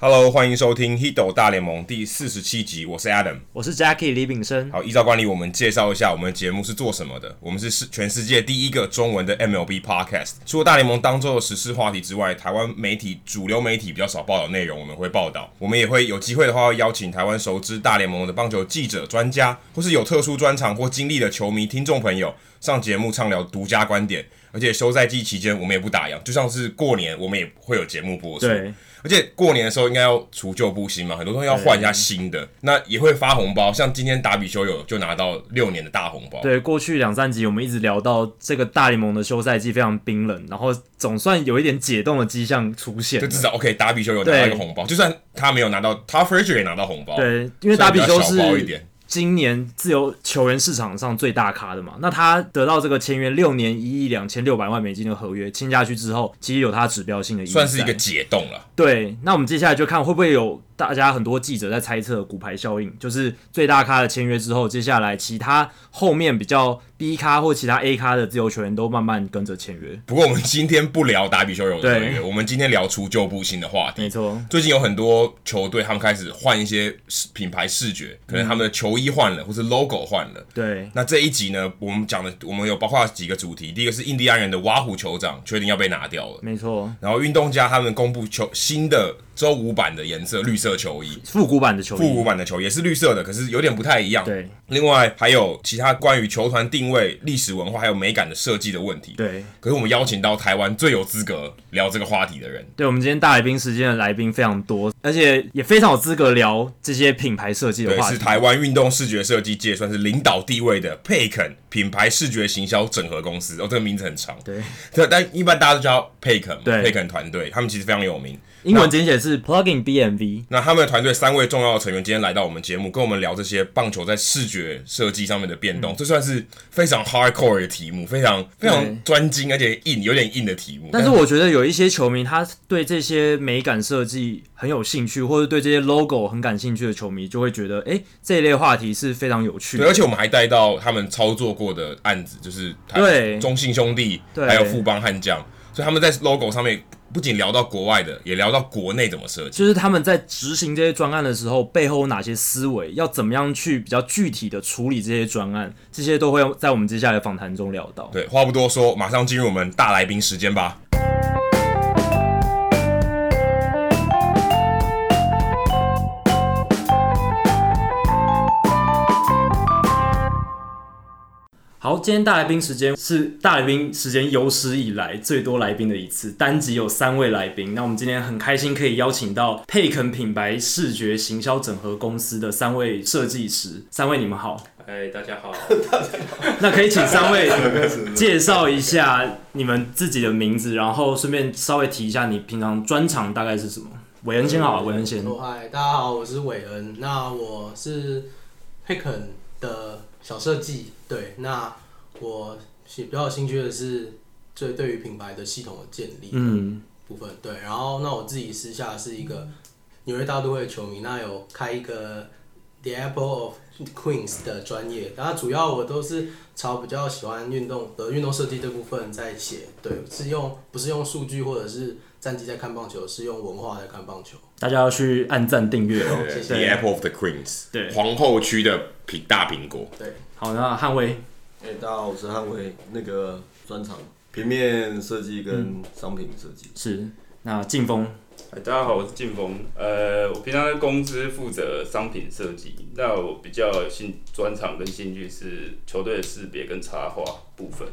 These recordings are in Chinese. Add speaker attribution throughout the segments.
Speaker 1: Hello，欢迎收听《Hido 大联盟》第四十七集，我是 Adam。
Speaker 2: 我是 Jackie 李炳生。
Speaker 1: 好，依照惯例，我们介绍一下我们节目是做什么的。我们是世全世界第一个中文的 MLB Podcast。除了大联盟当周的时事话题之外，台湾媒体主流媒体比较少报道内容，我们会报道。我们也会有机会的话，邀请台湾熟知大联盟的棒球记者、专家，或是有特殊专长或经历的球迷听众朋友上节目畅聊独家观点。而且休赛季期间，我们也不打烊，就像是过年，我们也会有节目播出。
Speaker 2: 对，
Speaker 1: 而且过年的时候应该要除旧布新嘛，很多东西要换一下新的。那也会发红包，像今天达比修有就拿到六年的大红包。
Speaker 2: 对，过去两三集我们一直聊到这个大联盟的休赛季非常冰冷，然后总算有一点解冻的迹象出现
Speaker 1: 就
Speaker 2: 了。
Speaker 1: 至少 OK，达比修有拿到一个
Speaker 2: 对
Speaker 1: 红包，就算他没有拿到，他 f r e d e r 也拿到红包。，
Speaker 2: 对，因为达比
Speaker 1: 虽
Speaker 2: 修
Speaker 1: 然比较小包一
Speaker 2: 是
Speaker 1: 点
Speaker 2: 今年自由球员市场上最大咖的嘛，那他得到这个签约六年一亿两千六百万美金的合约签下去之后，其实有他指标性的意义在，
Speaker 1: 算是一个解冻了。
Speaker 2: 对，那我们接下来就看会不会有大家很多记者在猜测骨牌效应，就是最大咖的签约之后，接下来其他后面比较 B 咖或其他 A 咖的自由球员都慢慢跟着签约。
Speaker 1: 不过我们今天不聊达比修有的
Speaker 2: 对
Speaker 1: 合约，我们今天聊除旧布新的话题。
Speaker 2: 没错，
Speaker 1: 最近有很多球队，他们开始换一些视品牌视觉，可
Speaker 2: 嗯
Speaker 1: 能他们的球衣换了，或是 logo 换了。
Speaker 2: 对，
Speaker 1: 那这一集呢，我们讲的我们有包括几个主题，第一个是印第安人的挖虎酋长确定要被拿掉了，
Speaker 2: 没错，
Speaker 1: 然后运动家他们公布球新的周五版的颜色绿色球衣，
Speaker 2: 复古版的球
Speaker 1: 复
Speaker 2: 衣。
Speaker 1: 古版的球也是绿色的，可是有点不太一样。
Speaker 2: 对
Speaker 1: 另外还有其他关于球团定位、历史文化还有美感的设计的问题。
Speaker 2: 对
Speaker 1: 可是我们邀请到台湾最有资格聊这个话题的人，
Speaker 2: 对，我们今天大来宾时间的来宾非常多，而且也非常有资格聊这些品牌设计的
Speaker 1: 对，
Speaker 2: 话
Speaker 1: 是
Speaker 2: 题。
Speaker 1: 台湾运动视觉设计界算是领导地位的佩肯品牌视觉行销整合公司。哦，这个名字很长。
Speaker 2: 对，
Speaker 1: 对，但一般大家都叫佩肯嘛，
Speaker 2: 对
Speaker 1: 佩肯团队，他们其实非常有名。
Speaker 2: 英文简写是 Plugin BMV。
Speaker 1: 那他们的团队三位重要的成员今天来到我们节目，跟我们聊这些棒球在视觉设计上面的变动，
Speaker 2: 嗯
Speaker 1: 这算是非常 hardcore 的题目，非常非常专精而且硬，有点硬的题目。
Speaker 2: 但是我觉得有一些球迷，他对这些美感设计很有兴趣，或者对这些 logo 很感兴趣的球迷，就会觉得，诶，这一类话题是非常有趣
Speaker 1: 对，而
Speaker 2: 的。
Speaker 1: 且我们还带到他们操作过的案子，就是台
Speaker 2: 对
Speaker 1: 中信兄弟，
Speaker 2: 对
Speaker 1: 还有富邦悍将，所以他们在 logo 上面不仅聊到国外的，也聊到国内怎么设计。
Speaker 2: 就是他们在执行这些专案的时候，背后有哪些思维，要怎么样去比较具体的处理这些专案，这些都会在我们接下来的访谈中聊到。
Speaker 1: 对，话不多说，马上进入我们大来宾时间吧。
Speaker 2: 好，今天大来宾时间是大来宾时间有史以来最多来宾的一次，单集有三位来宾。那我们今天很开心可以邀请到佩肯品牌视觉行销整合公司的三位设计师，三位你们好。
Speaker 3: 哎，大家好，
Speaker 2: 那可以请三位介绍一下你们自己的名字，然后顺便稍微提一下你平常专长大概是什么。韦恩先好了，韦恩先。
Speaker 4: 哦嗨，大家好，我是韦恩。那我是佩肯的小设计，对。那我比较有兴趣的是最对于品牌的系统的建立
Speaker 2: 嗯，
Speaker 4: 部分，对。然后那我自己私下是一个纽约大都会的球迷，那有开一个 The Apple of Queens 的专业，然后主要我都是朝比较喜欢运动呃的运动设计这部分在写，对，是用不是用数据或者是战绩在看棒球，是用文化在看棒球。
Speaker 2: 大家要去按赞订阅哦。
Speaker 4: 谢
Speaker 1: ，The
Speaker 4: 谢
Speaker 1: Apple of the Queens，
Speaker 2: 对
Speaker 1: 皇后区的苹大苹果。
Speaker 2: 好，那汉威，
Speaker 5: 哎、大家好，我是汉威，那个专长平面设计跟商品设计。
Speaker 2: 是，那劲风
Speaker 3: 哎，大家好，我是晋峰。呃，我平常在公司负责商品设计，那我比较有兴专长跟兴趣是球队的识别跟插画部分。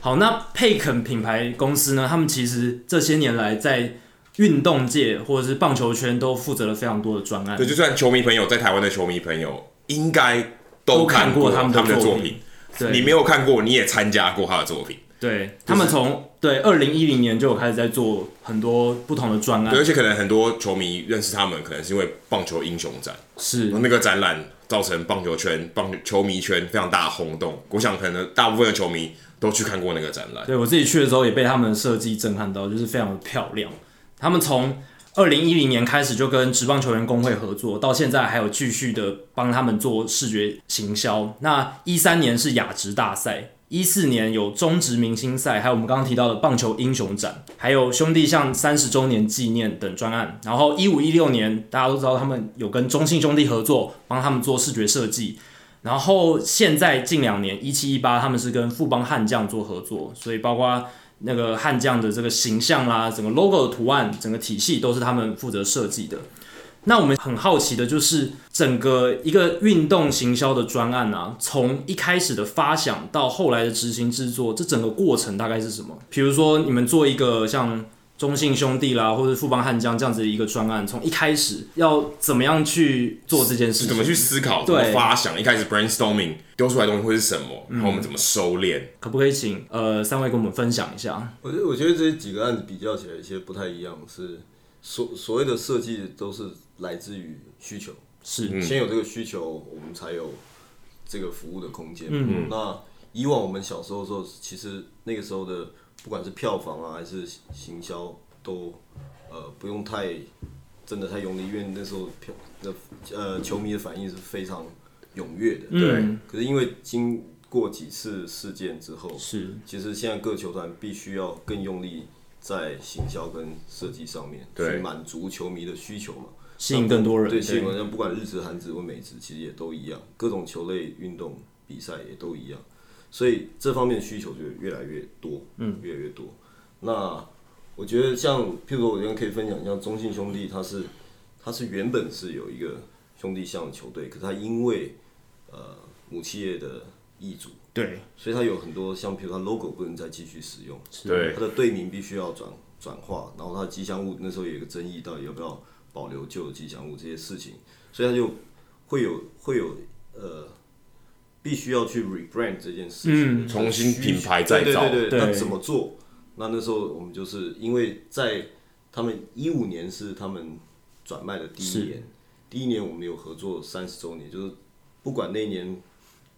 Speaker 2: 好，那佩肯品牌公司呢？他们其实这些年来在运动界或者是棒球圈都负责了非常多的专案
Speaker 1: 对，。就算球迷朋友在台湾的球迷朋友，应该
Speaker 2: 都看
Speaker 1: 过
Speaker 2: 过他们的
Speaker 1: 他们的
Speaker 2: 作
Speaker 1: 作
Speaker 2: 品
Speaker 1: 品。你
Speaker 2: 对，
Speaker 1: 没有看过，你也参加过他的作品，
Speaker 2: 对他们从对二零一零年就有开始在做很多不同的专
Speaker 1: 对，而
Speaker 2: 案，
Speaker 1: 且可能很多球迷认识他们，可能是因为棒球英雄展，
Speaker 2: 是
Speaker 1: 那个展览造成棒球圈、棒球迷圈非常大的轰动。我想，可能大部分的球迷都去看过那个展览。
Speaker 2: 对我自己去的时候也被他们的设计震撼到，就是非常的漂亮。他们从二零一零年开始就跟职棒球员工会合作，到现在还有继续的帮他们做视觉行销。那一三年是亚职大赛，一四年有中职明星赛，还有我们刚刚提到的棒球英雄展，还有兄弟象三十周年纪念等专案。然后一五一六年，大家都知道他们有跟中信兄弟合作，帮他们做视觉设计。然后现在近两年一七一八，18他们是跟富邦悍将做合作，所以包括那个悍将的这个形象啦，整个 logo 的图案，整个体系都是他们负责设计的。那我们很好奇的就是，整个一个运动行销的专案啊，从一开始的发想到后来的执行制作，这整个过程大概是什么？比如说，你们做一个像中信兄弟啦，或者富邦悍将这样子的一个专案，从一开始要怎么样去做这件事情？
Speaker 1: 怎么去思考，怎
Speaker 2: 对
Speaker 1: 么发想，一开始 brainstorming 丢出来的东西会是什么，
Speaker 5: 嗯
Speaker 1: 然后我们怎么收敛。
Speaker 2: 可不可以请呃三位跟我们分享一下？
Speaker 5: 我觉得我觉得这几个案子比较起来，有些不太一样，是所所谓的设计都是来自于需求，
Speaker 2: 是，
Speaker 5: 先有这个需求，我们才有这个服务的空间。
Speaker 2: 嗯
Speaker 5: 那以往我们小时候的时候，其实那个时候的不管是票房啊，还是行销，都呃不用太真的太用力，因为那时候票的呃球迷的反应是非常踊跃的。
Speaker 2: 嗯，
Speaker 5: 可是因为经过几次事件之后，
Speaker 2: 是
Speaker 5: 其实现在各球团必须要更用力在行销跟设计上面，
Speaker 1: 对
Speaker 5: 去满足球迷的需求嘛。
Speaker 2: 吸引更多人，
Speaker 5: 对，新闻像不管日职、韩职或美职，其实也都一样，各种球类运动比赛也都一样，所以这方面需求就越来越多，嗯，越来越多。那我觉得像，譬如说，我今天可以分享一下中信兄弟，他是他是原本是有一个兄弟象的球队，可是他因为呃母企业的易主，
Speaker 2: 对，
Speaker 5: 所以它有很多像，譬如它 logo 不能再继续使用，
Speaker 1: 对
Speaker 5: 它的队名必须要转转化，然后它的吉祥物那时候有一个争议，到底要不要保留旧的吉祥物这些事情，所以它就会有会有呃，必须要去 rebrand 这件事情，
Speaker 2: 嗯
Speaker 1: 重新品牌再造
Speaker 5: 对对对对，
Speaker 2: 对
Speaker 5: 那怎么做？那那时候我们就是因为在他们一五年是他们转卖的第一
Speaker 2: 是
Speaker 5: 年，第一年我们有合作三十周年，就是不管那一年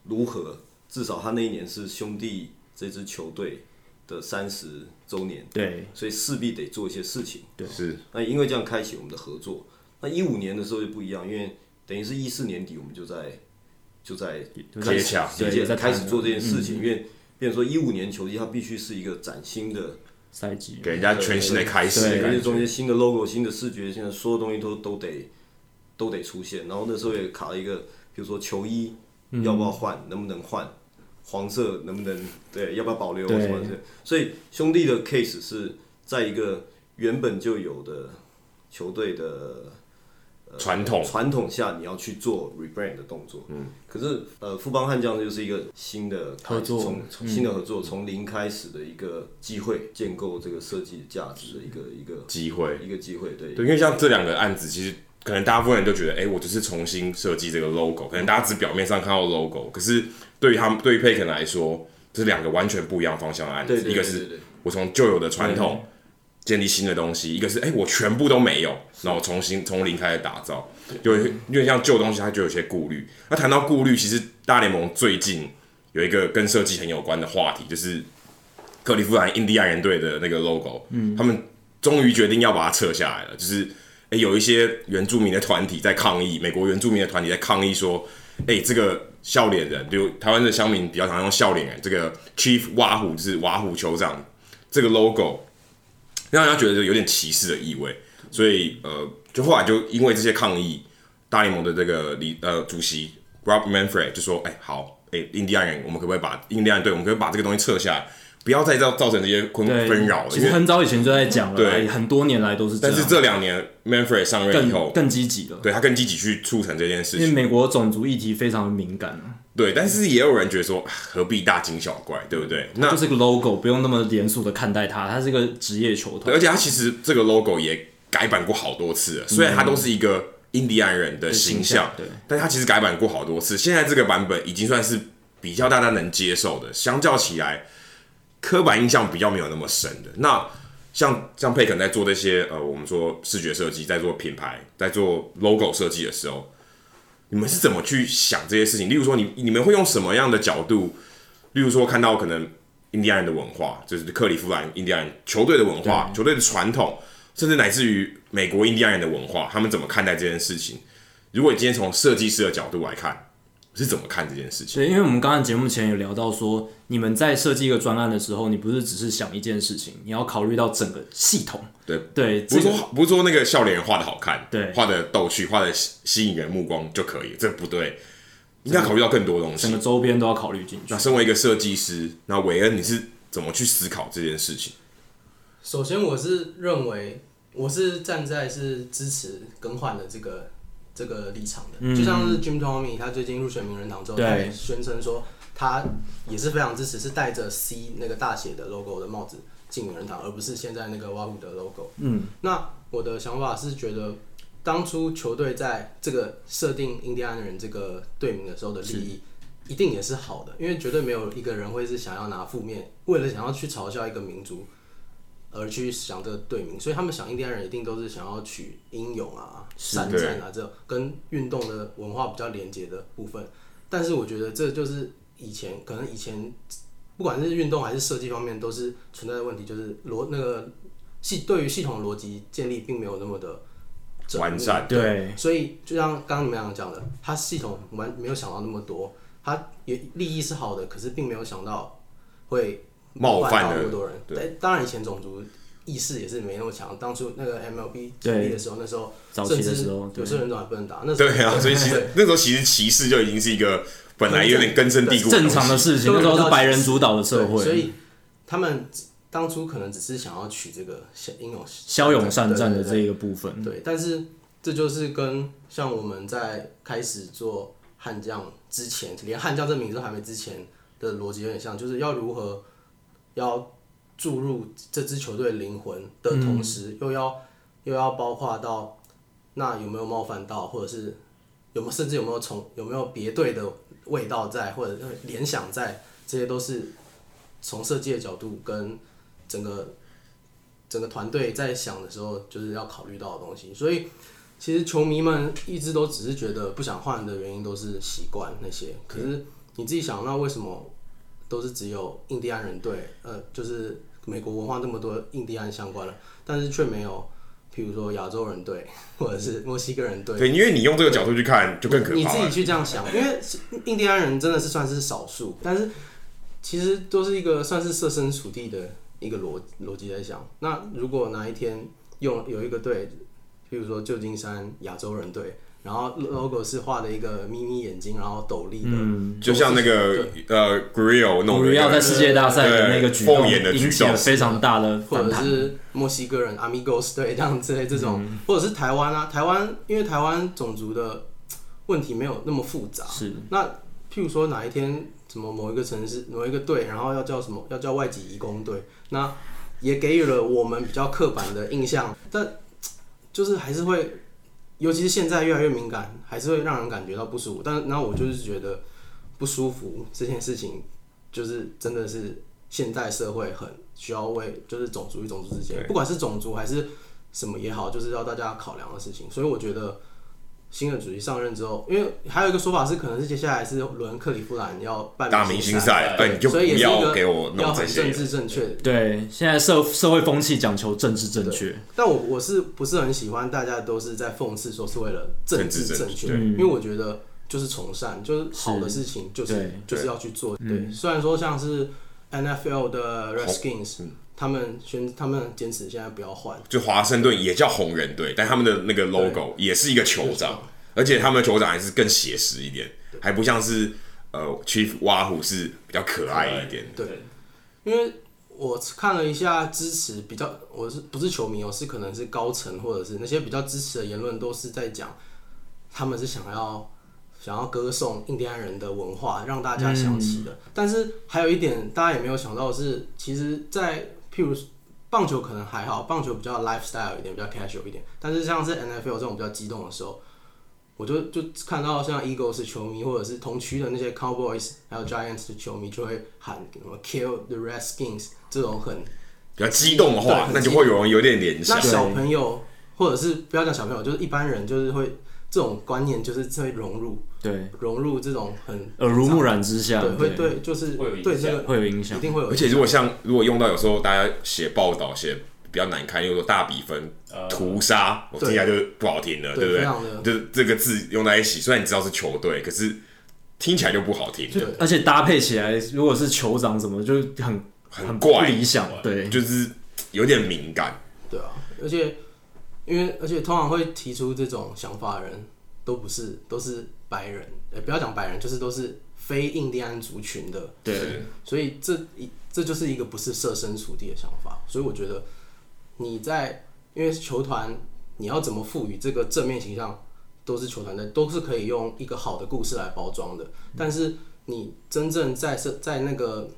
Speaker 5: 如何，至少他那一年是兄弟这支球队的三十周年，
Speaker 2: 对，
Speaker 5: 所以势必得做一些事情。
Speaker 1: 是
Speaker 5: 那因为这样开启我们的合作。那一五年的时候就不一样，因为等于是一四年底我们就在就在
Speaker 2: 就
Speaker 1: 接洽
Speaker 5: 直
Speaker 2: 对
Speaker 5: 接
Speaker 2: 在嗯
Speaker 5: 开
Speaker 2: 谈
Speaker 5: 始
Speaker 2: 了
Speaker 5: 做这件事情，因为变成说一五年球季它必须是一个崭新的，
Speaker 2: 赛季，
Speaker 1: 给人家全新的开始的
Speaker 5: 而且
Speaker 1: 感觉。
Speaker 5: 中间新的 logo、新的视觉，现在所有东西都都得都得出现。然后那时候也卡了一个，比如说球衣
Speaker 1: 嗯
Speaker 5: 要不要换，能不能换，黄色能不能对，要不要保留
Speaker 2: 对
Speaker 5: 什么的。所以兄弟的 case 是在一个原本就有的球队的
Speaker 1: 传统
Speaker 5: 传统下你要去做 rebrand 的动作。嗯，可是呃，富邦悍将就是一个新的开
Speaker 2: 合作
Speaker 1: 嗯
Speaker 5: 从从新的合作，从零开始的一个机会，建构这个设计价值的一个一个
Speaker 1: 机会，
Speaker 5: 一个机会。对，
Speaker 1: 对，因为像这两个案子，其实可能大部分人都觉得，哎、我只是重新设计这个 logo，可能大家只表面上看到 logo，可是对于他们对于佩肯来说，这是两个完全不一样方向的案子。
Speaker 5: 对对
Speaker 1: 一个
Speaker 5: 对对
Speaker 1: 是
Speaker 5: 对
Speaker 1: 我从旧有的传统建立新的东西，一个是哎、我全部都没有，然后我重新从零开始打造。有因为像旧东西，它就有些顾虑。那谈到顾虑，其实大联盟最近有一个跟设计很有关的话题，就是克利夫兰印第安人队的那个 logo，嗯，他们终于决定要把它撤下来了。就是，诶、有一些原住民的团体在抗议，美国原住民的团体在抗议说，诶、这个笑脸人，就台湾的乡民比较常用笑脸人，这个 Chief 挖虎就是挖虎酋长这个 logo，让人家觉得有点歧视的意味。所以，呃，就后来就因为这些抗议，大联盟的这个理呃主席 Rob Manfred 就说：“哎、好，哎、印第安人，我们可不可以把印第安人队，我们可不可以把这个东西撤下来，不要再造造成这些困
Speaker 2: 对，
Speaker 1: 纷扰了。”
Speaker 2: 其
Speaker 1: 因
Speaker 2: 实
Speaker 1: 为
Speaker 2: 很早以前就在讲了，
Speaker 1: 对
Speaker 2: 也很多年来都是这
Speaker 1: 但
Speaker 2: 样。
Speaker 1: 是这两年 Manfred 上任以
Speaker 2: 更
Speaker 1: 后，
Speaker 2: 更积极了，
Speaker 1: 对他更积极去促成这件事
Speaker 2: 因为
Speaker 1: 情。
Speaker 2: 美国种族议题非常的敏感啊，
Speaker 1: 对，但是也有人觉得说，啊何必大惊小怪，对不对？那
Speaker 2: 就是个 logo，不用那么严肃的看待它，它是一个职业球
Speaker 1: 对
Speaker 2: 团
Speaker 1: 而。且他其实这个 logo 也改版过好多次了，虽然它都是一个印第安嗯人的形象，
Speaker 2: 的形象对
Speaker 1: 但他其实改版过好多次。现在这个版本已经算是比较大家能接受的，相较起来，刻板印象比较没有那么深的。那像像佩肯在做这些呃，我们说视觉设计，在做品牌，在做 logo 设计的时候，你们是怎么去想这些事情？例如说你，你们会用什么样的角度？例如说，看到可能印第安人的文化，就是克利夫兰印第安人球队的文化、球队的传统，甚至乃至于美国印第安人的文化，他们怎么看待这件事情？如果你今天从设计师的角度来看，是怎么看这件事情？
Speaker 2: 对，因为我们刚刚节目前有聊到说，你们在设计一个专案的时候，你不是只是想一件事情，你要考虑到整个系统。
Speaker 1: 对
Speaker 2: 对，
Speaker 1: 不
Speaker 2: 这
Speaker 1: 是说
Speaker 2: 个
Speaker 1: 好不是说那个笑脸画的好看，
Speaker 2: 对
Speaker 1: 画的逗趣，画的吸吸引人目光就可以，这不对，应该考虑到更多东
Speaker 2: 整个
Speaker 1: 西。
Speaker 2: 周边都要考虑进去
Speaker 1: 那。身为一个设计师，那韦恩你是怎么去思考这件事情？
Speaker 4: 首先，我是认为我是站在是支持更换的这个这个立场的，就像是 Jim Tommy 他最近入选名人堂之后，
Speaker 2: 对
Speaker 4: 他也宣称说他也是非常支持，是戴着 C 那个大写的 logo 的帽子进名人堂，而不是现在那个 Wahoo 的 logo。
Speaker 2: 嗯，
Speaker 4: 那我的想法是觉得。当初球队在这个设定印第安人这个队名的时候的利益，一定也是好的，因为绝对没有一个人会是想要拿负面，为了想要去嘲笑一个民族而去想这个队名，所以他们想印第安人一定都是想要取英勇啊、善战啊这种跟运动的文化比较连接的部分。但是我觉得这就是以前可能以前不管是运动还是设计方面都是存在的问题，就是逻那个系对于系统逻辑建立并没有那么的缜密
Speaker 1: 完善
Speaker 2: 对，
Speaker 4: 所以就像刚刚你们俩讲的，他系统完没有想到那么多，他也利益是好的，可是并没有想到会
Speaker 1: 冒犯
Speaker 4: 到那
Speaker 1: 了
Speaker 4: 么多人。
Speaker 1: 对
Speaker 4: 对，当然以前种族意识也是没那么强，当初那个 MLB
Speaker 2: 对
Speaker 4: 成立的时候，那时候
Speaker 2: 早期
Speaker 4: 甚
Speaker 2: 的
Speaker 4: 至
Speaker 2: 时候对
Speaker 4: 有些人种还不能打，那时候
Speaker 1: 对啊，所以其 实那时候其实歧视就已经是一个本来有点根深蒂固
Speaker 2: 正常的
Speaker 1: 东西
Speaker 2: 事情，那时候是白人主导的社
Speaker 4: 对所
Speaker 2: 会，
Speaker 4: 以他们当初可能只是想要取这个英勇
Speaker 2: 骁勇善战的
Speaker 4: 对对对
Speaker 2: 这个部分。
Speaker 4: 对，但是这就是跟像我们在开始做悍将之前，连悍将这名字都还没之前的逻辑有点像，就是要如何要注入这支球队灵魂的同时，又要又要包括到那有没有冒犯到，或者是有没有甚至有没有从有没有别队的味道在，或者是联想在，这些都是从设计的角度跟整个整个团队在想的时候，就是要考虑到的东西。所以，其实球迷们一直都只是觉得不想换的原因都是习惯那些。可是你自己想，那为什么都是只有印第安人队？呃，就是美国文化这么多印第安相关的，但是却没有，譬如说亚洲人队或者是墨西哥人队。
Speaker 1: 对，因为你用这个角度去看就更可
Speaker 4: 你
Speaker 1: 怕
Speaker 4: 自己
Speaker 1: 了。
Speaker 4: 去这样想，因为印第安人真的是算是少数，但是其实都是一个算是设身处地的一个逻逻辑在想。那如果哪一天用有一个队，比如说旧金山亚洲人队，然后 logo 是画的一个眯眯眼睛，然后斗笠的，
Speaker 1: 就像那个呃 Grill 弄
Speaker 2: 鲁
Speaker 1: 的
Speaker 2: 瑞奥
Speaker 1: 那
Speaker 2: 在
Speaker 1: 个
Speaker 2: 世界大赛的那个举动
Speaker 1: 对后，眼的举动
Speaker 2: 引起了非常大的
Speaker 4: 或
Speaker 2: 反
Speaker 4: 者
Speaker 2: 弹。嗯
Speaker 4: 是墨西哥人 Amigos 队这样之类这种，或者是台湾啊，台湾因为台湾种族的问题没有那么复杂，
Speaker 2: 是
Speaker 4: 那譬如说哪一天什么某一个城市某一个队，然后要叫什么要叫外籍移工队，那也给予了我们比较刻板的印象，但就是还是会，尤其是现在越来越敏感，还是会让人感觉到不舒服。但那我就是觉得不舒服这件事情，就是真的是现代社会很需要为就是种族与种族之间，
Speaker 1: 对
Speaker 4: 不管是种族还是什么也好，就是要大家考量的事情。所以我觉得。新的主席上任之后，因为还有一个说法是，可能是接下来是轮克里夫兰要办
Speaker 1: 打明星赛，
Speaker 3: 对
Speaker 1: 哎，你就不
Speaker 4: 所以也是一
Speaker 1: 要
Speaker 4: 个
Speaker 1: 给我
Speaker 4: 要
Speaker 1: 弄这
Speaker 4: 很
Speaker 1: 些
Speaker 4: 政。治正确的。
Speaker 2: 对，现在社社会风气讲求政治正确，
Speaker 4: 但我我是不是很喜欢大家都是在讽刺说是为了政治正确，
Speaker 1: 政治正
Speaker 4: 因为我觉得就是从善，就是好的事情就是
Speaker 2: 对
Speaker 4: 就是要去做。对，嗯虽然说像是 NFL 的 Redskins，他们宣他们坚持现在不要换，
Speaker 1: 就华盛顿也叫红人队，但他们的那个 logo 也是一个酋长，而且他们的酋长还是更写实一点，还不像是呃 Chief Wahoo 是比较可爱一点的。
Speaker 4: 对因为我看了一下支持比较，我是不是球迷哦？是可能是高层或者是那些比较支持的言论，都是在讲他们是想要想要歌颂印第安人的文化，让大家想起的。但是还有一点大家也没有想到的是，其实在譬如棒球可能还好，棒球比较 lifestyle 一点，比较 casual 一点。但是像是 NFL 这种比较激动的时候，我就就看到像 Eagles 球迷或者是同区的那些 Cowboys 还有 Giants 的球迷就会喊什么 “Kill the Redskins” 这种很
Speaker 1: 比较激动的
Speaker 4: 对
Speaker 1: 话
Speaker 4: 很，
Speaker 1: 那就会有人有点联想
Speaker 4: 那。小朋友或者是不要讲小朋友，就是一般人就是会这种观念就是会融入
Speaker 2: 对，
Speaker 4: 融入这种很
Speaker 2: 耳濡目染之下，
Speaker 4: 对会
Speaker 2: 对
Speaker 4: 对就是
Speaker 3: 会有影
Speaker 4: 对这
Speaker 3: 响
Speaker 4: 个
Speaker 2: 会有影响
Speaker 4: 一。定会有
Speaker 1: 而且如果像如果用到有时候大家写报道写比较难看，又说大比分、屠杀，我听
Speaker 4: 对
Speaker 1: 起来就不好听了，
Speaker 4: 呃对
Speaker 1: 对不
Speaker 4: 非常的
Speaker 1: 对？就是这个字用在一起，虽然你知道是球队，可是听起来就不好听，
Speaker 4: 对
Speaker 2: 而且搭配起来，如果是酋长什么，就很
Speaker 1: 很
Speaker 2: 不
Speaker 1: 怪，
Speaker 2: 理想。对，
Speaker 1: 就是有点敏感。
Speaker 4: 对啊，而且因为而且通常会提出这种想法的人都不是都是白人，呃，不要讲白人，就是都是非印第安族群的，
Speaker 2: 对，
Speaker 4: 所以这一这就是一个不是设身处地的想法。所以我觉得你在因为球团你要怎么赋予这个正面形象，都是球团的都是可以用一个好的故事来包装的，但是你真正在是在那个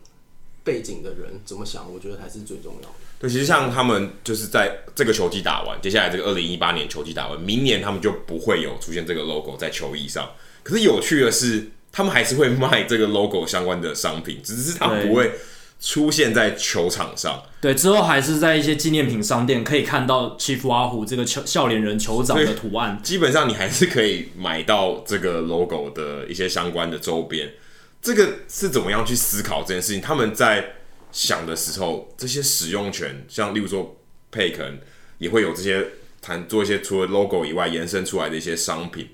Speaker 4: 背景的人怎么想，我觉得才是最重要的。
Speaker 1: 对，其实像他们就是在这个球季打完，接下来这个二零一八年球季打完，明年他们就不会有出现这个 logo 在球衣上。可是有趣的是，他们还是会卖这个 logo 相关的商品，只是它
Speaker 2: 对
Speaker 1: 不会出现在球场上。
Speaker 2: 对，之后还是在一些纪念品商店可以看到 Chief 阿虎这个球笑脸人酋长的图案。
Speaker 1: 基本上你还是可以买到这个 logo 的一些相关的周边。这个是怎么样去思考这件事情？他们在想的时候，这些使用权，像例如说佩肯也会有这些谈做一些除了 logo 以外延伸出来的一些商品，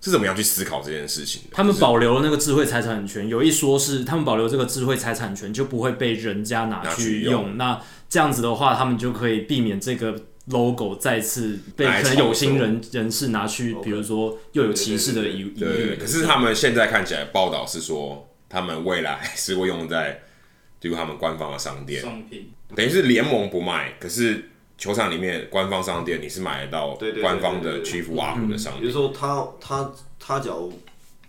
Speaker 1: 是怎么样去思考这件事情的？
Speaker 2: 他们
Speaker 1: 就是
Speaker 2: 保留了那个智慧财产权，有一说是他们保留这个智慧财产权就不会被人家拿
Speaker 1: 拿
Speaker 2: 去
Speaker 1: 去
Speaker 2: 用。
Speaker 1: 用
Speaker 2: 那这样子的话，他们就可以避免这个 logo 再次被
Speaker 1: 拿来
Speaker 2: 可能
Speaker 1: 炒
Speaker 2: 有心
Speaker 1: 作
Speaker 2: 人人士拿去，比如说又有歧视的疑疑
Speaker 1: 对对
Speaker 2: 虑
Speaker 1: 对。可是他们现在看起来报道是说，他们未来还是会用在就是他们官方的商店，
Speaker 3: 商品
Speaker 1: 等于是联盟不卖，可是球场里面官方商店你是买得到
Speaker 5: 对对对
Speaker 1: 官方
Speaker 5: 对
Speaker 1: 的
Speaker 5: 对对
Speaker 1: 屈服瓦
Speaker 2: 嗯
Speaker 1: 虎的商
Speaker 5: 比
Speaker 1: 品，
Speaker 5: 如说他他他假如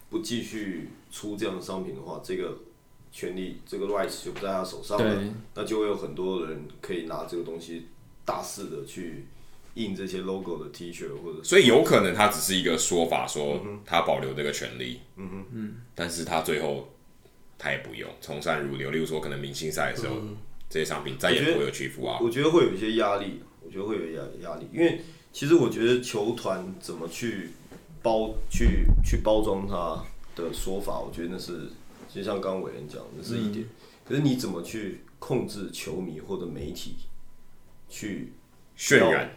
Speaker 5: 不继续出这样的商品的话，这个权利这个 rights 就不在他手上
Speaker 2: 对
Speaker 5: 了，那就会有很多人可以拿这个东西大肆的去印这些 logo 的 T 恤或者是
Speaker 1: 所以有可能他只是一个说法，
Speaker 5: 嗯
Speaker 1: 说他保留这个权利，嗯嗯，但是他最后他也不用从善如流，例如说可能明星赛的时候，这些商品再也不会有屈服瓦虎，
Speaker 5: 嗯我觉得会有一些压力，我觉得会有压压力，因为其实我觉得球团怎么去包去去包装它的说法，我觉得那是就像刚刚伟人讲的，那是一
Speaker 2: 嗯
Speaker 5: 点。可是你怎么去控制球迷或者媒体去
Speaker 1: 渲染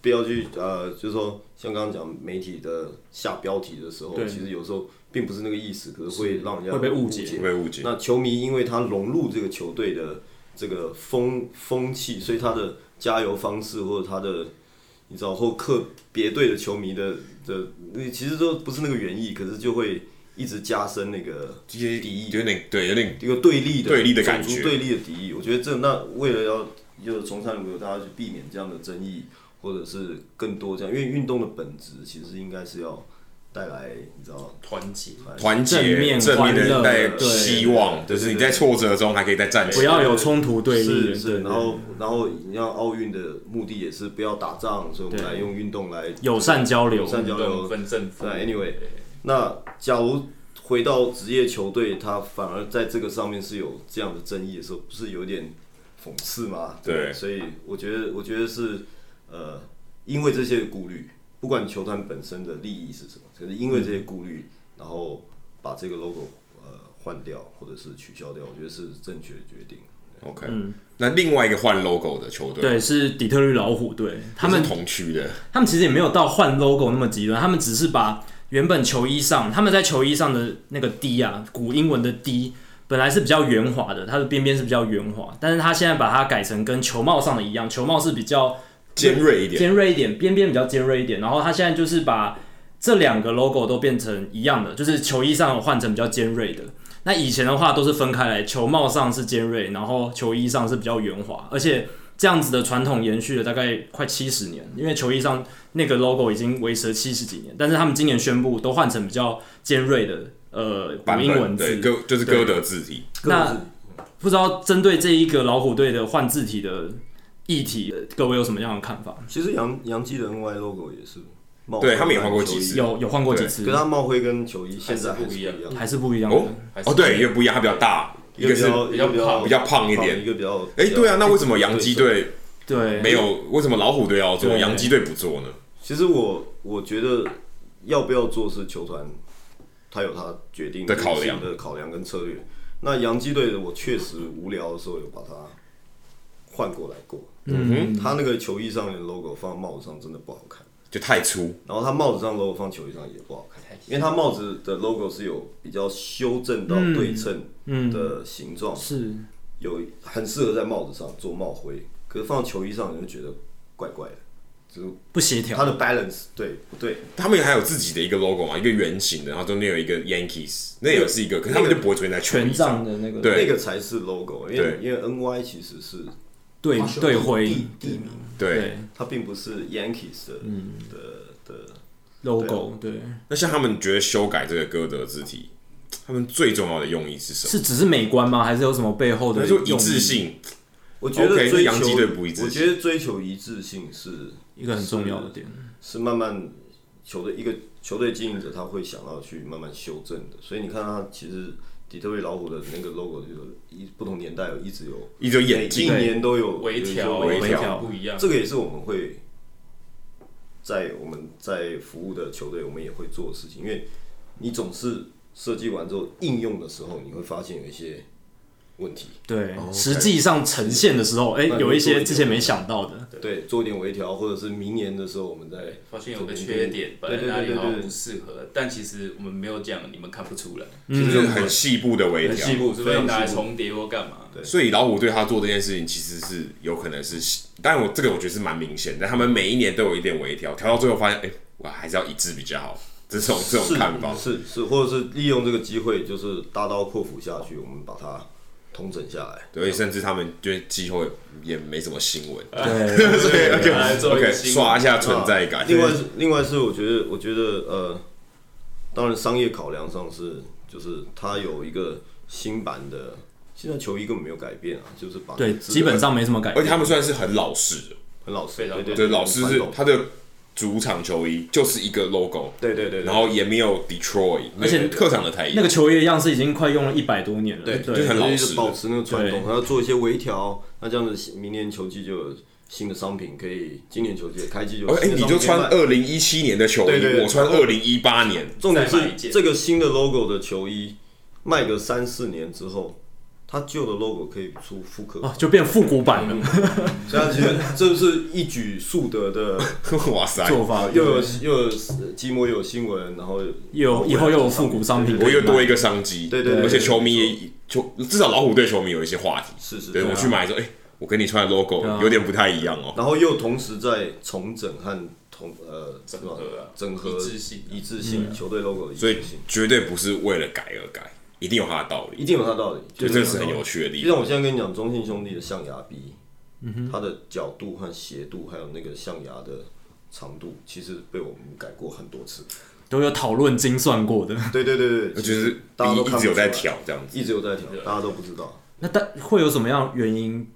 Speaker 5: 不要去呃，就是说像刚刚讲媒体的下标题的时候，
Speaker 2: 对
Speaker 5: 其实有时候并不是那个意思，可是会让人家
Speaker 2: 会被误
Speaker 5: 误
Speaker 2: 解
Speaker 1: 会被误解。
Speaker 5: 那球迷因为他融入这个球队的这个风风气，所以他的加油方式或者他的，你知道或客别队的球迷的的，那其实都不是那个原意，可是就会一直加深那个
Speaker 1: 这些
Speaker 5: 敌意
Speaker 1: 有点对，有点
Speaker 5: 一个对立的
Speaker 1: 对立的感觉
Speaker 5: 种族对立的敌意。我觉得这那为了要要从善如流，大家去避免这样的争议，或者是更多这样，因为运动的本质其实应该是要带来你知道
Speaker 3: 团结，
Speaker 1: 团结、
Speaker 2: 正
Speaker 1: 正
Speaker 2: 面
Speaker 1: 面
Speaker 2: 欢
Speaker 1: 的
Speaker 2: 乐
Speaker 1: 带
Speaker 2: 对
Speaker 1: 希望，就是你在挫折中还可以再站起
Speaker 2: 不
Speaker 1: 来。
Speaker 2: 要有冲突对立。
Speaker 5: 是
Speaker 2: 对
Speaker 5: 是，
Speaker 2: 对
Speaker 5: 然后然后你要奥运的目的也是不要打仗，所以我们
Speaker 2: 对
Speaker 5: 来用运动来
Speaker 2: 友善交流
Speaker 5: 友，善交流。
Speaker 3: 分胜负。
Speaker 5: 对，anyway，那假如回到职业球队，他反而在这个上面是有这样的争议的时候，不是有点讽刺吗？
Speaker 1: 对
Speaker 5: 所以我觉得我觉得是呃，因为这些顾虑，不管球团本身的利益是什么，可是因为这些顾虑，然后把这个 logo 呃换掉或者是取消掉，我觉得是正确的决定。
Speaker 1: OK，那另外一个换 logo 的球队，
Speaker 2: 嗯对，是底特律老虎队，他们
Speaker 1: 也是同区的，
Speaker 2: 他们其实也没有到换 logo 那么极端，他们只是把原本球衣上，他们在球衣上的那个 D 啊，古英文的 D，本来是比较圆滑的，它的边边是比较圆滑，但是它现在把它改成跟球帽上的一样，球帽是比较
Speaker 1: 尖锐一点。
Speaker 2: 尖锐一点，边边比较尖锐一点，然后它现在就是把这两个 logo 都变成一样的，就是球衣上换成比较尖锐的。那以前的话都是分开来，球帽上是尖锐，然后球衣上是比较圆滑，而且这样子的传统延续了大概快七十年，因为球衣上那个 logo 已经维持了七十几年，但是他们今年宣布都换成比较尖锐的呃
Speaker 1: 版本
Speaker 2: 古英文
Speaker 1: 对
Speaker 2: 字，
Speaker 1: 哥就是哥德字体，
Speaker 2: 那不知道针对这一个老虎队的换字体的议题，呃各位有什么样的看法？
Speaker 5: 其实杨杨基的 NY logo 也是帽
Speaker 1: 对
Speaker 5: 徽
Speaker 1: 他们也
Speaker 5: 跟
Speaker 1: 换过
Speaker 5: 球
Speaker 1: 几
Speaker 5: 衣
Speaker 1: 次
Speaker 2: 有有换过几
Speaker 1: 对
Speaker 2: 次，
Speaker 5: 可是他帽徽跟球衣现在
Speaker 3: 还是
Speaker 5: 还是
Speaker 3: 不
Speaker 5: 不
Speaker 3: 一
Speaker 5: 一
Speaker 3: 样
Speaker 5: 样，
Speaker 2: 嗯还是不一样的。
Speaker 1: 哦哦，对，也不一样，它比较大，一个是
Speaker 5: 比较
Speaker 3: 比较
Speaker 1: 比较胖一
Speaker 5: 一
Speaker 1: 点。
Speaker 5: 个比较
Speaker 1: 哎，对啊，那为什么洋基？
Speaker 5: 对
Speaker 1: 队
Speaker 2: 对，
Speaker 1: 没有？为什么老虎队要做，
Speaker 2: 对
Speaker 1: 洋基队不做呢？
Speaker 5: 其实我我觉得要不要做是球团，他有他决定
Speaker 1: 的考量
Speaker 5: 的考量跟策略。那洋基队的我确实无聊的时候有把它换过来过，
Speaker 1: 嗯哼，
Speaker 5: 他那个球衣上的 logo 放帽子上真的不好看，
Speaker 1: 就太粗，
Speaker 5: 然后他帽子上 logo 放球衣上也不好看，因为他帽子的 logo 是有比较修正到对称的形状，
Speaker 2: 是
Speaker 5: 有很适合在帽子上做帽徽，可是放球衣上你就觉得怪怪的，就是
Speaker 2: 不协
Speaker 5: 它
Speaker 2: 调。
Speaker 5: 的 balance 对不对？
Speaker 1: 他们还有自己的一个 logo 嘛，一个圆形的，然后中间有一个 Yankees，那也是一个，可是他们就不会出现在球
Speaker 2: 权
Speaker 1: 衣上。
Speaker 2: 杖的那个
Speaker 1: 对
Speaker 5: 那个才是 logo，因为
Speaker 1: 对
Speaker 5: 因为 NY 其实是
Speaker 2: 对
Speaker 5: 啊
Speaker 2: 对
Speaker 5: 地
Speaker 2: 回
Speaker 5: 地名，
Speaker 1: 对，
Speaker 5: 它并不是 Yankees 的的的
Speaker 2: logo
Speaker 5: 啊
Speaker 2: 对，
Speaker 1: 那像他们觉得修改这个歌德字体，他们最重要的用意是什么？
Speaker 2: 是只是美观吗？还是有什么背后
Speaker 1: 他
Speaker 2: 的
Speaker 1: 说一
Speaker 2: 用
Speaker 1: 致
Speaker 2: 意
Speaker 1: 性，
Speaker 5: 我觉得
Speaker 1: OK，
Speaker 5: 追
Speaker 1: 洋基队
Speaker 5: 求
Speaker 1: 不一致性
Speaker 5: 我觉得追求一致性是
Speaker 2: 一个很重要的点。
Speaker 5: 是慢慢球队一个球队经营者他会想要去慢慢修正的，所以你看他其实底特律老虎的那个 logo 就有一不同年代有一直有
Speaker 1: 一直有
Speaker 5: 每
Speaker 1: 演
Speaker 5: 一
Speaker 1: 进，
Speaker 5: 年都有
Speaker 3: 微调、
Speaker 5: 有一些
Speaker 1: 微
Speaker 5: 微
Speaker 1: 调
Speaker 2: 调
Speaker 3: 不一样。
Speaker 5: 这个也是我们会在我们在服务的球队，我们也会做的事情，因为你总是设计完之后应用的时候，你会发现有一些问题，
Speaker 2: 对，实际上呈现的时候，哎，
Speaker 5: 哦那你
Speaker 2: 有一
Speaker 5: 做一
Speaker 2: 些
Speaker 5: 点
Speaker 2: 之前没想到的。
Speaker 5: 对，做一点微调，或者是明年的时候我们再
Speaker 3: 发现有个缺点，
Speaker 5: 对
Speaker 3: 本来
Speaker 5: 对
Speaker 3: 哪
Speaker 5: 对
Speaker 3: 里
Speaker 5: 对
Speaker 3: 好像
Speaker 5: 对
Speaker 3: 不，适合，但其实我们没有讲，你们看不出来，
Speaker 5: 嗯
Speaker 1: 就是很细部的微
Speaker 5: 很
Speaker 1: 调
Speaker 5: 细。部，
Speaker 3: 除
Speaker 5: 非
Speaker 3: 非
Speaker 5: 常
Speaker 3: 拿来
Speaker 5: 细部
Speaker 3: 重叠或干嘛。
Speaker 1: 所以老虎对他做这件事情，其实是有可能是，但我这个我觉得是蛮明显的。他们每一年都有一点微调，调到最后发现，哎、我还是要一致比较好。这种这种
Speaker 5: 是
Speaker 1: 看法，
Speaker 5: 是是，或者是利用这个机会，就是大刀阔斧下去，我们把它统整下来。
Speaker 1: 对，甚至他们就是季后也没什么新闻，
Speaker 2: 对，
Speaker 1: 所以
Speaker 3: 拿来
Speaker 1: OK
Speaker 3: 做一
Speaker 1: OK
Speaker 3: 个新
Speaker 1: 刷一下存在感。
Speaker 5: 啊另外是，另外是我觉得，我觉得呃，当然商业考量上是，就是它有一个新版的，现在球衣根本没有改变啊，就是把
Speaker 2: 对，
Speaker 5: 字
Speaker 2: 基本上没什么改
Speaker 1: 而且
Speaker 2: 变。
Speaker 1: 他们算是很老式的，
Speaker 5: 很老实，
Speaker 3: 非常
Speaker 5: 对对
Speaker 1: 对，
Speaker 5: 对，
Speaker 1: 老式
Speaker 5: 很
Speaker 1: 是
Speaker 5: 传统
Speaker 1: 他的主场球衣就是一个 logo，
Speaker 5: 对对对，对
Speaker 1: 然后也没有 Detroit，
Speaker 2: 而且
Speaker 1: 那个客场的台
Speaker 2: 那
Speaker 1: 衣
Speaker 2: 个，球衣的样式已经快用了一百多年了。
Speaker 5: 对
Speaker 1: 就
Speaker 2: 对
Speaker 1: 是很老
Speaker 5: 就是一
Speaker 1: 实
Speaker 5: 直
Speaker 1: 的
Speaker 5: 保持那个传统，
Speaker 2: 对
Speaker 5: 还要做一些微调，那这样子明年球季就有新的商品可以，今年球季也开季就有
Speaker 1: 哦哎，
Speaker 5: 新的
Speaker 1: 你
Speaker 5: 商
Speaker 1: 就
Speaker 5: 品可以
Speaker 1: 穿
Speaker 5: 卖
Speaker 1: 二零一七年的球
Speaker 5: 对对
Speaker 1: 衣，
Speaker 5: 对
Speaker 1: 我穿二零一八年，
Speaker 5: 重点
Speaker 3: 再买一
Speaker 5: 是
Speaker 3: 件
Speaker 5: 这个新的 logo 的球衣卖个三四年之后，它旧的 logo 可以出复刻，
Speaker 2: 哦，就变复古版
Speaker 1: 嗯
Speaker 2: 了
Speaker 5: 所以它其实这是一举数 得的，
Speaker 1: 哇塞，
Speaker 2: 做法，
Speaker 5: 又有又有寂寞，又有新闻，然后
Speaker 2: 又以后又有复古商品可以
Speaker 1: 我
Speaker 2: 卖，
Speaker 1: 又多一个商机，
Speaker 5: 对对对
Speaker 1: 而且球迷也球至少老虎队球迷有一些话题，
Speaker 5: 是啊是
Speaker 1: 对
Speaker 5: 是
Speaker 1: 我去买说，哎，我跟你穿的 logo
Speaker 2: 对啊
Speaker 1: 有点不太一样哦，
Speaker 5: 然后又同时在重整和同呃
Speaker 3: 整合啊
Speaker 5: 整合
Speaker 3: 一致性
Speaker 5: 一致性
Speaker 2: 嗯
Speaker 5: 球队 logo 的一
Speaker 1: 所以
Speaker 5: 致性，
Speaker 1: 绝对不是为了改而改，一定有它的道
Speaker 5: 一
Speaker 1: 理，
Speaker 5: 定有它的道理，
Speaker 1: 就这是很有趣的地
Speaker 5: 就
Speaker 1: 方。
Speaker 5: 像我现在跟你讲，中信兄弟的象牙 B，它
Speaker 1: 嗯
Speaker 5: 的角度和斜度，还有那个象牙的长度，其实被我们改过很多次。
Speaker 2: 都有讨论精算过的。
Speaker 5: 对对对 对，
Speaker 1: 就是
Speaker 5: 大家都
Speaker 1: 一
Speaker 5: 看
Speaker 1: 直
Speaker 5: 不
Speaker 1: 有在
Speaker 5: 出来，
Speaker 1: 调这样子，
Speaker 5: 一直有在调，大家都不知道。
Speaker 2: 那但会有什么样原因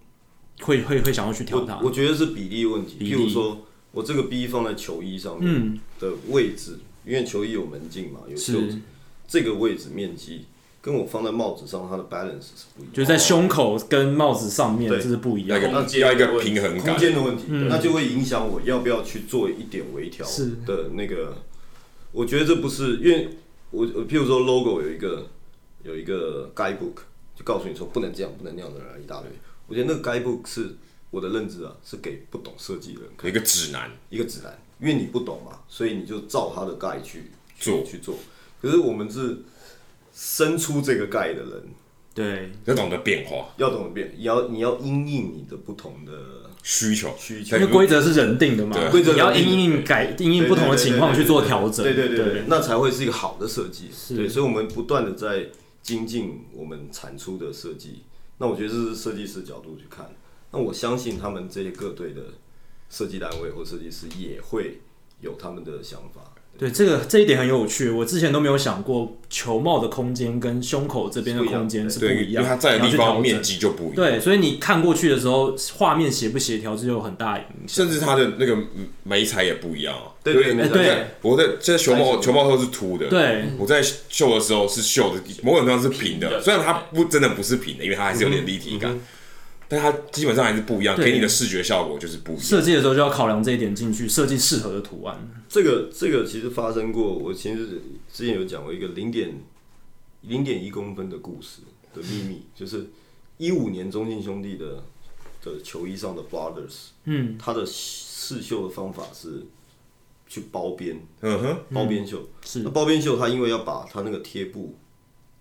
Speaker 2: 会会会想要去调它
Speaker 5: 我？我觉得是比例问题，
Speaker 2: 比例
Speaker 5: 譬如说我这个 B 放在球衣上面
Speaker 2: 嗯
Speaker 5: 的位置，因为球衣有门禁嘛，有袖子
Speaker 2: 是，
Speaker 5: 这个位置面积跟我放在帽子上，它的 balance 是不一样的。
Speaker 2: 就是在胸口跟帽子上面，
Speaker 5: 对
Speaker 2: 这是不一
Speaker 1: 要
Speaker 2: 样
Speaker 1: 一。个
Speaker 3: 空间
Speaker 1: 要一个平衡
Speaker 5: 空
Speaker 1: 感。
Speaker 5: 间的问题，那就会影响我要不要去做一点微调
Speaker 2: 是
Speaker 5: 的那个。我觉得这不是，因为我我譬如说 logo 有一个有一个 guidebook，就告诉你说不能这样，不能那样的人一大堆。我觉得那个 guidebook 是我的认知啊，是给不懂设计的人
Speaker 1: 有一个指南，
Speaker 5: 一个指南，因为你不懂嘛，所以你就照他的盖去去
Speaker 1: 做
Speaker 5: 去做。可是我们是生出这个盖的人，
Speaker 2: 对，
Speaker 1: 要懂得变化
Speaker 5: 要懂得变，你要你要因应你的不同的
Speaker 1: 需求，
Speaker 5: 需求
Speaker 2: 因为规则是人定的嘛，
Speaker 5: 规则
Speaker 2: 你要
Speaker 5: 人定
Speaker 2: 因
Speaker 5: 的
Speaker 2: 应改因应不同的情况去做调整。
Speaker 5: 对对对对对，那才会是一个好的设计。对，所以我们不断的在精进我们产出的设计。那我觉得这是设计师角度去看。那我相信他们这些各队的设计单位或设计师也会有他们的想法。
Speaker 2: 对，这个这一点很有趣，我之前都没有想过球帽的空间跟胸口这边的空间是不
Speaker 1: 对，
Speaker 2: 一
Speaker 1: 因为
Speaker 2: 样，
Speaker 1: 它在的地
Speaker 2: 然后
Speaker 1: 方
Speaker 2: 去调
Speaker 1: 面
Speaker 2: 整。
Speaker 1: 积就不一样，
Speaker 2: 对，所以你看过去的时候，画面协不协调是有很大影响。
Speaker 1: 甚至它的那个嗯眉材也不一样啊。
Speaker 5: 对对
Speaker 1: 因为
Speaker 5: 哎
Speaker 1: 我在
Speaker 2: 对
Speaker 1: 我在这球帽
Speaker 5: 哎
Speaker 1: 球帽头是凸的，
Speaker 2: 对，
Speaker 1: 我在绣的时候是绣的，某种程度上是平
Speaker 3: 平
Speaker 1: 的，
Speaker 3: 的
Speaker 1: 虽然它不真的不是平的，因为它还是有点立体感，但它基本上还是不一样，
Speaker 2: 对
Speaker 1: 给你的视觉效果就是不一
Speaker 2: 设
Speaker 1: 样。
Speaker 2: 计的时候就要考量这一点进去，设计适合的图案。
Speaker 5: 这个这个其实发生过，我其实之前有讲过一个零点零点一公分的故事的秘密，就是一五年中信兄弟的的球衣上的 Brothers，
Speaker 2: 嗯，
Speaker 5: 它的试绣的方法是去包边
Speaker 1: 嗯哼，
Speaker 5: 包边袖。
Speaker 2: 是
Speaker 5: 那包边袖，它因为要把它那个贴布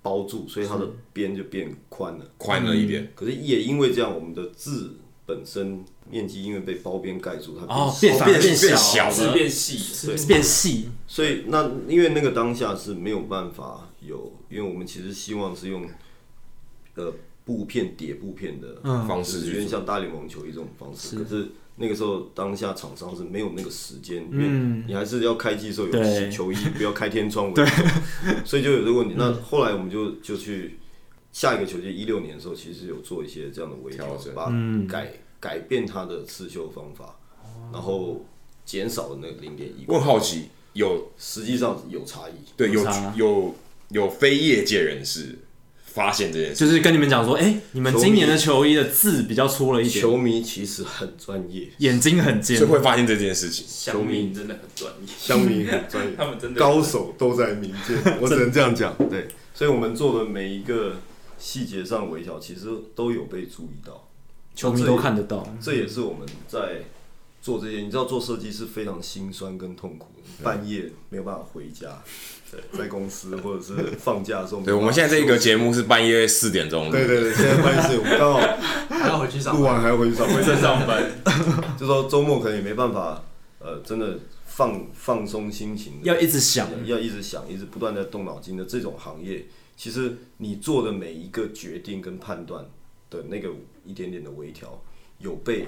Speaker 5: 包住，所以它的边就变宽了。
Speaker 1: 宽了一点，
Speaker 5: 可是也因为这样，我们的字本身面积因为被包边盖住，它
Speaker 2: 哦，变
Speaker 5: 变小
Speaker 2: 反而
Speaker 1: 变
Speaker 2: 小
Speaker 1: 小
Speaker 2: 了，
Speaker 3: 字变细，
Speaker 4: 是
Speaker 2: 变细，
Speaker 5: 所以那因为那个当下是没有办法有，因为我们其实希望是用呃布片叠布片的
Speaker 1: 方
Speaker 5: 就
Speaker 1: 式
Speaker 5: 是
Speaker 1: 去
Speaker 5: 有点
Speaker 1: 做。
Speaker 5: 像大联盟球衣这种方式。可是那个时候当下厂商是没有那个时间，因为你还是要开机的时候有
Speaker 2: 对
Speaker 5: 洗球衣，不要开天窗为主， 所以就有这个问题。那后来我们就就去下一个球季一六年的时候，其实有做一些这样的微调
Speaker 1: 调，整
Speaker 5: 把改改变它的刺绣方法，然后减少了那个零点一。
Speaker 1: 我很好奇，有
Speaker 5: 实际上有差异。
Speaker 1: 对有
Speaker 2: 有差
Speaker 1: 有有非业界人士发现这件事，
Speaker 2: 就是跟你们讲说，哎、你们
Speaker 5: 球迷
Speaker 2: 今年的球衣的字比较粗了一点，
Speaker 5: 球迷其实很专 业，
Speaker 2: 眼睛很尖
Speaker 1: 所以，会发现这件事情。
Speaker 3: 乡民真的很专业，
Speaker 5: 乡民很专业，
Speaker 3: 他们真的
Speaker 5: 高手都在民 间，我只能这样讲。对，所以我们做的每一个细节上的微调，其实都有被注意到。
Speaker 2: 球迷都看得到。
Speaker 3: 嗯
Speaker 5: 这也是我们在做这些，你知道做设计是非常心酸跟痛苦的，半夜没有办法回家，对，在公司或者是放假的时候，
Speaker 1: 对，我们现在这
Speaker 5: 个，
Speaker 1: 个节目是半夜四点钟录
Speaker 5: 对对对，现在半夜是我们刚好
Speaker 4: 还要回去上
Speaker 5: 录
Speaker 4: 班。
Speaker 5: 完还要回去上班
Speaker 3: 会，在上班，
Speaker 5: 就说周末可能也没办法，呃，真的放放松心情的，
Speaker 2: 要一直想
Speaker 5: 要一直想，一直不断的动脑筋的这种行业，其实你做的每一个决定跟判断的那个一点点的微调，有被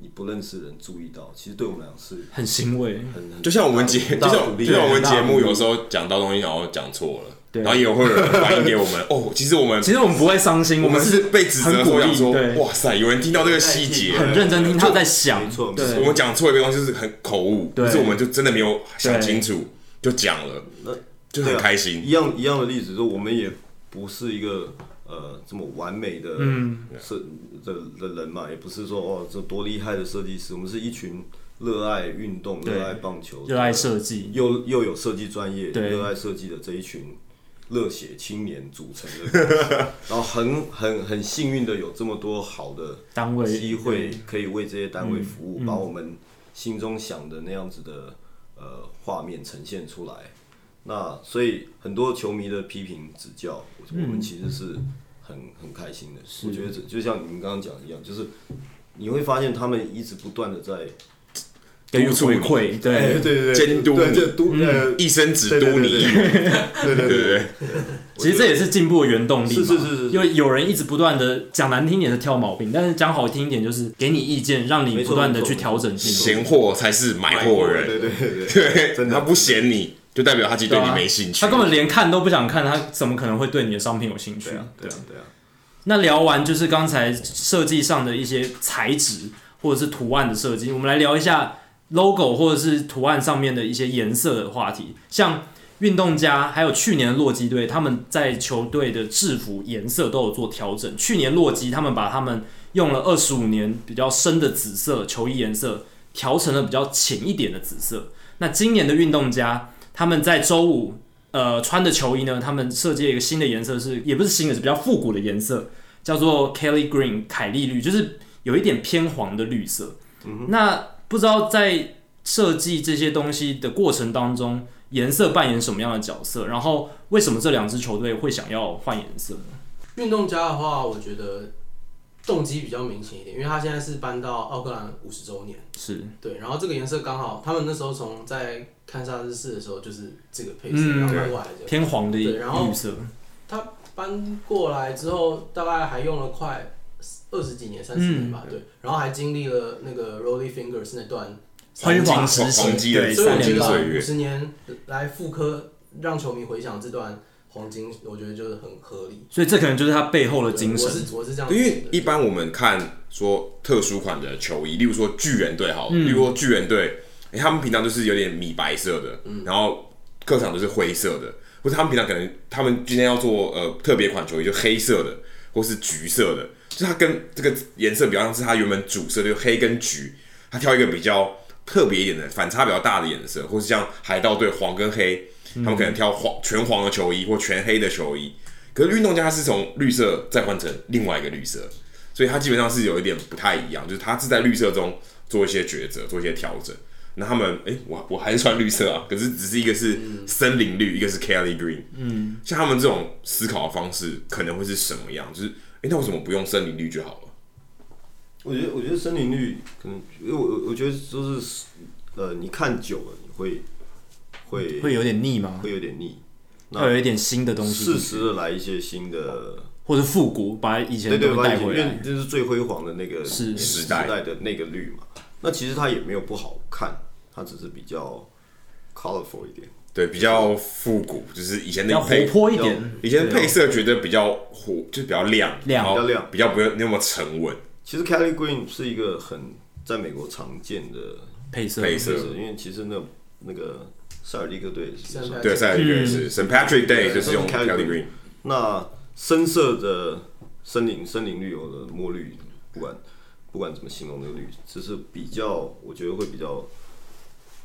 Speaker 5: 你不认识的人注意到，其实对我们来讲是
Speaker 2: 很欣慰，
Speaker 5: 很很
Speaker 1: 就像我们节，就
Speaker 5: 大
Speaker 1: 像
Speaker 5: 鼓励
Speaker 1: 就像我们
Speaker 2: 大
Speaker 1: 节
Speaker 2: 鼓
Speaker 1: 目有时候讲到东西，然后讲错了，
Speaker 2: 对
Speaker 1: 然后也会有人反映给我们。哦，其实我 们
Speaker 2: 其实我们不会伤心，
Speaker 1: 我们
Speaker 2: 是
Speaker 1: 是被指责
Speaker 2: 很
Speaker 1: 说
Speaker 2: 鼓
Speaker 1: 讲
Speaker 2: 励，
Speaker 1: 说，
Speaker 2: 对，
Speaker 1: 哇塞，有人听到这个细节，
Speaker 2: 很认真听他在想，
Speaker 5: 没 错
Speaker 1: 我
Speaker 2: 对
Speaker 1: 们讲错一个东西就是很口误，
Speaker 2: 对
Speaker 1: 可是我们就真的没有想清楚就讲了，就很开心。
Speaker 5: 一样一样的例子，说我们也不是一个呃这么完美的
Speaker 2: 嗯
Speaker 5: 设的的人嘛，也不是说哦这多厉害的设计师，我们是一群热爱运动、
Speaker 2: 对
Speaker 5: 热爱棒球、
Speaker 2: 热爱设计，
Speaker 5: 又又有设计专业、
Speaker 2: 对
Speaker 5: 热爱设计的这一群热血青年组成的公司， 然后很很很幸运的有这么多好的
Speaker 2: 单位
Speaker 5: 机会，可以为这些单位服务，把我们心中想的那样子的呃画面呈现出来。那所以很多球迷的批评指教，我我们其实是很很开心的。我觉得这就像你们刚刚讲的一样，就是你会发现他们一直不断的在
Speaker 2: 给予
Speaker 1: 督促
Speaker 2: 回
Speaker 1: 你
Speaker 2: 馈，
Speaker 5: 哎
Speaker 2: 对。
Speaker 5: 对对
Speaker 1: 监督
Speaker 5: 对
Speaker 1: 你
Speaker 5: 这督呃
Speaker 1: 一生只
Speaker 5: 对对
Speaker 1: 督你一
Speaker 5: 对
Speaker 1: 人，
Speaker 5: 对
Speaker 1: 对
Speaker 5: 对对
Speaker 1: 不对？
Speaker 2: 其实这也是进步的原动力嘛，
Speaker 5: 是是是是
Speaker 2: 因为有人一直不断的讲难听一点是挑毛病，但是讲好听一点就是给你意见，让你
Speaker 5: 没错
Speaker 2: 不断的
Speaker 5: 没错
Speaker 2: 去调整进步。
Speaker 1: 闲货才是买货人，
Speaker 5: 对对对对，
Speaker 1: 对，
Speaker 5: 真 的
Speaker 1: 他不嫌你，就代表他其实对你
Speaker 2: 啊
Speaker 1: 没兴趣。
Speaker 2: 他根本连看都不想看，他怎么可能会对你的商品有兴趣？
Speaker 5: 对啊对啊对啊，
Speaker 2: 那聊完就是刚才设计上的一些材质或者是图案的设计，我们来聊一下 logo 或者是图案上面的一些颜色的话题。像运动家还有去年的洛基队，他们在球队的制服颜色都有做调整。去年洛基他们把他们用了二十五年比较深的紫色球衣颜色调成了比较浅一点的紫色。那今年的运动家他们在周五。呃，穿的球衣呢，他们设计了一个新的颜色是，也不是新的，是比较复古的颜色，叫做 Kelly Green 凯利绿，就是有一点偏黄的绿色。那不知道在设计这些东西的过程当中，颜色扮演什么样的角色？然后为什么这两支球队会想要换颜色呢？
Speaker 4: 运动家的话，我觉得动机比较明显一点，因为他现在是搬到奥克兰五十周年，
Speaker 2: 是，
Speaker 4: 对，然后这个颜色刚好，他们那时候从在堪萨斯市的时候就是这个配色，
Speaker 2: 嗯
Speaker 4: 然后搬过来的。
Speaker 2: 偏黄的
Speaker 4: 对然后
Speaker 2: 绿色，
Speaker 4: 他搬过来之后，大概还用了快二十几年、三十年吧，对，然后还经历了那个 Rolly Fingers 那段
Speaker 2: 辉煌
Speaker 1: 黄
Speaker 2: 时
Speaker 1: 黄金
Speaker 2: 期，
Speaker 1: 的
Speaker 2: 对，
Speaker 4: 所以
Speaker 2: 三
Speaker 4: 我觉
Speaker 2: 连
Speaker 4: 得
Speaker 1: 岁
Speaker 2: 冠，
Speaker 1: 月
Speaker 4: 五十年来复刻，让球迷回想这段黄金，我觉得就是很合理。
Speaker 2: 所以这可能就是他背后的
Speaker 4: 对
Speaker 2: 精
Speaker 4: 我
Speaker 2: 神。
Speaker 4: 是我是这样
Speaker 1: 对
Speaker 4: 觉
Speaker 1: 因
Speaker 4: 得，
Speaker 1: 为一般我们看说特殊款的球衣，例如说巨人队好了，例如说巨人队、诶他们平常就是有点米白色的，然后客场都是灰色的，或者他们平常可能他们今天要做呃特别款球衣，就黑色的或是橘色的，就是它跟这个颜色比较像是它原本主色，就是黑跟橘，它挑一个比较特别一点的，反差比较大的颜色，或是像海盗队黄跟黑，他们可能挑黄全黄的球衣或全黑的球衣。可是运动家他是从绿色再换成另外一个绿色，所以它基本上是有一点不太一样，就是它是在绿色中做一些抉择，做一些调整。那他们哎、我我还是穿绿色啊，可是只是一个是森林绿，一个是 Kelly Green，嗯，像他们这种思考的方式可能会是什么样？就是哎、那为什么不用森林绿就好了？
Speaker 5: 我觉得，我觉得森林绿可能，因为我我我觉得就是，呃，你看久了，你会会
Speaker 2: 会有点腻吗？
Speaker 5: 会有点腻，
Speaker 2: 要有一点新的东西进
Speaker 5: 适
Speaker 2: 去，
Speaker 5: 时的来一些新的，
Speaker 2: 或者复古，把以前
Speaker 5: 对
Speaker 2: 的
Speaker 5: 对，
Speaker 2: 东西带
Speaker 5: 把以前因
Speaker 2: 回
Speaker 5: 为
Speaker 2: 来。
Speaker 5: 这是最辉煌的那个
Speaker 2: 是
Speaker 5: 时
Speaker 1: 时代
Speaker 5: 的那个绿嘛。那其实它也没有不好看，它只是比较 colorful 一点。
Speaker 1: 对，比较复古，就是以前的
Speaker 2: 要活
Speaker 1: 配
Speaker 2: 泼一点，
Speaker 1: 以前配色觉得比较火，就比较亮，
Speaker 2: 亮嗯
Speaker 1: 然后
Speaker 5: 比较亮
Speaker 1: 比较不用那么沉稳。
Speaker 5: 其实 Kelly Green 是一个很在美国常见的
Speaker 2: 配色，
Speaker 1: 配色
Speaker 5: 配色，因为其实那那个塞尔蒂克队是
Speaker 4: 圣诞
Speaker 1: 对，赛里克也是 St. Patrick Day
Speaker 5: 对
Speaker 1: 就是用
Speaker 5: 都是
Speaker 1: Kelly
Speaker 5: Kelly
Speaker 1: Green，
Speaker 5: 那深色的森林、森林绿有的墨绿，不管不管怎么形容那个绿，只是比较，我觉得会比较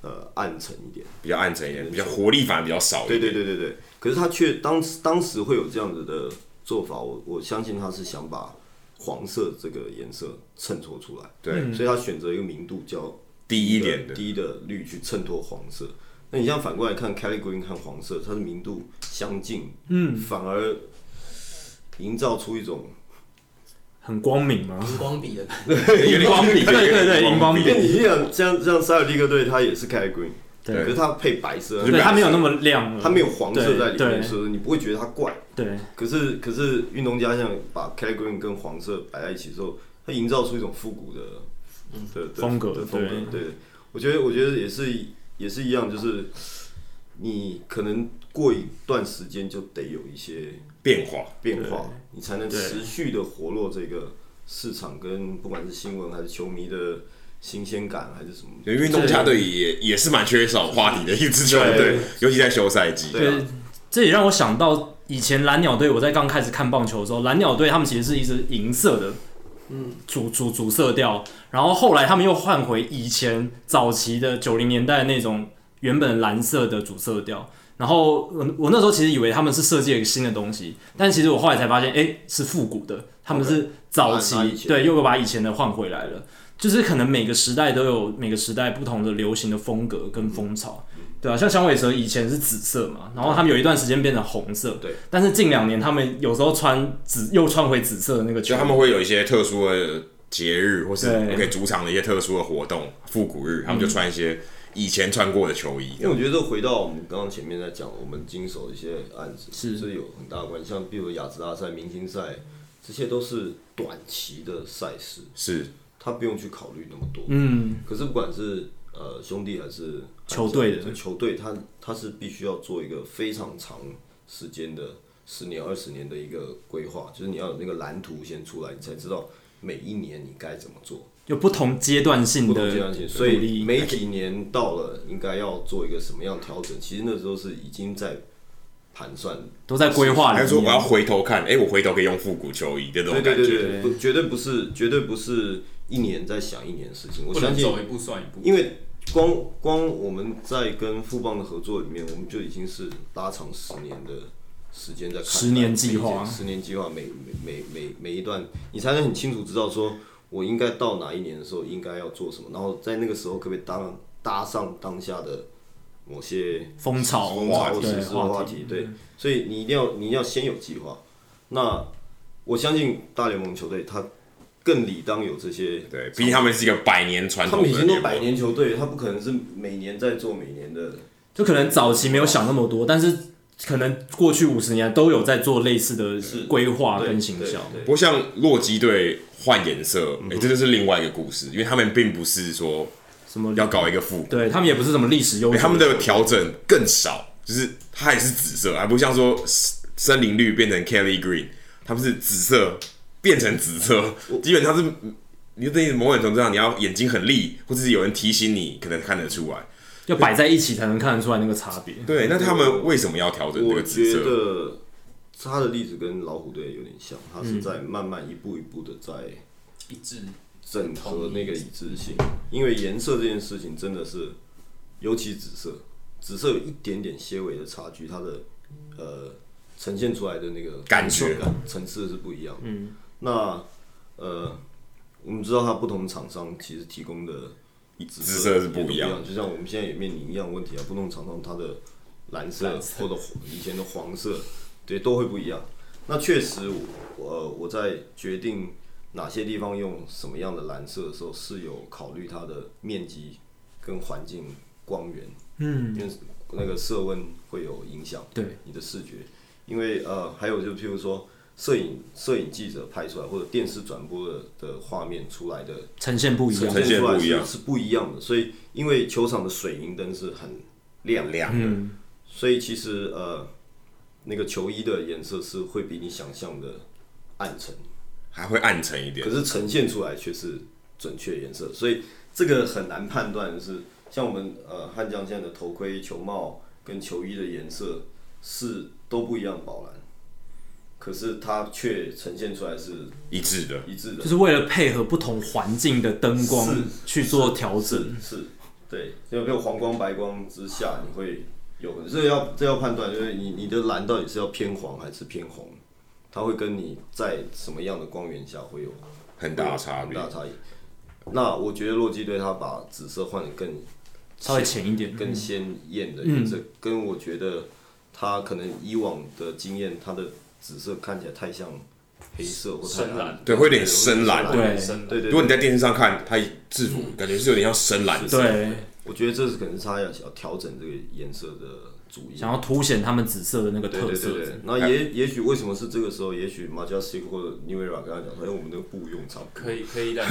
Speaker 5: 呃暗沉一点。
Speaker 1: 比较暗沉一点，比较活力反而比较少一
Speaker 5: 对
Speaker 1: 点。
Speaker 5: 对对对对。可是他却当时当时会有这样子的做法，我我相信他是想把黄色这个颜色衬托出来，
Speaker 1: 对嗯
Speaker 5: 所以他选择一个明度较
Speaker 1: 低一点的，
Speaker 5: 低的绿去衬托黄色。那你像反过来看 Kelly Green 和黄色，它的明度相近，嗯，反而营造出一种
Speaker 2: 很光明吗？
Speaker 4: 荧光笔的感觉
Speaker 1: 有点光比，
Speaker 2: 对对对荧光
Speaker 5: 因为
Speaker 2: 笔
Speaker 5: 哎你想像像塞尔蒂克队，它也是 Kelly Green，
Speaker 2: 对
Speaker 5: 可是它配白色，啊
Speaker 1: 就
Speaker 2: 对，它没有那么亮了，
Speaker 5: 它没有黄色在里
Speaker 2: 对
Speaker 5: 面，所以你不会觉得它怪。
Speaker 2: 对对，
Speaker 5: 可是可是运动家像把 Kelly Green 跟黄色摆在一起之后，它营造出一种复古的的的
Speaker 2: 风格
Speaker 5: 的风格。对，我觉得我觉得也是也是一样，就是你可能过一段时间就得有一些
Speaker 1: 变化。
Speaker 5: 变化，你才能
Speaker 2: 对
Speaker 5: 持续的活络这个市场跟不管是新闻还是球迷的新鲜感还是什么。
Speaker 1: 因为运动家队也也是蛮缺少话题的一支球队
Speaker 5: 对，
Speaker 1: 尤其在休赛季。
Speaker 5: 对啊
Speaker 2: 这也让我想到以前蓝鸟队，我在刚开始看棒球的时候，蓝鸟队他们其实是一支银色的，嗯，主主主色调，然后后来他们又换回以前早期的九零年代那种原本蓝色的主色调。然后我我那时候其实以为他们是设计了一个新的东西，但其实我后来才发现，哎，是复古的，他们是早期
Speaker 5: 哦把把以前
Speaker 2: 对，又把以前的换回来了。就是可能每个时代都有每个时代不同的流行的风格跟风潮，对啊，像响尾蛇以前是紫色嘛，然后他们有一段时间变成红色，
Speaker 5: 对，
Speaker 2: 但是近两年他们有时候穿紫又穿回紫色的那个球
Speaker 1: 就，他们会有一些特殊的节日，或是
Speaker 2: 对
Speaker 1: OK 主场的一些特殊的活动，复古日，他们就穿一些以前穿过的球衣
Speaker 5: 因。为我觉得这回到我们刚刚前面在讲，我们经手的一些案子
Speaker 2: 是
Speaker 5: 这有很大的关系，像比如雅致大赛、明星赛，这些都是短期的赛事，
Speaker 1: 是
Speaker 5: 他不用去考虑那么多。
Speaker 2: 嗯，
Speaker 5: 可是不管是呃兄弟还是
Speaker 2: 球队的
Speaker 5: 球队，他他是必须要做一个非常长时间的十年、二十年的一个规划，就是你要有那个蓝图先出来，你才知道每一年你该怎么做。
Speaker 2: 有不同阶段性
Speaker 5: 不
Speaker 2: 的
Speaker 5: 同阶段
Speaker 2: 鼓
Speaker 5: 性，
Speaker 2: 励，
Speaker 5: 所以每几年到了应该要做一个什么样的调整，其实那时候是已经在盘算，
Speaker 2: 都在规划里
Speaker 1: 还
Speaker 2: 面，
Speaker 1: 是说我要回头看，哎、我回头可以用复古球衣的这种
Speaker 5: 对
Speaker 1: 感觉。
Speaker 5: 对对对，不绝对不是绝对不是一年在想一年的事情，我
Speaker 3: 不
Speaker 5: 相
Speaker 3: 能
Speaker 5: 信，
Speaker 3: 走一步算一步。
Speaker 5: 因为光光我们在跟富邦的合作里面，我们就已经是拉长十年的。时间在看待
Speaker 2: 十年计划
Speaker 5: 每一件十年计划每每每每每一段，你才能很清楚知道说，我应该到哪一年的时候应该要做什么，然后在那个时候可不可以当搭上当下的某些
Speaker 2: 风潮
Speaker 5: 风
Speaker 1: 话
Speaker 5: 潮
Speaker 1: 题
Speaker 5: 时
Speaker 2: 对
Speaker 5: 事话
Speaker 2: 话
Speaker 5: 题，对，所以你一定要你一定要先有计划。那我相信大联盟球队他更理当有这些，
Speaker 1: 对，毕竟他们是一个百年传
Speaker 5: 他
Speaker 1: 统
Speaker 5: 们
Speaker 1: 的
Speaker 5: 已
Speaker 1: 联
Speaker 5: 经都
Speaker 1: 盟，
Speaker 5: 百年球队，他不可能是每年在做每年的，
Speaker 2: 就可能早期没有想那么多，但是可能过去五十年都有在做类似的规划
Speaker 5: 对
Speaker 2: 跟行销，
Speaker 5: 对
Speaker 1: 不过像洛基队换颜色，哎、这就是另外一个故事，因为他们并不是说
Speaker 2: 什么
Speaker 1: 要搞一个复古，
Speaker 2: 对他们也不是什么历史悠久，
Speaker 1: 哎他们的调整更少，就是它也是紫色，还不像说森森林绿变成 Kelly Green，他们是紫色变成紫色，基本上是你在某种程度上你要眼睛很利，或者是有人提醒你，可能看得出来。
Speaker 2: 要摆在一起才能看得出来那个差别。
Speaker 1: 对，那他们为什么要调整这
Speaker 5: 我
Speaker 1: 个紫
Speaker 5: 觉
Speaker 1: 色？
Speaker 5: 得他的例子跟老虎队有点像，他是在慢慢一步一步的在
Speaker 3: 一致
Speaker 5: 整合那个一致性，因为颜色这件事情真的是，尤其紫色，紫色有一点点些微的差距，它的呃呈现出来的那个
Speaker 1: 感觉
Speaker 5: 感层次是不一样的。嗯，那呃，我们知道它不同厂商其实提供的
Speaker 1: 紫色是不
Speaker 5: 也
Speaker 1: 一样的
Speaker 5: 就像我们现在也面临一样的问题啊，不同厂商它的蓝色或者以前的黄色，对，都会不一样。那确实我，我呃我在决定哪些地方用什么样的蓝色的时候，是有考虑它的面积跟环境光源，嗯，因为那个色温会有影响，
Speaker 2: 对
Speaker 5: 你的视觉，因为呃还有就譬如说。摄影摄影记者拍出来，或者电视转播的的画面出来的
Speaker 2: 呈现不一样
Speaker 5: 呈。现出来是是不一样的。所以因为球场的水银灯是很亮亮的，所以其实呃，那个球衣的颜色是会比你想象的暗沉，
Speaker 1: 还会暗沉一点
Speaker 5: 可。是呈现出来却是准确颜色，所以这个很难判断是像我们呃汉江现在的头盔、球帽跟球衣的颜色是都不一样的宝蓝。可是它却呈现出来是
Speaker 1: 一致的，
Speaker 5: 一致的，
Speaker 2: 就是为了配合不同环境的灯光
Speaker 5: 是
Speaker 2: 去做调整，
Speaker 5: 是，是对，就没有黄光白光之下，你会有这要这要判断，就是你你的蓝到底是要偏黄还是偏红，它会跟你在什么样的光源下会有
Speaker 1: 很大的差
Speaker 5: 很
Speaker 1: 别
Speaker 5: 大。差异。那我觉得洛基队他把紫色换得更
Speaker 2: 稍微浅一点。
Speaker 5: 更鲜艳的颜色，跟我觉得他可能以往的经验，他的紫色看起来太像黑色或太
Speaker 3: 深蓝
Speaker 1: 对会有点深蓝
Speaker 5: 对
Speaker 2: 对
Speaker 3: 深蓝
Speaker 5: 对对，嗯
Speaker 1: 如果你在电视上看，它制服感觉是有点像深蓝色。
Speaker 2: 对，
Speaker 5: 我觉得这是可能是他要要调整这个颜色的主意。
Speaker 2: 想要凸显他们紫色的那个
Speaker 5: 对
Speaker 2: 特
Speaker 5: 对
Speaker 2: 色。
Speaker 5: 对对，那也也许为什么是这个时候？也许马加西或者尼维拉跟他讲说，哎，我们那个布用差不多，
Speaker 3: 可以可以让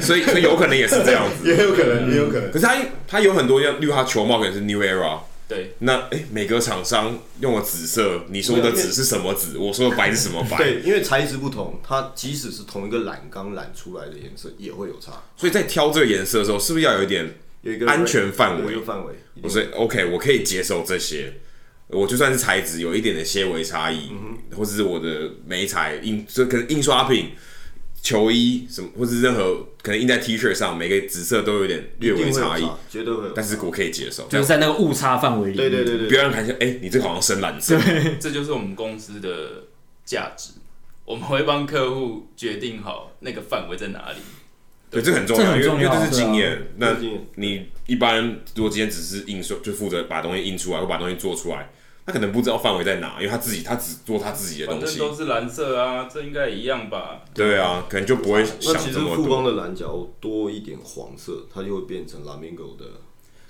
Speaker 1: 所以所以有可能也是这样子。 嗯
Speaker 5: 也有可能，也有可能。
Speaker 1: 可是它它有很多像，例如它球帽可能是 New Era。
Speaker 3: 对
Speaker 1: 那哎、诶每个厂商用了紫色，你说的紫是什么紫？我说的白是什么白？
Speaker 5: 对，因为材质不同，它即使是同一个染缸染出来的颜色，也会有差。
Speaker 1: 所以在挑这个颜色的时候，是不是要有一点
Speaker 5: 有一个
Speaker 1: 安全范
Speaker 5: 有一
Speaker 1: 围
Speaker 5: 个？范围，一
Speaker 1: 我
Speaker 5: 定
Speaker 1: 说 OK，我可以接受这些。我就算是材质有一点的些微差异，
Speaker 5: 嗯
Speaker 1: 或者是我的媒材印，这可能印刷品、球衣什么，或者是任何可能印在 T 恤上，每个紫色都有点略
Speaker 5: 一定
Speaker 1: 微
Speaker 5: 会有
Speaker 1: 差异，
Speaker 5: 绝对会有差。
Speaker 1: 但是我可以接受。
Speaker 2: 就是在那个误差范围里。
Speaker 5: 对对对
Speaker 1: 不
Speaker 5: 对，
Speaker 1: 要让人看见，哎、你这个好像深蓝色，
Speaker 3: 这就是我们公司的价值。我们会帮客户决定好那个范围在哪里。
Speaker 1: 对，这很重要，
Speaker 2: 这很
Speaker 1: 因为
Speaker 2: 重要啊
Speaker 1: 因为这是经验。那
Speaker 5: 这是经验
Speaker 1: 你一般如果今天只是印刷，就负责把东西印出来或把东西做出来，他可能不知道范围在哪，因为他自己他只做他自己的
Speaker 3: 反
Speaker 1: 东
Speaker 3: 正
Speaker 1: 西，
Speaker 3: 都是蓝色啊，这应该一样吧？
Speaker 1: 对啊，可能就不会
Speaker 5: 那
Speaker 1: 想
Speaker 5: 其
Speaker 1: 这
Speaker 5: 实
Speaker 1: 么
Speaker 5: 富邦
Speaker 1: 多。
Speaker 5: 的蓝角多一点黄色，它就会变成拉米狗的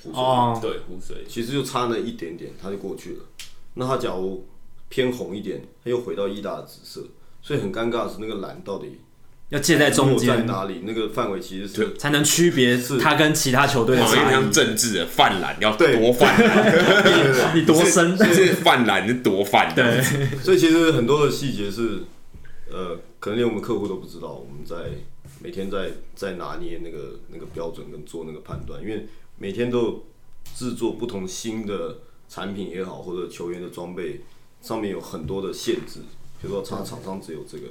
Speaker 5: 湖水。
Speaker 2: 哦，
Speaker 3: 对，湖水
Speaker 5: 其实就差那一点点，它就过去了。那它假如偏红一点，它又回到意大的紫色，所以很尴尬的是那个蓝到底
Speaker 2: 要介在中
Speaker 5: 落在
Speaker 2: 间
Speaker 5: 哪里？那个范围其实是
Speaker 2: 才能区别他跟其他球队的
Speaker 1: 好像有
Speaker 2: 差
Speaker 1: 点像
Speaker 2: 异。
Speaker 1: 政治的泛蓝，要
Speaker 5: 对
Speaker 1: 多泛 蓝，
Speaker 2: 你多深？
Speaker 1: 就是泛蓝，你多泛。
Speaker 2: 对，
Speaker 5: 所以其实很多的细节是，呃，可能连我们客户都不知道，我们在每天在在拿捏那个那个标准跟做那个判断，因为每天都有制作不同新的产品也好，或者球员的装备上面有很多的限制，比如说它厂商只有这个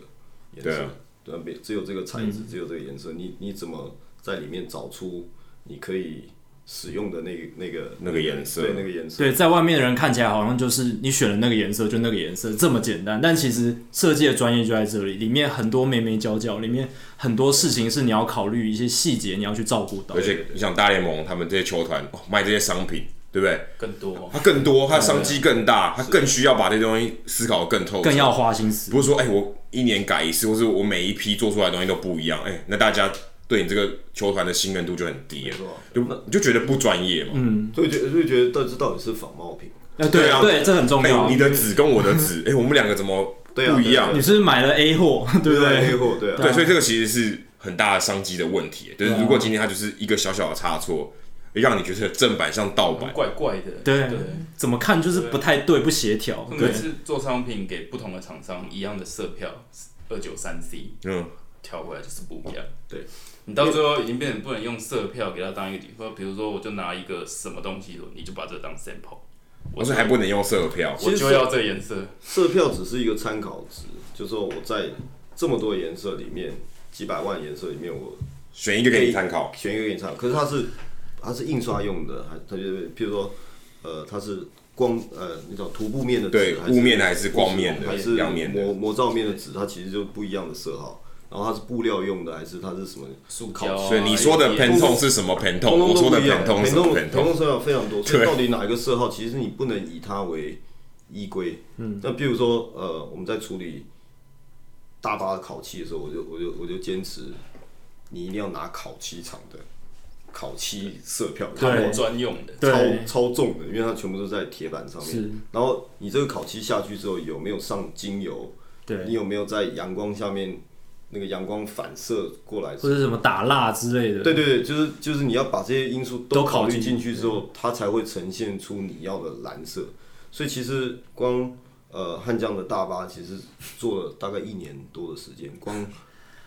Speaker 5: 颜
Speaker 1: 对
Speaker 5: 色
Speaker 1: 啊，
Speaker 5: 对啊，没只有这个材质，只有这个颜色，你你怎么在里面找出你可以使用的那个那个
Speaker 1: 那个颜色
Speaker 5: 对那个颜色，
Speaker 2: 对，在外面的人看起来好像就是你选了那个颜色就那个颜色这么简单，但其实设计的专业就在这里，里面很多眉眉角角，里面很多事情是你要考虑一些细节，你要去照顾到
Speaker 1: 而。且你想大联盟他们这些球团、哦卖这些商品，对不对？
Speaker 3: 更多。
Speaker 1: 它更多，它商机更大，它更需要把这东西思考得更透彻，
Speaker 2: 更要花心思，
Speaker 1: 不是说哎、我一年改一次，或是我每一批做出来的东西都不一样，哎、那大家对你这个球团的信任度就很低了
Speaker 5: 没错，
Speaker 1: 就你就觉得不专业嘛。嗯，
Speaker 5: 所以觉得就觉得到这到底是仿冒品。
Speaker 2: 呃，对
Speaker 1: 对啊
Speaker 2: 对，这很重
Speaker 1: 哎、
Speaker 2: 要。
Speaker 1: 你的纸跟我的纸，哎、我们两个怎么
Speaker 5: 对啊
Speaker 1: 不一样？
Speaker 2: 你是不是买了 A 货， 对不
Speaker 5: 黑
Speaker 2: 对？
Speaker 5: 货，对啊，
Speaker 1: 对，所以这个其实是很大的商机的问题，就是如果今天它就是一个小小的差错，让你觉得正版像盗版，
Speaker 3: 怪怪的，
Speaker 2: 对
Speaker 3: 对，
Speaker 2: 怎么看就是不太对，不协调
Speaker 3: 我。们
Speaker 2: 对
Speaker 3: 每，次做商品给不同的厂商一样的色票二九三 C
Speaker 1: 嗯，
Speaker 3: 调回来就是不一样。
Speaker 5: 对，
Speaker 3: 你到最后已经变成不能用色票给它当一个底，或者比如说我就拿一个什么东西，你就把这当 sample，
Speaker 1: 我说还不能用色票，
Speaker 3: 我就要这个颜色。
Speaker 5: 色票只是一个参考值，就说我在这么多颜色里面，几百万颜色里面，我
Speaker 1: 选一个给你参考，
Speaker 5: 选一个给你参考。可是它是它是印刷用的，还它就是譬如说，呃，它是光呃那种涂布面的纸，
Speaker 1: 对
Speaker 5: 还是
Speaker 1: 雾面的还是光面的
Speaker 5: 还是
Speaker 1: 亮面的
Speaker 5: 模模造面的纸，它其实就不一样的色号。然后它是布料用的还是它是什么？
Speaker 3: 塑胶啊。
Speaker 1: 所以你说
Speaker 5: 哦
Speaker 1: 的
Speaker 3: 也
Speaker 1: Pantone 是什么 Pantone？
Speaker 5: 通
Speaker 1: 我
Speaker 5: 通
Speaker 1: 说
Speaker 5: 都
Speaker 1: 的
Speaker 5: 不一样。
Speaker 1: Pantone 是什么
Speaker 5: Pantone
Speaker 1: Pantone？
Speaker 5: Pantone 色号非常多，所以
Speaker 1: 对
Speaker 5: 到底哪一个色号，其实你不能以它为依归。嗯，那比如说呃，我们在处理大巴的烤漆的时候，我就我就我就坚持，你一定要拿烤漆厂的烤漆色票，
Speaker 3: 他们专用的，
Speaker 2: 对
Speaker 5: 超超重的，因为它全部都在铁板上
Speaker 2: 是
Speaker 5: 面。然后你这个烤漆下去之后，有没有上精油？你
Speaker 2: 对，
Speaker 5: 有没有在阳光下面那个阳光反射过来？
Speaker 2: 或者什么打蜡之类的，
Speaker 5: 对对对，就是就是你要把这些因素
Speaker 2: 都
Speaker 5: 都
Speaker 2: 考
Speaker 5: 考虑
Speaker 2: 进
Speaker 5: 进去之后，它才会呈现出你要的蓝色。所以其实光呃汉江的大巴其实做了大概一年多的时间，光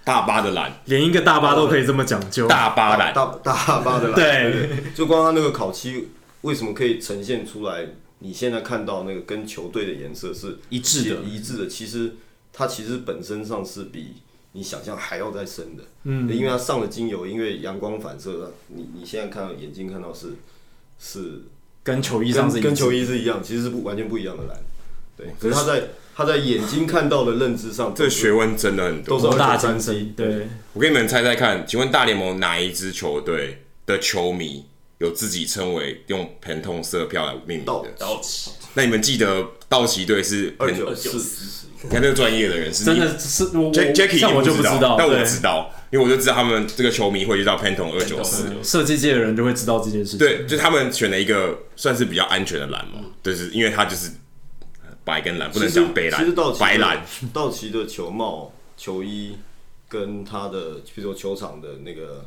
Speaker 1: 大巴的蓝，
Speaker 2: 连一个大巴都可以这么讲究，
Speaker 1: 大巴蓝，
Speaker 5: 大大巴的蓝，
Speaker 2: 对
Speaker 5: 就光它那个烤漆为什么可以呈现出来？你现在看到那个跟球队的颜色是
Speaker 1: 一致的
Speaker 5: 一致的，其实它其实本身上是比你想象还要再深的，嗯，因为它上了精油，因为阳光反射，你你现在看到眼睛看到是是
Speaker 2: 跟球衣上是
Speaker 5: 跟
Speaker 2: 一
Speaker 5: 跟
Speaker 2: 致
Speaker 5: 球衣是一样，其实是不完全不一样的蓝，对，
Speaker 1: 可
Speaker 5: 可是
Speaker 1: 是
Speaker 5: 他在他在眼睛看到的认知上，
Speaker 1: 这学问真的很多
Speaker 5: 都。是
Speaker 2: 博大精
Speaker 5: 三
Speaker 2: 深，对，
Speaker 1: 我给你们猜猜看，请问大联盟哪一支球队的球迷有自己称为用 Pantone 色票来命名
Speaker 5: 到
Speaker 1: 的？
Speaker 3: 刀起，
Speaker 1: 那你们记得道奇队是
Speaker 5: 二
Speaker 1: Pan-
Speaker 5: 九四，
Speaker 1: 你看这个专业的人是
Speaker 2: 真的是我我
Speaker 1: Jack Jackie
Speaker 2: 像我就
Speaker 1: 不
Speaker 2: 知道，
Speaker 1: 但我
Speaker 2: 对
Speaker 1: 知道，因为我就知道他们这个球迷会去到 Pantone 二九四。
Speaker 3: 294
Speaker 2: 设计界的人就会知道这件事情，
Speaker 1: 对，就他们选了一个算是比较安全的蓝嘛，就是因为它就是白跟蓝，不能
Speaker 5: 其实
Speaker 1: 讲北
Speaker 5: 其实
Speaker 1: 蓝
Speaker 5: 道，奇的
Speaker 1: 白蓝。，
Speaker 5: 道奇的球帽、球衣跟他的，比如说球场的那个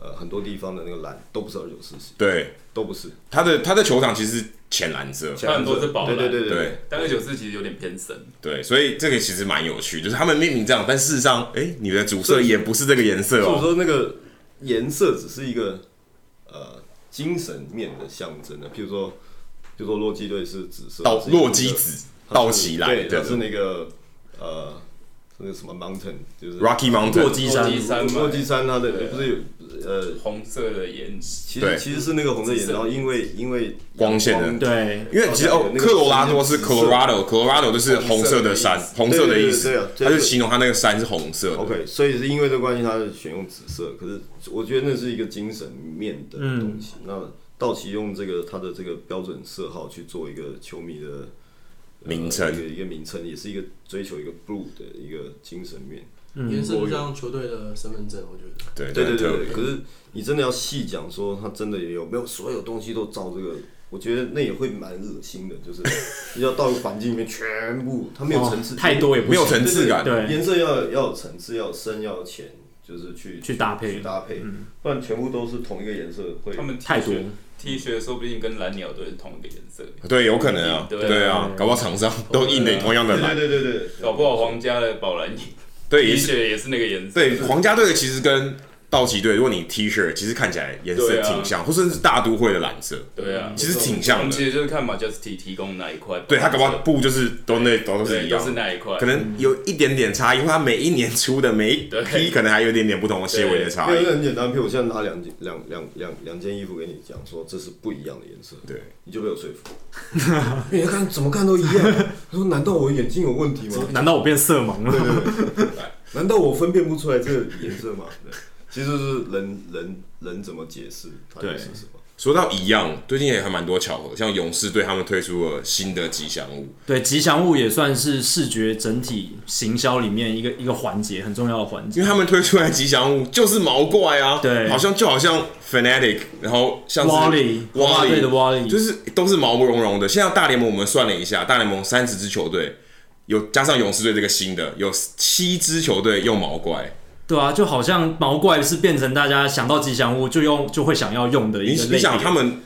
Speaker 5: 呃很多地方的那个蓝都不是二九四十，
Speaker 1: 对，
Speaker 5: 都不是，
Speaker 1: 他的他的球场其实是浅蓝色，
Speaker 3: 他很多是宝蓝
Speaker 5: 对对对
Speaker 1: 对
Speaker 3: 但二九四其实有点偏深，
Speaker 1: 对，所以这个其实蛮有趣，就是他们命名这样，但事实上，哎、你的主色也不是这个颜色
Speaker 5: 所以
Speaker 1: 哦、
Speaker 5: 说那个颜色只是一个呃精神面的象征的，啊譬如说。譬如说洛基队是紫色，
Speaker 1: 到
Speaker 5: 它是一个
Speaker 1: 哦洛基紫，
Speaker 5: 它是
Speaker 1: 道奇蓝
Speaker 5: 对，它
Speaker 1: 的
Speaker 5: 是那个呃，那个什么 mountain，就是
Speaker 1: Rocky
Speaker 2: 洛
Speaker 1: Mountain，
Speaker 2: 基山
Speaker 3: 洛基山
Speaker 5: 洛
Speaker 3: 嘛，
Speaker 5: 基山它的不是有呃，
Speaker 3: 红色的岩石，
Speaker 5: 其
Speaker 1: 对
Speaker 5: 实其实是那个红色眼，
Speaker 3: 紫色
Speaker 5: 然后因为因为
Speaker 1: 光线的
Speaker 5: 阳光
Speaker 2: 对
Speaker 1: 因为其实哦
Speaker 5: 哦，那个
Speaker 1: 科罗拉多是
Speaker 5: 紫色
Speaker 1: Colorado，Colorado 就是红色的山，红色的意
Speaker 5: 对对
Speaker 1: 思
Speaker 5: 对，对
Speaker 1: 它
Speaker 5: 啊
Speaker 1: 就形容它那个山是红色的。
Speaker 5: OK，所以是因为这个关系，他是选用紫色。可是我觉得那是一个精神面的东西。那道奇用这个他的这个标准色号去做一个球迷的呃
Speaker 1: 名称
Speaker 5: 一个一个名称，也是一个追求一个 blue 的一个精神面。
Speaker 4: 颜色就像球队的身份证，我觉得。
Speaker 1: 对
Speaker 5: 对对
Speaker 1: 对
Speaker 5: 对对。可是你真的要细讲说，他真的也有没有所有东西都照这个？我觉得那也会蛮恶心的，就是 你要到一个环境里面，全部它没有层次，
Speaker 2: 哦太多也不
Speaker 1: 没有
Speaker 2: 行
Speaker 1: 层次感。
Speaker 2: 对
Speaker 5: 颜色要要有层次，要有深，要有浅，就是去
Speaker 2: 去搭配
Speaker 5: 去搭配，不然全部都是同一个颜色会。
Speaker 3: 他们 T
Speaker 2: 太多
Speaker 3: 恤 T 恤说不定跟蓝鸟队是同一个颜色，
Speaker 1: 对，有可能啊，
Speaker 3: 对啊
Speaker 1: 对啊，搞不好厂商都印的同样的
Speaker 5: 对
Speaker 1: 蓝。
Speaker 5: 对对对对，
Speaker 3: 搞不好皇家的宝蓝 T
Speaker 1: 对，也是
Speaker 3: 恤也是那个颜色，
Speaker 1: 对皇家队的其实跟道奇队，如果你 T 恤其实看起来颜色
Speaker 3: 对啊
Speaker 1: 挺像，或甚至大都会的蓝色，
Speaker 3: 对啊，
Speaker 1: 其实挺
Speaker 3: 我
Speaker 1: 像
Speaker 3: 们
Speaker 1: 的
Speaker 3: 其。实就是看马 j u s t 提供哪一块，
Speaker 1: 对他搞不好布就是都那都都是
Speaker 3: 对
Speaker 1: 一
Speaker 3: 都
Speaker 1: 样
Speaker 3: 是，那一块，
Speaker 1: 可能有一点点差异，因为他每一年出的每一
Speaker 3: 对
Speaker 1: 批可能还有一点点不同的些微的差
Speaker 5: 没有
Speaker 1: 异
Speaker 5: 那。很简单。譬如我现在拿两件两两两两件衣服给你讲说这是不一样的颜色，
Speaker 1: 对，
Speaker 5: 你就被我说服。 你看怎么看都一样。他说难道我眼睛有问题吗？
Speaker 2: 难道我变色盲了？
Speaker 5: 难道我分辨不出来这个颜色吗？对，其实是人人人怎么解释它就是什么。
Speaker 1: 说到一样，最近也还蛮多巧合，像勇士队他们推出了新的吉祥物，
Speaker 2: 对，吉祥物也算是视觉整体行销里面一个一个环节，很重要的环
Speaker 1: 因
Speaker 2: 节。
Speaker 1: 为他们推出来的吉祥物就是毛怪啊，
Speaker 2: 对
Speaker 1: 好像就好像 Fanatic，然后像是
Speaker 2: Wally，国家队的 Wally
Speaker 1: 就是都是毛茸茸的。现在大联盟我们算了一下，大联盟三十支球队，有加上勇士队这个新的，有七支球队用毛怪。
Speaker 2: 对啊，就好像毛怪是变成大家想到吉祥物就用就会想要用的
Speaker 1: 你
Speaker 2: 一个类
Speaker 1: 你想
Speaker 2: 别
Speaker 1: 他们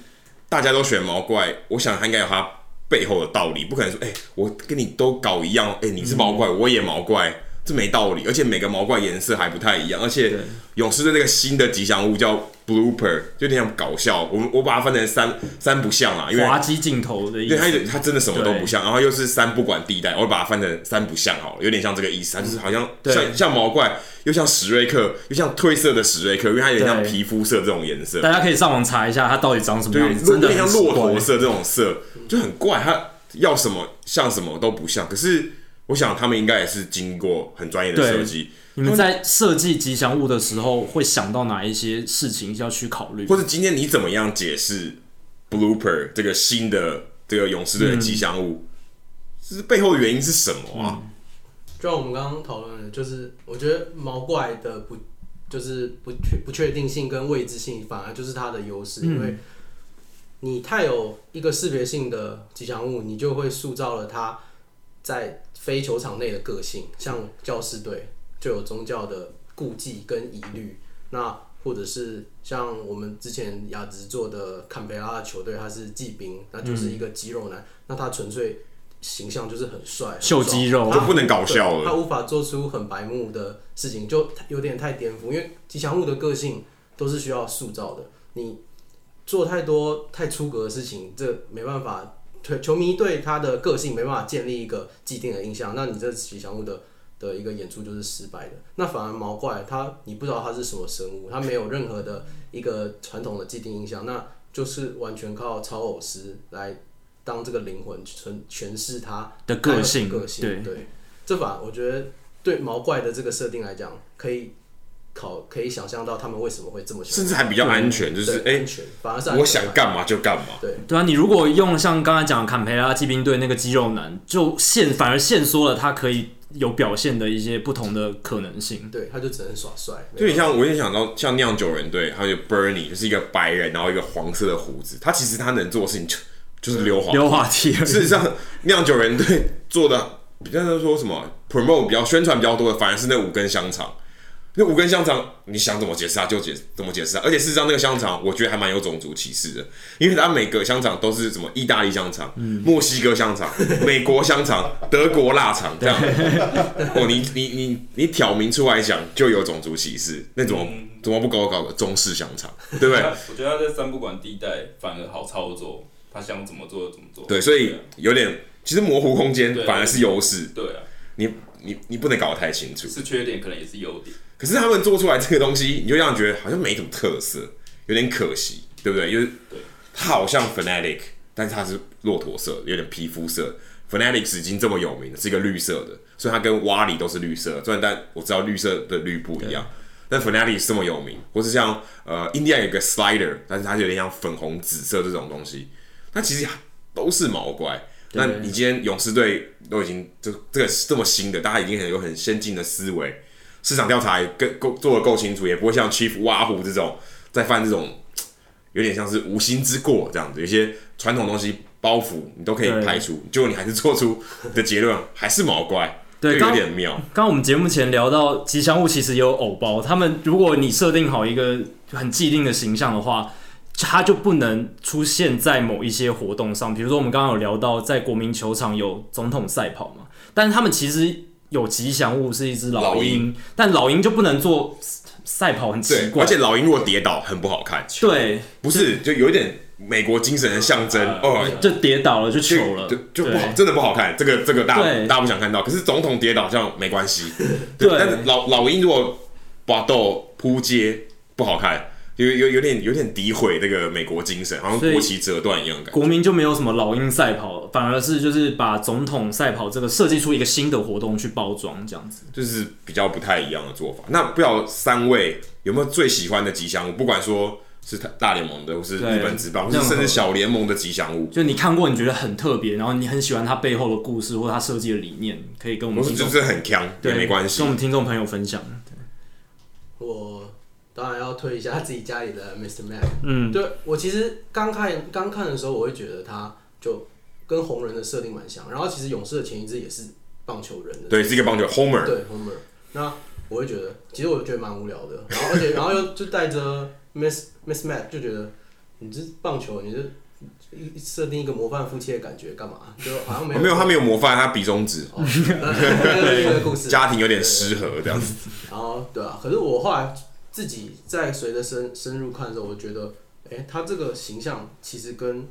Speaker 1: 大家都选毛怪，我想他应该有他背后的道理，不可能说，哎、我跟你都搞一样，哎、你是毛
Speaker 2: 嗯
Speaker 1: 怪，我也毛怪，这没道理。而且每个毛怪颜色还不太一样，而且
Speaker 2: 对
Speaker 1: 勇士队这个新的吉祥物叫 blooper，就有点像搞笑，我们我把它分成三三不像啊啦，因为
Speaker 2: 滑稽镜头的意
Speaker 1: 对，它有
Speaker 2: 思。
Speaker 1: 点，它真的什么都不像，然后又是三不管地带，我把它翻成三不像好了，有点像这个意思，它就是好像
Speaker 2: 对
Speaker 1: 像像毛怪，又像史瑞克，又像褪色的史瑞克，因为它有点像
Speaker 2: 对
Speaker 1: 皮肤色这种颜色
Speaker 2: 大。家可以上网查一下它到底长什么
Speaker 1: 对
Speaker 2: 样，子，
Speaker 1: 有
Speaker 2: 真的
Speaker 1: 点像
Speaker 2: 很欸
Speaker 1: 骆
Speaker 2: 奇怪
Speaker 1: 驼色这种色，就很怪，它要什么像什么都不像。可是我想他们应该也是经过很专业的
Speaker 2: 对
Speaker 1: 设计，
Speaker 2: 你们在设计吉祥物的时候，会想到哪一些事情要去考虑？
Speaker 1: 或者今天你怎么样解释 blooper 这个新的这个勇士
Speaker 2: 嗯
Speaker 1: 队的吉祥物，这是背后的原因是什么
Speaker 2: 嗯
Speaker 1: 啊？
Speaker 4: 就像我们刚刚讨论的，就是我觉得毛怪的不就是不确不确定性跟未知性，反而就是它的优势，因为你太有一个识别性的吉祥物，你就会塑造了它在非球场内的个性，像教师队就有宗教的顾忌跟疑虑，那。或者是像我们之前雅植做的坎培拉的球队，他是骑兵，那就是一个肌肉男，那他纯粹形象就是很帅，很
Speaker 2: 秀
Speaker 4: 壮
Speaker 2: 肌肉
Speaker 1: 就不能搞笑了。
Speaker 4: 对他无法做出很白目的事情，就有点太颠覆。因为吉祥物的个性都是需要塑造的，你做太多太出格的事情，这没办法，球球迷对他的个性没办法建立一个既定的印象，那你这吉祥物的。的一个演出就是失败的，那反而毛怪它你不知道它是什么生物，它没有任何的一个传统的既定印象，那就是完全靠超偶师来当这个灵魂诠诠释它
Speaker 2: 的个性
Speaker 4: 个
Speaker 2: 对
Speaker 4: 性对，这把我觉得对毛怪的这个设定来讲，可以考可以想象到他们为什么会这么喜欢
Speaker 1: 甚至还比较安全，就是
Speaker 4: 对
Speaker 1: 哎
Speaker 4: 安，全，反而是安全
Speaker 1: 我想干嘛就干嘛。
Speaker 4: 对
Speaker 2: 对啊，你如果用像刚才讲坎培拉骑兵队那个肌肉男，就限反而限缩了他可以有表现的一些不同的可能
Speaker 1: 哦
Speaker 2: 性。
Speaker 4: 对，他就只能耍帅，
Speaker 1: 就你像我也想到像酿酒人队，还有 Bernie 就是一个白人，然后一个黄色的胡子，他其实他能做的事情就就是溜滑
Speaker 2: 溜滑梯而已
Speaker 1: 事实上，酿酒人队做的比较说什么 promote 比较宣传比较多的，反而是那五根香肠。那五根香肠，你想怎么解释它就解怎么解释它。而且事实上，那个香肠我觉得还蛮有种族歧视的，因为它每个香肠都是什么意大利香肠、墨西哥香肠、美国香肠、德国腊肠这样。哦，你你你你挑明出来讲就有种族歧视，那怎么怎么不搞搞个中式香肠，对不对？
Speaker 3: 我觉得他在三不管地带反而好操作，他想怎么做就怎么做。
Speaker 1: 对，所以
Speaker 3: 啊
Speaker 1: 有点其实模糊空间
Speaker 3: 对
Speaker 1: 反而是优势。
Speaker 3: 对啊，
Speaker 1: 你你你不能搞得太清楚。
Speaker 3: 是缺点，可能也是优点。
Speaker 1: 可是他们做出来这个东西，你就让人觉得好像没什么特色，有点可惜，对不对？就是
Speaker 3: 对
Speaker 1: 它好像 Fnatic，但是它是骆驼色，有点皮肤色。Fnatic 已经这么有名了，是一个绿色的，所以它跟瓦里都是绿色。虽然但我知道绿色的绿不一样，但 Fnatic 这么有名，或是像呃 India 有一个 Slider，但是它有点像粉红、紫色这种东西，它其实都是毛怪。那你今天勇士队都已经就这个这么新的，大家已经很有很先进的思维，市场调查也更够做的够清楚，也不会像 Chief 挖虎这种在犯这种有点像是无心之过这样子，有些传统东西包袱你都可以
Speaker 2: 对
Speaker 1: 排除，结果你还是做出的结论还是毛怪，
Speaker 2: 对
Speaker 1: 就
Speaker 2: 刚
Speaker 1: 有点妙。
Speaker 2: 刚刚我们节目前聊到吉祥物其实也有偶包，他们如果你设定好一个很既定的形象的话，它就不能出现在某一些活动上。比如说我们刚刚有聊到在国民球场有总统赛跑嘛，但是他们其实有吉祥物是一只老
Speaker 1: 老
Speaker 2: 鹰，
Speaker 1: 鹰
Speaker 2: 但老鹰就不能做赛跑，很奇
Speaker 1: 对，
Speaker 2: 怪。
Speaker 1: 而且老鹰如果跌倒很不好看，
Speaker 2: 对，
Speaker 1: 不是就有一点美国精神的象征
Speaker 3: 啊
Speaker 1: 哦。
Speaker 2: 就跌倒了就
Speaker 1: 就
Speaker 2: 糗了
Speaker 1: 就，就不好，
Speaker 2: 对
Speaker 1: 真的不好看。这个这个大
Speaker 2: 对
Speaker 1: 大家不想看到。可是总统跌倒好像没关 系，
Speaker 2: 对
Speaker 1: 但是老老鹰如果搏斗扑街不好看，有有有点有点诋毁这个美国精神，好像
Speaker 2: 所以
Speaker 1: 国旗折断一样的感觉。
Speaker 2: 国民就没有什么老鹰赛跑，反而是就是把总统赛跑这个设计出一个新的活动去包装这样子。
Speaker 1: 就是比较不太一样的做法。那不知道三位有没有最喜欢的吉祥物？不管说是大联盟的，或是
Speaker 2: 对
Speaker 1: 日本职棒，或
Speaker 2: 任
Speaker 1: 是
Speaker 2: 何
Speaker 1: 甚至小联盟的吉祥物，
Speaker 2: 就你看过，你觉得很特别，然后你很喜欢它背后的故事或它设计的理念，可以跟我们
Speaker 1: 不是
Speaker 2: 听
Speaker 1: 就
Speaker 2: 众
Speaker 1: 是很强也
Speaker 2: 对
Speaker 1: 没关系
Speaker 2: 跟我。们听众朋友分享。
Speaker 4: 我当然要推一下自己家里的 Mr. Mac。
Speaker 2: 嗯，
Speaker 4: 对我其实刚看刚看的时候，我会觉得他就跟红人的设定蛮像，然后其实勇士的前一支也是棒球人的，
Speaker 1: 对，是一个棒球 Homer，
Speaker 4: 对 Homer。那我会觉得，其实我觉得蛮无聊的，然后而且 然后又就带着 Miss Miss Matt 就觉得你这棒球你这一设定一个模范夫妻的感觉干嘛？就好像没
Speaker 1: 哦
Speaker 4: 有
Speaker 1: 没有 他没有模范，他比中指，
Speaker 4: 哦，那是另一个故事。
Speaker 1: 家庭有点失和这样子。
Speaker 4: 然后对啊，可是我后来自己在随着深深入看的时候，我觉得，哎，他这个形象其实跟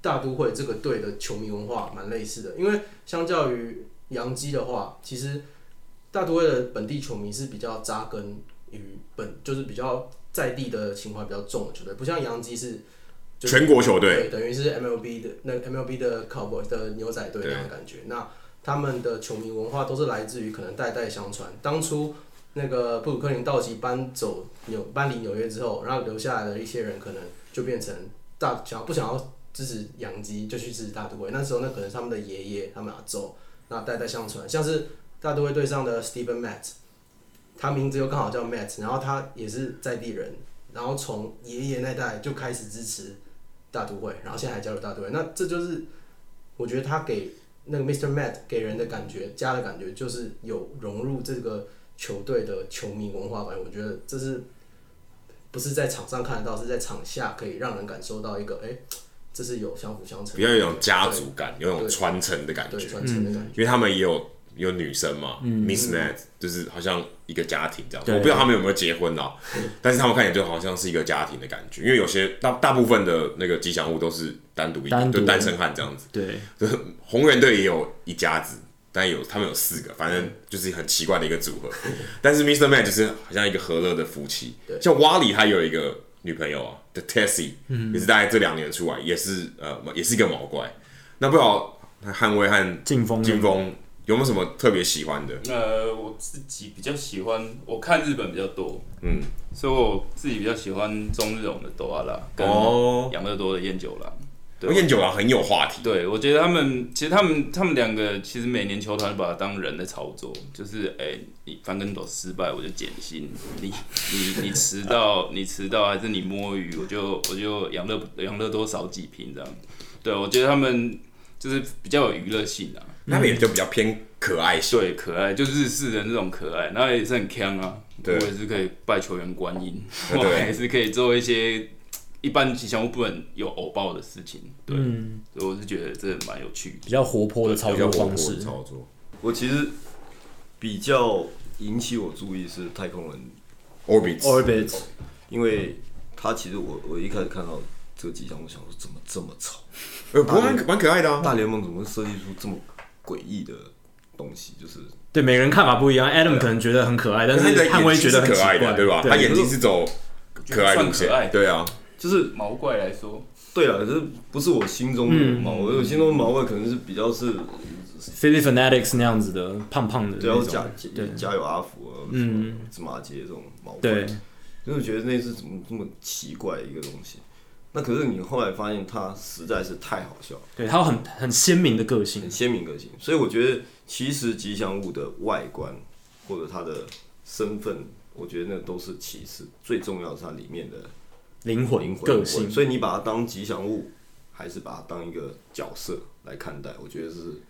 Speaker 4: 大都会这个队的球迷文化蛮类似的，因为相较于洋基的话，其实大都会的本地球迷是比较扎根于本，就是比较在地的情怀比较重的球队，不像洋基是。就是
Speaker 1: 全国球队，
Speaker 4: 对，等于是 MLB 的那 MLB 的 Cowboy 的牛仔队那种感觉。那他们的球迷文化都是来自于可能代代相传。当初那个布鲁克林道奇搬走纽搬离纽约之后，然后留下来的一些人可能就变成大想要不想要支持洋基，就去支持大都会。那时候那可能是他们的爷爷、他们阿周，那代代相传。像是大都会队上的 Steven Matt，他名字又刚好叫 Matt，然后他也是在地人，然后从爷爷那代就开始支持大都会，然后现在还加入大都会。那这就是我觉得他给那个 Mr. Matt 给人的感觉，家的感觉就是有融入这个球队的球迷文化感。我觉得这是不是在场上看得到，是在场下可以让人感受到一个，哎、这是有相辅相成，
Speaker 1: 比较有一种家嗯族感，有一种传承的感
Speaker 4: 对
Speaker 1: 觉，
Speaker 4: 传承的感觉。
Speaker 1: 因为他们也有有女生嘛、m i s s Matt 就是好像一个家庭这样，
Speaker 2: 对
Speaker 1: 我不知道他们有没有结婚啦，但是他们看起来就好像是一个家庭的感觉，因为有些大大部分的那个吉祥物都是单独一
Speaker 2: 单独
Speaker 1: 就单身汉这样子，
Speaker 2: 对，
Speaker 1: 就是红人队也有一家子。但有他们有四个，反正就是很奇怪的一个组合。但是 Mr. Matt 就是好像一个和乐的夫妻，像 Wally 他有一个女朋友啊，的 Tessie，、也是大概这两年出来，也是呃也是一个毛怪。那不知道汉威和
Speaker 2: 劲风
Speaker 1: 金峰有没有什么特别喜欢的？
Speaker 3: 呃，我自己比较喜欢，我看日本比较多，嗯，所以我自己比较喜欢中日龙的豆阿拉跟
Speaker 1: 哦
Speaker 3: 养乐多的烟酒郎。对
Speaker 1: 燕九郎很有话题，
Speaker 3: 对，我觉得他们其实他们他们两个其实每年球团把他当人在操作，就是哎、你翻跟斗失败我就减薪，你你你迟到你迟到还是你摸鱼，我就我就养乐养乐多少几瓶这样。对，我觉得他们就是比较有娱乐性啊，
Speaker 1: 他们也就比较偏可爱型。
Speaker 3: 对，可爱就日式的那种可爱，然后也是很强啊。
Speaker 1: 对
Speaker 3: 我也是可以拜球员观 音，
Speaker 1: 对
Speaker 3: 我也是可以做一些一般吉祥物不能有偶爆的事情。对，
Speaker 2: 嗯，
Speaker 3: 所以我是觉得这蛮有趣的。
Speaker 2: 比较活泼的操
Speaker 1: 比较
Speaker 2: 作
Speaker 1: 活
Speaker 2: 方
Speaker 1: 泼
Speaker 2: 式
Speaker 1: 的，操作，
Speaker 5: 我其实比较引起我注意是太空人，
Speaker 1: orbit
Speaker 2: orbit
Speaker 5: 因为他其实我我一开始看到这个吉祥，我想说怎么这么丑，
Speaker 1: 呃，不过蛮蛮可爱的啊。
Speaker 5: 大联盟怎么会设计出这么诡异的东西？就是
Speaker 2: 对每个人看法不一样，Adam 可能觉得很可爱，但
Speaker 1: 啊可
Speaker 2: 是
Speaker 1: 是他的
Speaker 2: 汉
Speaker 1: 眼
Speaker 2: 威
Speaker 1: 睛
Speaker 2: 觉
Speaker 1: 是
Speaker 2: 得很
Speaker 1: 可
Speaker 2: 奇
Speaker 1: 爱
Speaker 2: 怪
Speaker 1: 的，，对吧？他眼睛是走可爱路
Speaker 3: 算可爱
Speaker 1: 线，对啊，
Speaker 5: 就是
Speaker 3: 毛怪来说，
Speaker 5: 对了，这不是我心中的毛，我我心中的毛味可能是比较是，
Speaker 2: Philly Fanatics 那样子的胖胖的
Speaker 5: 对啊，
Speaker 2: 那
Speaker 5: 我
Speaker 2: 种
Speaker 5: 加，加油阿福啊，嗯，芝麻街这种毛怪，
Speaker 2: 对，
Speaker 5: 所以我觉得那是怎么这么奇怪的一个东西。那可是你后来发现它实在是太好笑了，
Speaker 2: 对，他有很很鲜明的个性
Speaker 5: 很，鲜明个性，所以我觉得其实吉祥物的外观或者它的身份，我觉得那都是其次，最重要是它里面的
Speaker 2: 灵魂、
Speaker 5: 灵魂
Speaker 2: 个性，
Speaker 5: 所以你把它当吉祥物，还是把它当一个角色来看待，我觉得是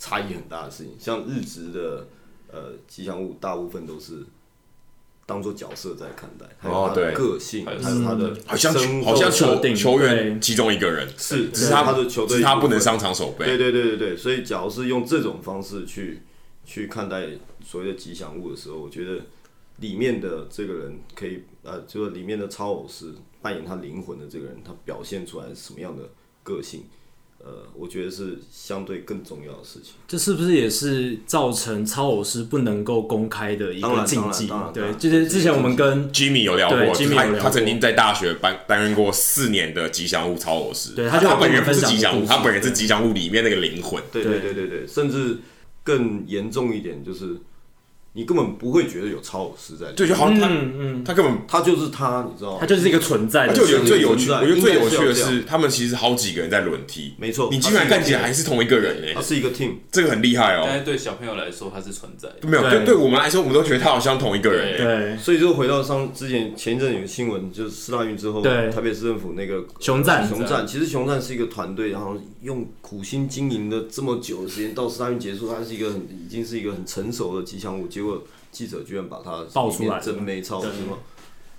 Speaker 5: 差异很大的事情。像日职的呃吉祥物，大部分都是当做角色在看待，还有
Speaker 1: 哦
Speaker 5: 它
Speaker 1: 对
Speaker 5: 的个性，还
Speaker 3: 还
Speaker 5: 有
Speaker 3: 有
Speaker 5: 它的
Speaker 1: 嗯好像
Speaker 5: 生
Speaker 1: 好像
Speaker 5: 活
Speaker 2: 设
Speaker 1: 球
Speaker 2: 定
Speaker 1: 球
Speaker 2: 对
Speaker 1: 员其中一个人，只
Speaker 5: 是，只
Speaker 1: 是
Speaker 5: 是
Speaker 1: 他
Speaker 5: 他的球队，
Speaker 1: 只是他不能上场守
Speaker 5: 对
Speaker 1: 备。
Speaker 5: 对对对对，所以假如是用这种方式去去看待所谓的吉祥物的时候，我觉得里面的这个人可以呃，就是里面的超偶师扮演他灵魂的这个人，他表现出来是什么样的个性，呃，我觉得是相对更重要的事情。
Speaker 2: 这是不是也是造成超偶师不能够公开的一
Speaker 5: 当
Speaker 2: 个
Speaker 5: 然
Speaker 2: 禁忌
Speaker 5: 当然？当
Speaker 2: 对，
Speaker 5: 然
Speaker 2: 就是之前我们跟
Speaker 1: Jimmy 有聊过，
Speaker 2: 对
Speaker 1: 就是
Speaker 2: Jimmy
Speaker 1: 他
Speaker 2: 有聊过
Speaker 1: 他曾经在大学担担任过四年的吉祥物超偶师，
Speaker 2: 对他
Speaker 1: 他
Speaker 2: 就有
Speaker 1: 本人不是
Speaker 2: 跟我们分享
Speaker 1: 吉祥
Speaker 2: 过
Speaker 1: 物，
Speaker 2: 故事
Speaker 1: 他本人是吉祥物里面那个灵魂。
Speaker 5: 对
Speaker 2: 对
Speaker 5: 对对对对，甚至更严重一点就是，你根本不会觉得有超偶师在里面，
Speaker 1: 对，就好像他
Speaker 2: 嗯嗯，
Speaker 1: 他根本
Speaker 5: 他就是他，你知道吗
Speaker 2: 它？就是一个存在
Speaker 1: 而
Speaker 2: 的
Speaker 1: 且我
Speaker 2: 生物，
Speaker 1: 觉得最有趣，
Speaker 5: 存在
Speaker 1: 我觉得最有趣的
Speaker 5: 应该是要这
Speaker 1: 是，他们其实好几个人在轮替，
Speaker 5: 没错
Speaker 1: 你基本上
Speaker 5: 他是一个
Speaker 1: 看起来还是同一个人
Speaker 5: 他
Speaker 1: 诶，
Speaker 5: 是一个 team，
Speaker 1: 这个很厉害
Speaker 3: 但
Speaker 1: 哦。
Speaker 3: 是对小朋友来说，它是存在的。
Speaker 1: 没有，
Speaker 2: 对
Speaker 1: 对对我们来说，我们都觉得他好像同一个人诶。
Speaker 2: 对
Speaker 5: 所以就回到上之前前一阵有个新闻，就是四大运之后，
Speaker 2: 对
Speaker 5: 台北市政府那个
Speaker 2: 熊赞
Speaker 5: 熊赞，其实熊赞是一个团队，然后用苦心经营了这么久的时间，到四大运结束，它是一个很已经是一个很成熟的吉祥物，结果记者居然把它
Speaker 2: 爆出来
Speaker 5: 里面真没超是吗？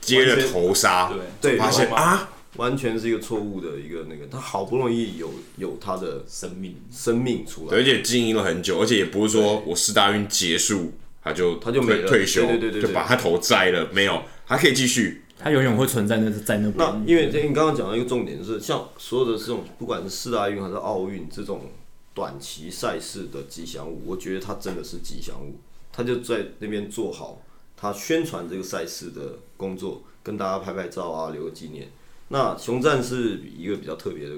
Speaker 1: 接了头纱，
Speaker 5: 对，
Speaker 1: 发现
Speaker 5: 然后
Speaker 1: 啊，
Speaker 5: 完全是一个错误的一个那个，他好不容易有有他的
Speaker 3: 生命，
Speaker 5: 生命出
Speaker 1: 而
Speaker 5: 来，
Speaker 1: 且经营了很久，而且也不是说我四大运结束他就
Speaker 5: 他就
Speaker 1: 退
Speaker 5: 没了
Speaker 1: 退休，
Speaker 5: 对对对对对
Speaker 1: 就把他头摘了，没有，还可以继续。
Speaker 2: 它永远会存在那在那
Speaker 5: 那
Speaker 2: 边。
Speaker 5: 因为这你刚刚讲到一个重点是，像所有的这种不管是四大运还是奥运这种短期赛事的吉祥物，我觉得它真的是吉祥物，它就在那边做好它宣传这个赛事的工作，跟大家拍拍照啊，留个纪念。那熊战是一个比较特别的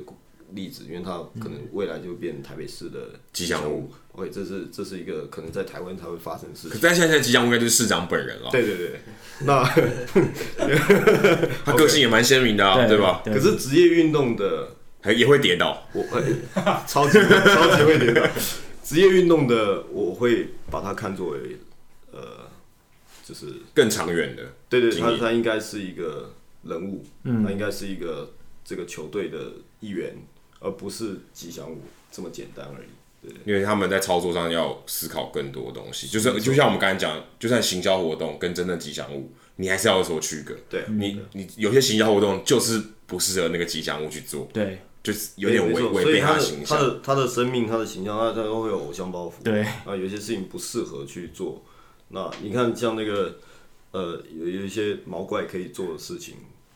Speaker 5: 例子，因为它可能未来就会变台北市的
Speaker 1: 吉祥物。
Speaker 5: OK，这是这是一个可能在台湾才会发生的事
Speaker 1: 可
Speaker 5: 情。
Speaker 1: 但现在吉祥物应该就是市长本人了，
Speaker 5: 对对对，那
Speaker 1: 他个性也蛮鲜明的啊，对吧？
Speaker 5: 可是职业运动的
Speaker 1: 还也会跌倒，
Speaker 5: 我哎 超级超级会跌倒。职业运动的，我会把它看作为，呃，就是
Speaker 1: 更长远的，
Speaker 5: 对对，
Speaker 1: 经
Speaker 5: 他
Speaker 1: 理
Speaker 5: 他应该是一个人物，嗯，他应该是一个这个球队的一员，而不是吉祥物这么简单而已。
Speaker 1: 因为他们在操作上要思考更多东西，就是就像我们刚才讲，就算行销活动跟真正吉祥物，你还是要有所区隔。
Speaker 5: 对
Speaker 1: 你你有些行销活动就是不适合那个吉祥物去做，
Speaker 2: 对
Speaker 1: 就是有点
Speaker 5: 没
Speaker 1: 违
Speaker 5: 错
Speaker 1: 违
Speaker 5: 所以
Speaker 1: 背
Speaker 5: 他
Speaker 1: 的
Speaker 5: 的
Speaker 1: 形
Speaker 5: 他
Speaker 1: 象。
Speaker 5: 的他的生命、他的形象，他他都会有偶像包袱。
Speaker 2: 对
Speaker 5: 啊，有些事情不适合去做。那你看，像那个呃，有有一些毛怪可以做的事情，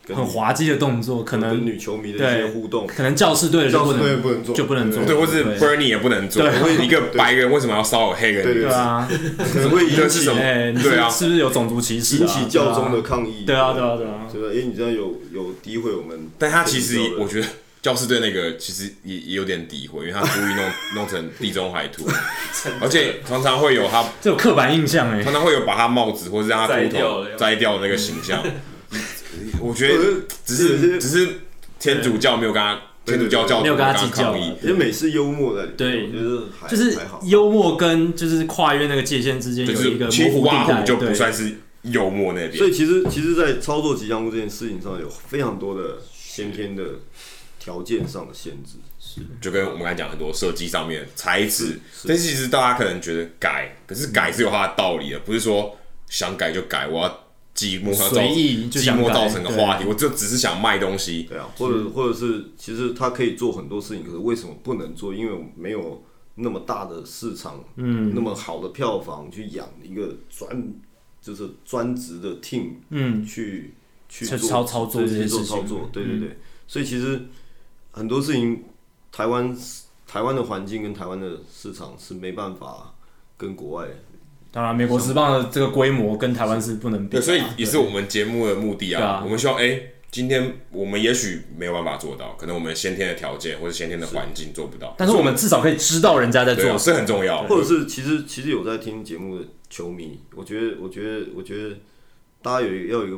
Speaker 5: 跟
Speaker 2: 很滑稽的动作，可
Speaker 5: 跟
Speaker 2: 能
Speaker 5: 女球迷的一
Speaker 2: 对
Speaker 5: 些互动，
Speaker 2: 可能教士队的就
Speaker 5: 教
Speaker 2: 不
Speaker 5: 室内
Speaker 2: 能
Speaker 5: 不能做，
Speaker 2: 就不能做，
Speaker 1: 对，或是
Speaker 2: 对
Speaker 1: Bernie 也不能做，一个白人为什么要骚扰黑人？
Speaker 5: 对对
Speaker 2: 对啊，
Speaker 5: 可能会
Speaker 1: 这是
Speaker 5: 引起
Speaker 1: 什么
Speaker 2: 哎，你是
Speaker 1: 对啊
Speaker 2: 是不是有种族歧视啊？
Speaker 5: 引起教宗的抗议。
Speaker 2: 对啊，对啊，对啊，
Speaker 5: 对吧？因为你这样有有诋毁我们，
Speaker 1: 但他其实也我觉得教师队那个其实也也有点诋毁，因为他故意 弄弄成地中海秃，而且常常会有他
Speaker 2: 这有刻板印象哎
Speaker 1: 常，常会有把他帽子或者让他
Speaker 3: 摘
Speaker 1: 秃
Speaker 3: 掉
Speaker 1: 头
Speaker 3: 了
Speaker 1: 摘掉那个形象。 我觉
Speaker 5: 我觉
Speaker 1: 得
Speaker 5: 得
Speaker 1: 只
Speaker 5: 有些
Speaker 1: 是只是天主教没有跟他
Speaker 5: 对
Speaker 1: 天主教教徒
Speaker 2: 没有跟他计较啊
Speaker 1: 抗议，
Speaker 5: 因为美式幽默在里面，
Speaker 2: 对
Speaker 5: 我觉得还
Speaker 2: 就是
Speaker 5: 还好。
Speaker 2: 幽默跟就是跨越那个界限之间
Speaker 1: 就
Speaker 2: 有一个
Speaker 1: 是欺
Speaker 2: 模
Speaker 1: 负
Speaker 2: 糊
Speaker 1: 挖
Speaker 2: 地带，
Speaker 1: 虎就不
Speaker 2: 对
Speaker 1: 算是幽默那
Speaker 5: 所
Speaker 1: 边。
Speaker 5: 以其实其实，在操作吉祥物这件事情上，有非常多的先天的条件上的限制。
Speaker 1: 就跟我们刚才讲很多设计上面材质，但是其实大家可能觉得改，可是改是有它的道理的，不是说想改就改，我要寂寞造
Speaker 2: 随意就
Speaker 1: 寂
Speaker 2: 想
Speaker 1: 寞
Speaker 2: 改
Speaker 1: 造成个话题，我就只是想卖东西，
Speaker 5: 对啊，或者或者是，其实它可以做很多事情，可是为什么不能做？因为我们没有那么大的市场，嗯，那么好的票房去养一个专就是专职的 team，嗯，去去
Speaker 2: 去
Speaker 5: 做
Speaker 2: 操操作
Speaker 5: 对
Speaker 2: 这些
Speaker 5: 去做
Speaker 2: 事情嗯
Speaker 5: 操作，对对对。所以其实很多事情，台湾台湾的环境跟台湾的市场是没办法跟国外
Speaker 2: 当然，美国职棒的这个规模跟台湾是不能比
Speaker 1: 对，
Speaker 2: 的啊，
Speaker 1: 所以也是我们节目的目的
Speaker 2: 对
Speaker 1: 啊
Speaker 2: 啊。
Speaker 1: 我们希望，哎、今天我们也许没有办法做到，可能我们先天的条件或者先天的环境做不到，
Speaker 2: 但是我们至少可以知道人家在
Speaker 1: 对
Speaker 2: 做
Speaker 1: 啊，
Speaker 2: 什
Speaker 1: 是
Speaker 2: 么。
Speaker 1: 很重要。
Speaker 5: 或者是其实其实有在听节目的球迷，我觉得我觉得我觉得大家有一个要有一个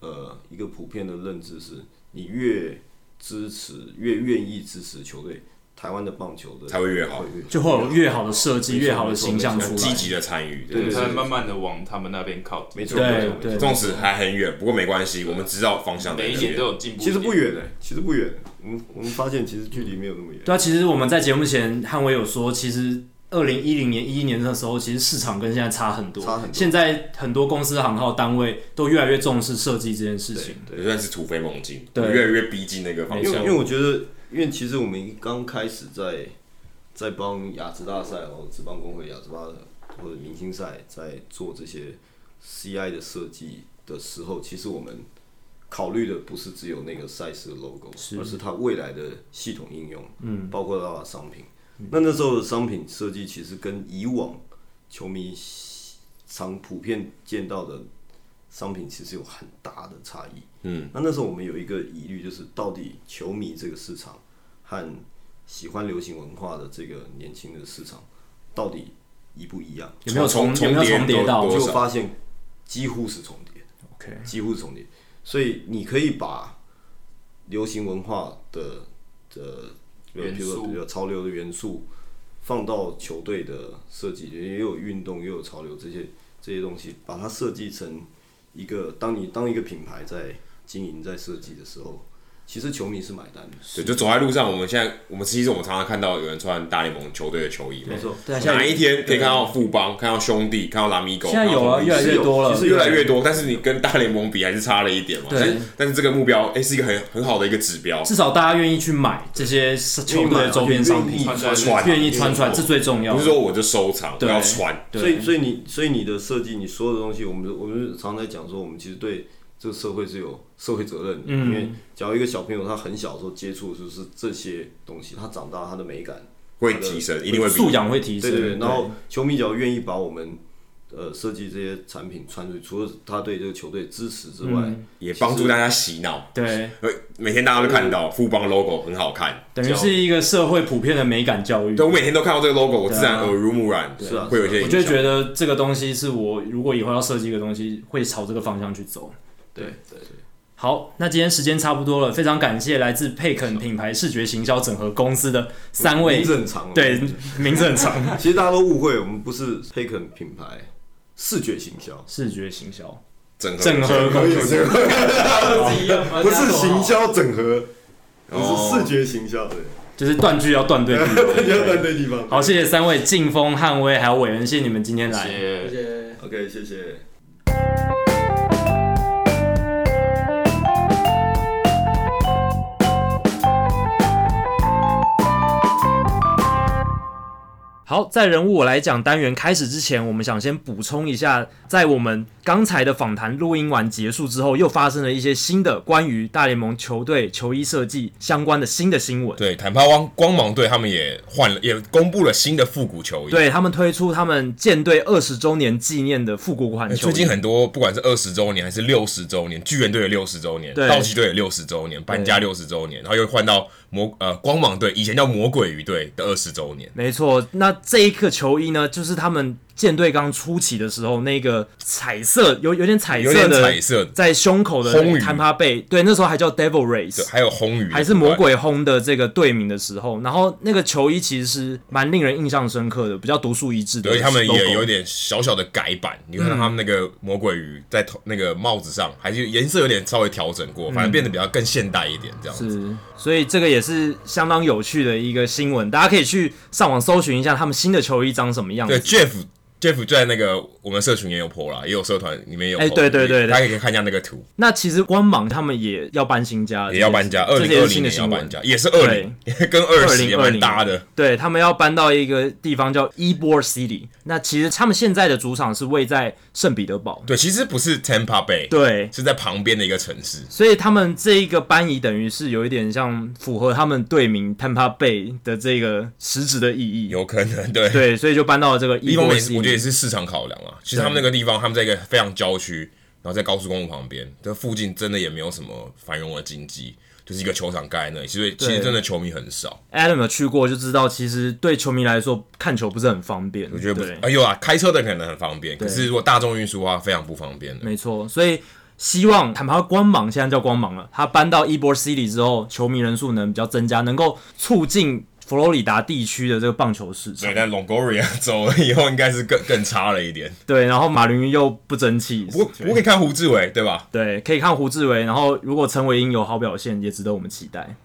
Speaker 5: 呃一个普遍的认知是，你越支持越愿意支持球队，台湾的棒球的
Speaker 1: 才会越好
Speaker 5: 会越
Speaker 2: 就会有越好的设计、
Speaker 5: 没错
Speaker 2: 越好的形象
Speaker 5: 没
Speaker 1: 很
Speaker 2: 出
Speaker 5: 错没
Speaker 1: 积
Speaker 2: 来。
Speaker 1: 极的参与，对
Speaker 3: 对，
Speaker 5: 对
Speaker 3: 才
Speaker 5: 对
Speaker 3: 慢慢的往他们那边靠近。
Speaker 5: 没错没
Speaker 2: 对
Speaker 5: 错没
Speaker 2: 对
Speaker 5: 错。
Speaker 1: 纵使还很远，不过没关系，我们知道方向在
Speaker 3: 每一
Speaker 1: 哪
Speaker 3: 年
Speaker 1: 边
Speaker 3: 都有进步。
Speaker 5: 其实不远的、其实不远。我们我们发现其实距离没有那么远。
Speaker 2: 对啊，其实我们在节目前，汉威有说，其实二零一零年、一一年的时候，其实市场跟现在差很多。
Speaker 5: 差很多
Speaker 2: 现在很多公司、行号、单位都越来越重视设计这件事情。
Speaker 1: 也算是突飞猛进，
Speaker 2: 对
Speaker 1: 越来越逼近那个方
Speaker 5: 因为
Speaker 1: 向
Speaker 5: 因为。我觉得，因为其实我们刚开始在在帮雅职大赛，然后职棒工会、雅职巴或者明星赛在做这些 CI 的设计的时候，其实我们考虑的不是只有那个赛事的 logo，而是它未来的系统应用，嗯，包括它的商品。那那时候的商品设计其实跟以往球迷常普遍见到的商品其实有很大的差异。嗯，那那时候我们有一个疑虑，就是到底球迷这个市场和喜欢流行文化的这个年轻的市场到底一不一样？
Speaker 2: 有没有
Speaker 1: 重
Speaker 2: 重
Speaker 1: 重
Speaker 2: 有没有重
Speaker 1: 叠
Speaker 2: 叠到
Speaker 1: 多
Speaker 5: 结
Speaker 1: 多
Speaker 5: 果
Speaker 1: 少
Speaker 5: 发现几乎是重叠，
Speaker 2: ？OK，
Speaker 5: 几乎是重叠。所以你可以把流行文化的的呃
Speaker 3: 元素
Speaker 5: 比如说潮流的元素放到球队的设计，也有运动，也有潮流这些这些东西，把它设计成一个，当你当一个品牌在经营在设计的时候，其实球迷是买单的，
Speaker 1: 对，就走在路上，我们现在我们其实我们常常看到有人穿大联盟球队的球衣嘛
Speaker 5: 没。错。
Speaker 2: 对啊，现
Speaker 1: 哪
Speaker 2: 在
Speaker 1: 一天可以看到富邦，看到兄弟，看到拉米狗，
Speaker 2: 现在有啊，
Speaker 1: 看到红
Speaker 2: 越来越多了
Speaker 5: 其。实
Speaker 1: 越来越多，但是你跟大联盟比还是差了一点嘛。
Speaker 2: 对
Speaker 1: 但是但是这个目标，哎、是一个很很好的一个指标。
Speaker 2: 至少大家愿意去买这些球队的周边商品，
Speaker 5: 愿意
Speaker 3: 穿
Speaker 1: 穿
Speaker 2: 愿意穿出来，
Speaker 5: 愿意
Speaker 2: 这最重要
Speaker 1: 不
Speaker 2: 的。
Speaker 1: 是说我就收藏，我
Speaker 2: 对
Speaker 1: 要穿。
Speaker 2: 对
Speaker 5: 所以，所以你，所以你的设计，你所有的东西，我们我们常在讲说，我们其实对这个社会是有社会责任的。
Speaker 2: 嗯
Speaker 5: 因为假如一个小朋友他很小的时候接触的就是这些东西，他长大他的美感，
Speaker 1: 会提升，一定会比
Speaker 2: 素养会提
Speaker 5: 对
Speaker 2: 升。
Speaker 5: 对对。然后球迷只要愿意把我们呃设计这些产品穿出去，除了他对这个球队支持之外，
Speaker 2: 嗯
Speaker 1: 也帮助大家洗脑。
Speaker 2: 对，
Speaker 1: 呃每天大家都看到富邦 logo 很好看，
Speaker 2: 等于是一个社会普遍的美感教育。
Speaker 1: 对，我每天都看到这个 logo，我自然
Speaker 2: 对啊
Speaker 1: 耳濡目染，
Speaker 5: 是啊
Speaker 1: 会有一些
Speaker 2: 我
Speaker 1: 影
Speaker 2: 就会
Speaker 1: 响。
Speaker 2: 觉得这个东西是我如果以后要设计一个东西，会朝这个方向去走。
Speaker 3: 对对对，
Speaker 2: 好，那今天时间差不多了，非常感谢来自佩肯品牌视觉行销整合公司的三位
Speaker 5: 名，字很长哦
Speaker 2: 对， 名字很长，
Speaker 5: 其实大家都误会，我们不是 p a k e n 品牌 视觉行销，
Speaker 2: 视觉行销
Speaker 1: 整合
Speaker 2: 整合公司。
Speaker 5: 不是行销整合，
Speaker 1: 哦
Speaker 5: 我是视觉行销，对，
Speaker 2: 就是断句要断对地方。
Speaker 5: 你要站对地方。
Speaker 2: 好，谢谢三位劲风、汉威还有伟人，谢谢你们今天来。
Speaker 3: 谢谢
Speaker 4: 而。且
Speaker 5: OK，谢谢。
Speaker 2: 好，在人物我来讲单元开始之前，我们想先补充一下，在我们刚才的访谈录音完结束之后，又发生了一些新的关于大联盟球队球衣设计相关的新的新闻。
Speaker 1: 对，坦帕湾光芒队他们也换了，也公布了新的复古球衣。
Speaker 2: 对他们推出他们舰队二十周年纪念的复古款
Speaker 1: 哎，
Speaker 2: 球
Speaker 1: 最
Speaker 2: 衣
Speaker 1: 近，很多不管是二十周年还是六十周年，巨人队的六十周年，
Speaker 2: 对
Speaker 1: 道奇队的六十周年，搬家六十周年，然后又换到魔呃光芒队，以前叫魔鬼鱼队的二十周年。
Speaker 2: 没错。那这一个球衣呢，就是他们舰队刚出起的时候那个彩色，有有点彩
Speaker 1: 有
Speaker 2: 色
Speaker 1: 点
Speaker 2: 的，
Speaker 1: 彩色的
Speaker 2: 在胸口的
Speaker 1: 红鱼
Speaker 2: 摊趴背，对，那时候还叫 Devil Rays，
Speaker 1: 对，还有红鱼，
Speaker 2: 还是魔，鬼轰的这个队名的时候，然后那个球衣其实是蛮令人印象深刻的，比较独树一帜的
Speaker 1: 对，而
Speaker 2: logo。嗯
Speaker 1: 且他们也有点小小的改版。你看到他们那个魔鬼鱼在头那个帽子上，还是颜色有点稍微调整过，
Speaker 2: 嗯
Speaker 1: 反正变得比较更现代一点这样子。
Speaker 2: 是，所以这个也是相当有趣的一个新闻，大家可以去上网搜寻一下他们新的球衣长什么样
Speaker 1: 对
Speaker 2: 子。
Speaker 1: ，Jeff。Jeff 在那个我们社群也有 po 啦，也有社团里面有 po，
Speaker 2: 哎对对对对
Speaker 1: 大家可以看一下那个图，
Speaker 2: 那其实光芒他们也要搬新家了，
Speaker 1: 也要搬家，二
Speaker 2: 呃这
Speaker 1: 零
Speaker 2: 也
Speaker 1: 二
Speaker 2: 是
Speaker 1: 零
Speaker 2: 新的
Speaker 1: 年要
Speaker 2: 新闻
Speaker 1: 搬。家，也是二零， 跟二十也蛮搭的。
Speaker 2: 对他们要搬到一个地方叫 Ebor City，那其实他们现在的主场是位在圣彼得堡。
Speaker 1: 对，其实不是 Tampa Bay，，
Speaker 2: 对，
Speaker 1: 是在旁边的一个城市。
Speaker 2: 所以他们这一个班仪等于是有一点像符合他们队名 Tampa Bay 的这个实质的意义。
Speaker 1: 有可能对。
Speaker 2: 对，所以就搬到了这个
Speaker 1: 一
Speaker 2: e
Speaker 1: 方面
Speaker 2: b o
Speaker 1: 也是
Speaker 2: c
Speaker 1: 我觉得也是市场考量啊。其实他们那个地方，他们在一个非常郊区，然后在高速公路旁边，这附近真的也没有什么繁荣的经济，就是一个球场盖在那里，所以其实真的球迷很少。
Speaker 2: Adam 有去过就知道，其实对球迷来说看球不是很方便。
Speaker 1: 我觉得不是
Speaker 2: 对，，
Speaker 1: 哎呦啊，开车的可能很方便，可是如果大众运输的话，非常不方便的。
Speaker 2: 没错，所以。希望坦白说光芒现在叫光芒了，他搬到 e b o City 之后，球迷人数能比较增加，能够促进佛罗里达地区的这个棒球市场
Speaker 1: 对，。但 Longoria 走了以后，应该是更更差了一点。
Speaker 2: 对，然后马林鱼又不争气，
Speaker 1: 不过我可以看胡志伟，对吧？
Speaker 2: 对，可以看胡志伟，然后如果陈伟英有好表现，也值得我们期待。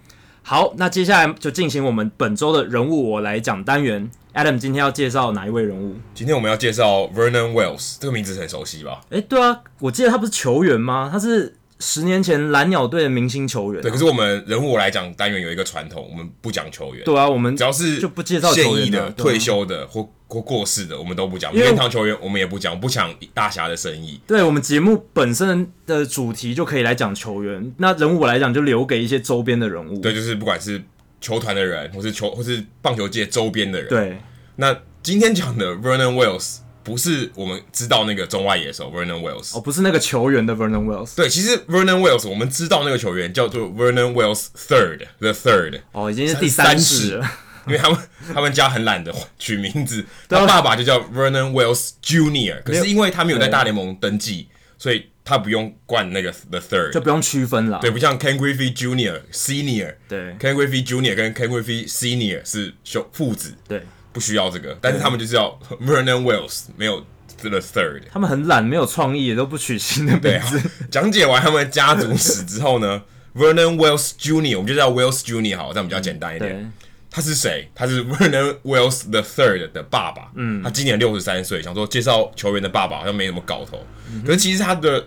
Speaker 2: 好，那接下来就进行我们本周的人物我来讲单元。Adam 今天要介绍哪一位人物？
Speaker 1: 今天我们要介绍 Vernon Wells，这个名字很熟悉吧？
Speaker 2: 诶，对啊，我记得他不是球员吗？他是十年前蓝鸟队的明星球员啊、
Speaker 1: 对，可是我们人物来讲单元有一个传统，我们不讲球员。
Speaker 2: 对啊，我们
Speaker 1: 只要是
Speaker 2: 就不介绍球
Speaker 1: 现
Speaker 2: 员
Speaker 1: 役
Speaker 2: 了
Speaker 1: 的、
Speaker 2: 对啊
Speaker 1: 退休的或或过世的，我们都不讲。
Speaker 2: 因为
Speaker 1: 天堂球员我们也不讲，不抢大侠的生意。
Speaker 2: 对我们节目本身的主题就可以来讲球员。那人物我来讲就留给一些周边的人物。
Speaker 1: 对，就是不管是球团的人，或是球或是棒球界周边的人。，
Speaker 2: 对
Speaker 1: 那今天讲的 Vernon Wells 不是我们知道那个中外野手 Vernon Wells。
Speaker 2: 哦，不是那个球员的 Vernon Wells。
Speaker 1: 对，其实 Vernon Wells 我们知道那个球员叫做 Vernon Wells Third，the Third，
Speaker 2: 哦，已经是
Speaker 1: 三
Speaker 2: 第
Speaker 1: 三
Speaker 2: 世
Speaker 1: 世
Speaker 2: 了。
Speaker 1: 因为他 们他们家很懒得取名字，
Speaker 2: 对啊
Speaker 1: 他爸爸就叫 Vernon Wells Junior，可
Speaker 2: 没有
Speaker 1: 是因为他没有在
Speaker 2: 对
Speaker 1: 大联盟登记，所以他不用冠那个 the third，
Speaker 2: 就不用区分了。
Speaker 1: 对，不像 Ken Griffey Junior Senior。
Speaker 2: 对
Speaker 1: Ken Griffey Junior 跟 Ken Griffey Senior 是兄父子，
Speaker 2: 对，
Speaker 1: 不需要这个，但是他们就是要 Vernon Wells，没有 The Third。
Speaker 2: 他们很懒，没有创意，也都不取新的
Speaker 1: 对
Speaker 2: 名
Speaker 1: 啊
Speaker 2: 字。，
Speaker 1: 讲解完他们家族史之后呢 ，Vernon Wells Junior，我们就叫 Wells Junior 好，这样比较简单一点。
Speaker 2: 对，
Speaker 1: 他是谁？他是 Vernon Wells the Third 的爸爸。嗯，他今年六十三岁，想说介绍球员的爸爸好像没什么搞头，可是其实他的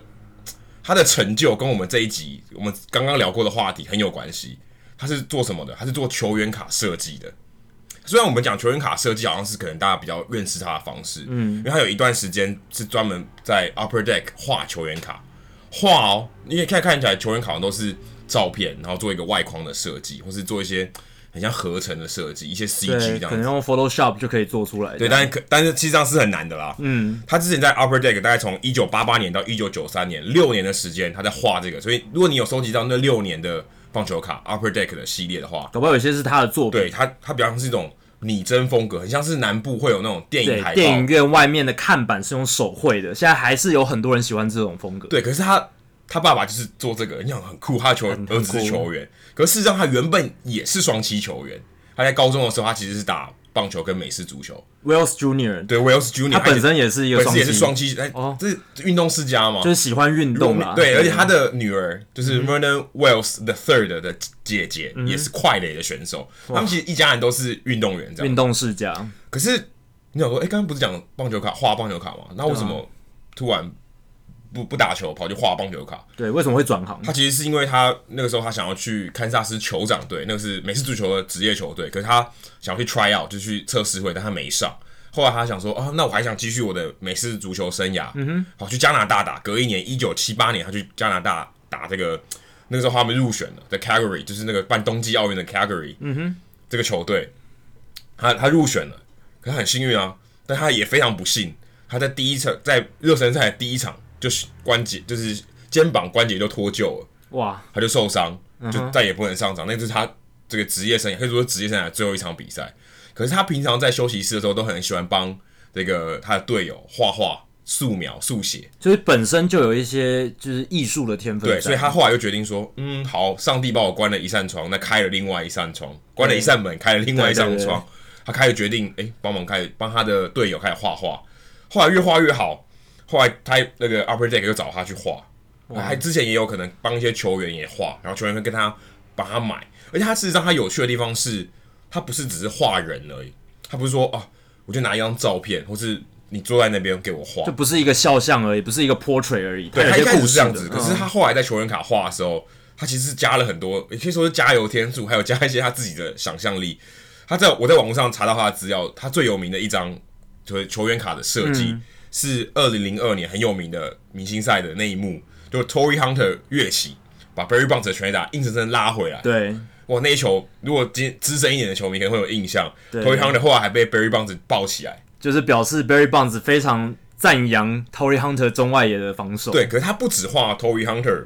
Speaker 1: 他的成就跟我们这一集我们刚刚聊过的话题很有关系。他是做什么的？他是做球员卡设计的。虽然我们讲球员卡设计好像是可能大家比较认识他的方式，嗯，因为他有一段时间是专门在 Upper Deck 画球员卡，画哦，你也看看起来球员卡都是照片，然后做一个外框的设计，或是做一些很像合成的设计，一些 CG 这
Speaker 2: 对，
Speaker 1: 样
Speaker 2: 可
Speaker 1: 子。
Speaker 2: 能用 Photoshop 就可以做出来。
Speaker 1: 对，
Speaker 2: 这
Speaker 1: 但
Speaker 2: 样
Speaker 1: 是可但是其实上是很难的啦。嗯，他之前在 Upper Deck 大概从一九八八年到一九九三年六年的时间，他在画这个。所以如果你有收集到那六年的棒球卡 Upper Deck 的系列的话，
Speaker 2: 搞不好有些是他的作品。
Speaker 1: 对他他比方是一种拟真风格，很像是南部会有那种电影海
Speaker 2: 对，
Speaker 1: 报，
Speaker 2: 电影院外面的看板是用手绘的，现在还是有很多人喜欢这种风格。
Speaker 1: 对，可是他他爸爸就是做这个，你想很酷，他的球
Speaker 2: 很
Speaker 1: 儿子是球员，可是事实上他原本也是双栖球员。他在高中的时候，他其实是打棒球跟美式足球。
Speaker 2: ，Wells Junior，
Speaker 1: 对，Wales Junior，
Speaker 2: 他本身也是一个
Speaker 1: 本身也是双
Speaker 2: 双，
Speaker 1: 栖，哎
Speaker 2: 哦，
Speaker 1: 这是运动世家嘛，
Speaker 2: 就是喜欢运
Speaker 1: 如果
Speaker 2: 动啦。
Speaker 1: 对，而且他的女儿就是
Speaker 2: 嗯
Speaker 1: Vernon Wells the Third 的姐姐，也是快垒的选手。他们其实一家人都是运动员，这样
Speaker 2: 运。动世家，
Speaker 1: 可是你想说，哎、刚刚不是讲棒球卡画棒球卡吗？那为什么突然不不打球，跑去画棒球卡？
Speaker 2: 对，为什么会转行？
Speaker 1: 他其实是因为他那个时候他想要去堪萨斯酋长队，那个是美式足球的职业球队，可是他想要去 try out 就去测试会，但他没上。后来他想说，哦，那我还想继续我的美式足球生涯，嗯哼，好去加拿大打。隔一年，一九七八年，他去加拿大打这个，那个时候他们入选了，在 Calgary，就是那个办冬季奥运的 Calgary，嗯哼，这个球队，他他入选了，可他很幸运啊，但他也非常不幸，他在第一场在热身赛的第一场就是关节就是肩膀关节就脱臼了。
Speaker 2: 哇，
Speaker 1: 他就受伤，就再也不能上场。那就是他这个职业生涯，可以说是职业生涯最后一场比赛。可是他平常在休息室的时候，都很喜欢帮这个他的队友画画、素描、速写。
Speaker 2: 就是本身就有一些就是艺术的天分在。
Speaker 1: 对，所以他后来就决定说，嗯，好，上帝帮我关了一扇窗，那开了另外一扇窗，关了一扇门，开了另外一扇
Speaker 2: 对对对
Speaker 1: 窗。他开始决定，哎、帮忙开始帮他的队友开始画画。后来越画越好，后来他那个 Upper Deck 又找他去画，还之前也有可能帮一些球员也画，然后球员会跟他帮他买。而且他事实上他有趣的地方是，他不是只是画人而已，他不是说啊，我就拿一张照片，或是你坐在那边给我画，
Speaker 2: 就不是一个肖像而已，不是一个 portrait 而已。
Speaker 1: 对，
Speaker 2: 它
Speaker 1: 他一
Speaker 2: 有一些
Speaker 1: 开始
Speaker 2: 故
Speaker 1: 是
Speaker 2: 事
Speaker 1: 这样
Speaker 2: 的嗯
Speaker 1: 子，可是他后来在球员卡画的时候，他其实是加了很多，也可以说是加油添醋，还有加一些他自己的想象力。他在我在网络上查到他的资料，他最有名的一张就是球员卡的设计、
Speaker 2: 嗯
Speaker 1: 是二零零二年很有名的明星赛的那一幕，就是 Tory Hunter 跃起。把 Barry Bonds 的全垒打硬生生拉回来，
Speaker 2: 对
Speaker 1: 哇！那一球，如果今资深一点的球迷可能会有印象
Speaker 2: 对
Speaker 1: ，Tory Hunter 后来还被 Barry Bonds 抱起来，
Speaker 2: 就是表示 Barry Bonds 非常赞扬 Tory Hunter 中外野的防守。
Speaker 1: 对，，可是他不只画 Tory Hunter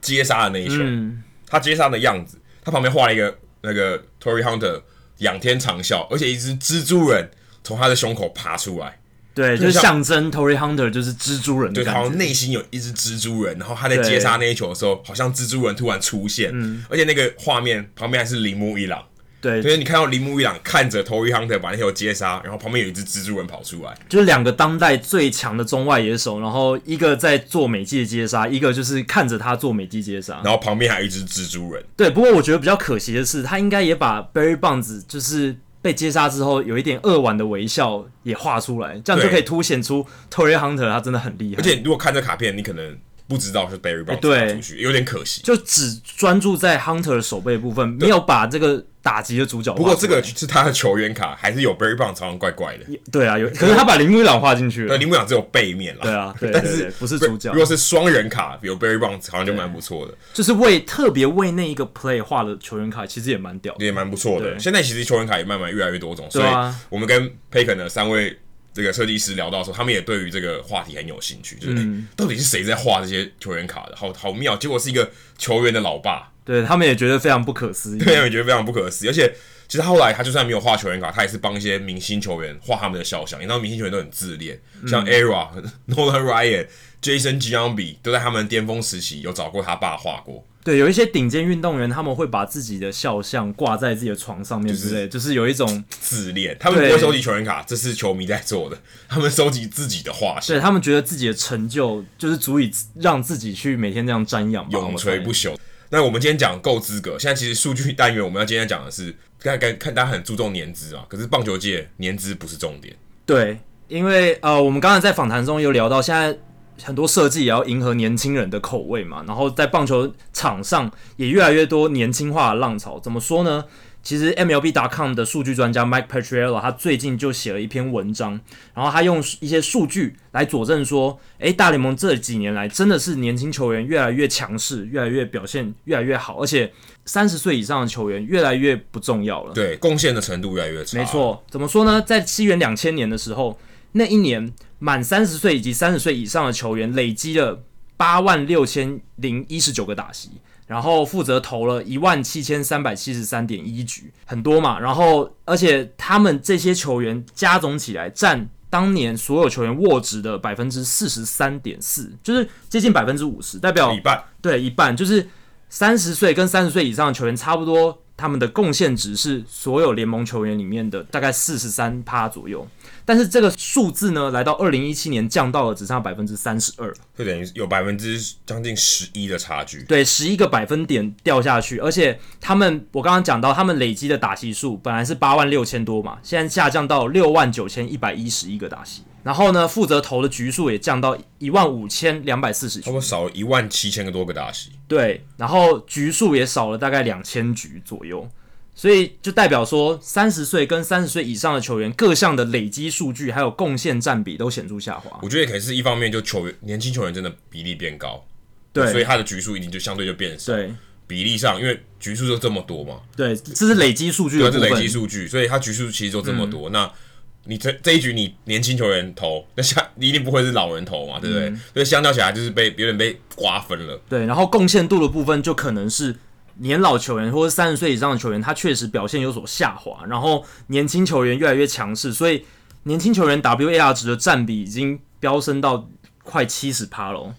Speaker 1: 接杀的那一球，
Speaker 2: 嗯，
Speaker 1: 他街上的样子，他旁边画了一个那个 Tory Hunter 仰天长啸，而且一只蜘蛛人从他的胸口爬出来，
Speaker 2: 对，
Speaker 1: 就
Speaker 2: 就
Speaker 1: 像
Speaker 2: 象征 Tory Hunter 就是蜘蛛人
Speaker 1: 对
Speaker 2: 的
Speaker 1: 他好
Speaker 2: 感
Speaker 1: 像
Speaker 2: 觉。
Speaker 1: 内心有一只蜘蛛人，然后他在接杀那一球的时候，好像蜘蛛人突然出现，而且那个画面旁边还是铃木一朗，
Speaker 2: 对
Speaker 1: 所，以你看到铃木一朗看着 Tory Hunter 把那球接杀，然后旁边有一只蜘蛛人跑出来，
Speaker 2: 就是两个当代最强的中外野手，然后一个在做美记的接杀，一个就是看着他做美记接杀。
Speaker 1: 然后旁边还有一只蜘蛛人，
Speaker 2: 对，不过我觉得比较可惜的是，他应该也把 Barry Bonds 就是被接杀之后有一点扼腕的微笑也画出来，这样就
Speaker 1: 对
Speaker 2: 可以凸显出 Tory Hunter 他真的很厉害。
Speaker 1: 而且如果看这卡片，你可能不知道是 Barry Bonds
Speaker 2: 对
Speaker 1: 打出去，有点可惜。
Speaker 2: 就只专注在 Hunter 的手背部分，没有把这个打击的主角画
Speaker 1: 不
Speaker 2: 出来。
Speaker 1: 过这个是他的球员卡，还是有 Barry Bonds 好像怪怪的。
Speaker 2: 对啊，有可是他把铃木一朗画进去
Speaker 1: 对，
Speaker 2: 了。
Speaker 1: 铃木朗只有背面了。
Speaker 2: 对啊对
Speaker 1: 但
Speaker 2: 对
Speaker 1: 是
Speaker 2: 对不是主角
Speaker 1: 如果是双人卡，有 Barry Bonds 好像就蛮不错的，
Speaker 2: 就是为特别为那一个 play 画的球员卡，其实也蛮屌的。
Speaker 1: 也蛮不错的。
Speaker 2: 对
Speaker 1: 现在其实球员卡也慢慢越来越多种，所
Speaker 2: 对
Speaker 1: 以
Speaker 2: 啊
Speaker 1: 我们跟 Payton 的三位这个设计师聊到的时候，他们也对于这个话题很有兴趣，
Speaker 2: 嗯
Speaker 1: 就是、诶到底是谁在画这些球员卡的？好好妙，结果是一个球员的老爸，
Speaker 2: 对他们也觉得非常不可思议。
Speaker 1: 对，我觉得非常不可思议。而且其实他后来他就算没有画球员卡，他也是帮一些明星球员画他们的肖像。你知道明星球员都很自恋，
Speaker 2: 嗯
Speaker 1: 像 ERA、Nolan Ryan、Jason Giambi 都在他们巅峰时期有找过他爸画过。
Speaker 2: 对，有一些顶尖运动员，他们会把自己的肖像挂在自己的床上面之类的，就是有一种
Speaker 1: 自恋，他们不
Speaker 2: 对
Speaker 1: 会收集球员卡，这是球迷在做的。他们收集自己的画像，
Speaker 2: 对他们觉得自己的成就就是足以让自己去每天这样瞻仰吧，
Speaker 1: 永垂不
Speaker 2: 朽。
Speaker 1: 朽。那我们今天讲够资格，现在其实数据单元我们要今天讲的是，看看看大家很注重年资啊，可是棒球界年资不是重点。
Speaker 2: 对，因为呃，我们刚才在访谈中有聊到，现在很多设计也要迎合年轻人的口味嘛，然后在棒球场上也越来越多年轻化的浪潮。怎么说呢？其实 MLB.com 的数据专家 Mike Petriello 他最近就写了一篇文章，然后他用一些数据来佐证说，诶，大联盟这几年来真的是年轻球员越来越强势，越来越表现越来越好，而且三十岁以上的球员越来越不重要了。
Speaker 1: 对，贡献的程度越来越差。
Speaker 2: 嗯没，错，怎么说呢？在西元两千年的时候，那一年满三十岁以及三十岁以上的球员累积了八万六千零一十九个打席，然后负责投了一万七千三百七十三点一局，很多嘛。然后，而且他们这些球员加总起来占。当年所有球员握值的百分之四十三点四，就是接近百分之五十，代表
Speaker 1: 一半。
Speaker 2: 对，一半就是三十岁跟三十岁以上的球员差不多，他们的贡献值是所有联盟球员里面的大概四十三趴左右。但是这个数字呢，来到二零一七年降到了只剩下百分之三十二，
Speaker 1: 就等于有百分之将近十一的差距。
Speaker 2: 对，十一个百分点掉下去。而且他们，我刚刚讲到，他们累积的打席数本来是八万六千多嘛，现在下降到六万九千一百一十一个打席。然后呢，负责投的局数也降到一万五千两百四十局
Speaker 1: 差不，多少一万七千个多个打席，
Speaker 2: 对，然后局数也少了大概两千局左右，所以就代表说，三十岁跟三十岁以上的球员各项的累积数据还有贡献占比都显著下滑。
Speaker 1: 我觉得也可能是一方面，就球员年轻球员真的比例变高，所以
Speaker 2: 对
Speaker 1: 他的局数一定就相对就变少。
Speaker 2: 对
Speaker 1: 比例上，因为局数就这么多嘛，
Speaker 2: 对，这是累积数据
Speaker 1: 对啊，
Speaker 2: 的部
Speaker 1: 这
Speaker 2: 分。
Speaker 1: 累积数据，所以他局数其实就这么多。
Speaker 2: 嗯
Speaker 1: 那你这这一局你年轻球员投，那下你一定不会是老人投嘛，对不对？
Speaker 2: 嗯
Speaker 1: 所以相较起来就是被有点被瓜分了。
Speaker 2: 对，然后贡献度的部分就可能是年老球员或者三十岁以上的球员，他确实表现有所下滑，然后年轻球员越来越强势，所以年轻球员 WAR 值的占比已经飙升到快七十趴喽。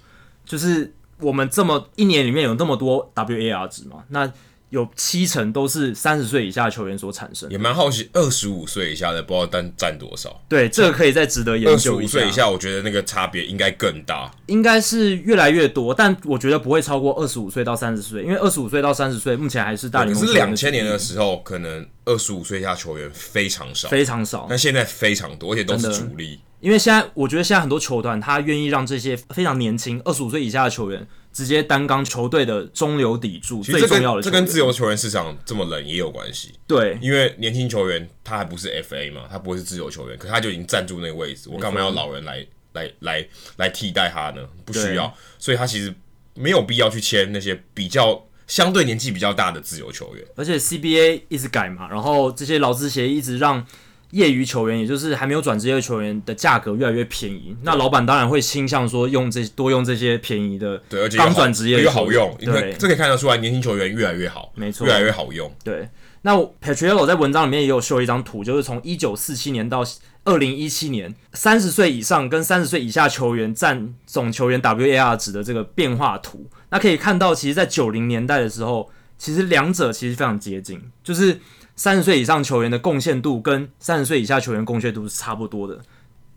Speaker 2: 就是我们这么一年里面有那么多 WAR 值嘛，那有七成都是三十岁以下的球员所产生的。
Speaker 1: 也蛮好奇，二十五岁以下的不知道占占多少。
Speaker 2: 对，这个可以再值得研
Speaker 1: 二十
Speaker 2: 究
Speaker 1: 五
Speaker 2: 一
Speaker 1: 岁以下，我觉得那个差别应该更大。
Speaker 2: 应该是越来越多，但我觉得不会超过二十五岁到三十岁，因为二十五岁到三十岁目前还是大
Speaker 1: 可
Speaker 2: 联盟
Speaker 1: 是
Speaker 2: 球员
Speaker 1: 两千年
Speaker 2: 主
Speaker 1: 的
Speaker 2: 力
Speaker 1: 时候，可能二十五岁以下球员非常少，
Speaker 2: 非常少，
Speaker 1: 但现在非常多，而且都是
Speaker 2: 真的
Speaker 1: 主力。
Speaker 2: 因为现在我觉得现在很多球团他愿意让这些非常年轻、二十五岁以下的球员直接担纲球队的中流砥柱，
Speaker 1: 其实
Speaker 2: 最
Speaker 1: 这
Speaker 2: 重要
Speaker 1: 跟
Speaker 2: 的球
Speaker 1: 这
Speaker 2: 员
Speaker 1: 跟自由球员市场这么冷也有关系，
Speaker 2: 对
Speaker 1: 因为年轻球员他还不是 FA 嘛，他不会是自由球员，可他就已经站住那个位置，我干嘛要老人来来来来替代他呢？不需要，所以他其实没有必要去签那些比较相对年纪比较大的自由球员。
Speaker 2: 而且 CBA 一直改嘛，然后这些劳资协议一直让业余球员，也就是还没有转职业球员的价格越来越便宜。那老板当然会倾向说用这多用这些便宜的
Speaker 1: 对，而且又
Speaker 2: 刚
Speaker 1: 好
Speaker 2: 转职业的
Speaker 1: 又
Speaker 2: 球
Speaker 1: 好
Speaker 2: 员
Speaker 1: 用，因为
Speaker 2: 对
Speaker 1: 这可以看得出来，年轻球员越来越好，
Speaker 2: 没错
Speaker 1: 越来越好用。
Speaker 2: 对。那 Petriello 在文章里面也有秀一张图，就是从一九四七年到二零一七年，三十岁以上跟三十岁以下球员占总球员 WAR 值的这个变化图。那可以看到，其实，在九零年代的时候，其实两者其实非常接近，就是三十岁以上球员的贡献度跟三十岁以下球员贡献度是差不多的。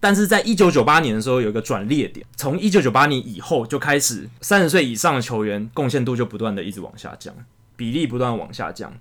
Speaker 2: 但是在一九九八年的时候有一个转捩点，从一九九八年以后就开始，三十岁以上的球员贡献度就不断的一直往下降，比例不断地往下降。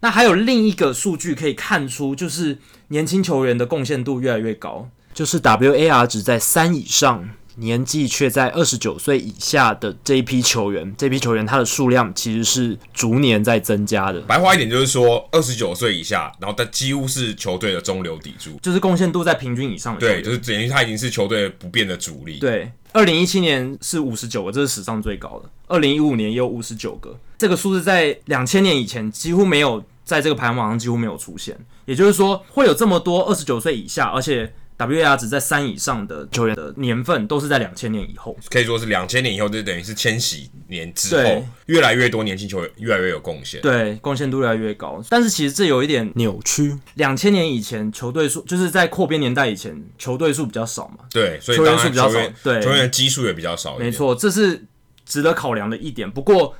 Speaker 2: 那还有另一个数据可以看出，就是年轻球员的贡献度越来越高，就是 WAR 值在三以上，年纪却在二十九岁以下的这一批球员，这批球员他的数量其实是逐年在增加的，
Speaker 1: 白话一点就是说，二十九岁以下，然后他几乎是球队的中流砥柱，
Speaker 2: 就是贡献度在平均以上的球
Speaker 1: 对，
Speaker 2: 员。
Speaker 1: 就是等于他已经是球队不变的主力。，
Speaker 2: 对，二零一七年是五十九个，这是史上最高的。二零一五年也有五十九个，这个数字在两千年以前几乎没有在这个排行榜上几乎没有出现。也就是说，会有这么多二十九岁以下，而且 WAR 值在三以上的球员的年份，都是在两千年以后。
Speaker 1: 可以说是两千年以后，就等于是千禧年之
Speaker 2: 对
Speaker 1: 后，越来越多年轻球员越来越有贡献。
Speaker 2: 对，贡献度越来越高。但是其实这有一点扭曲。两千年以前，球队数就是在扩编年代以前，球队数比较少嘛，
Speaker 1: 对，所以
Speaker 2: 球员
Speaker 1: 当然
Speaker 2: 数比较
Speaker 1: 球员
Speaker 2: 少对
Speaker 1: 球员的基数也比较少一点。
Speaker 2: 没，错，这是值得考量的一点。不过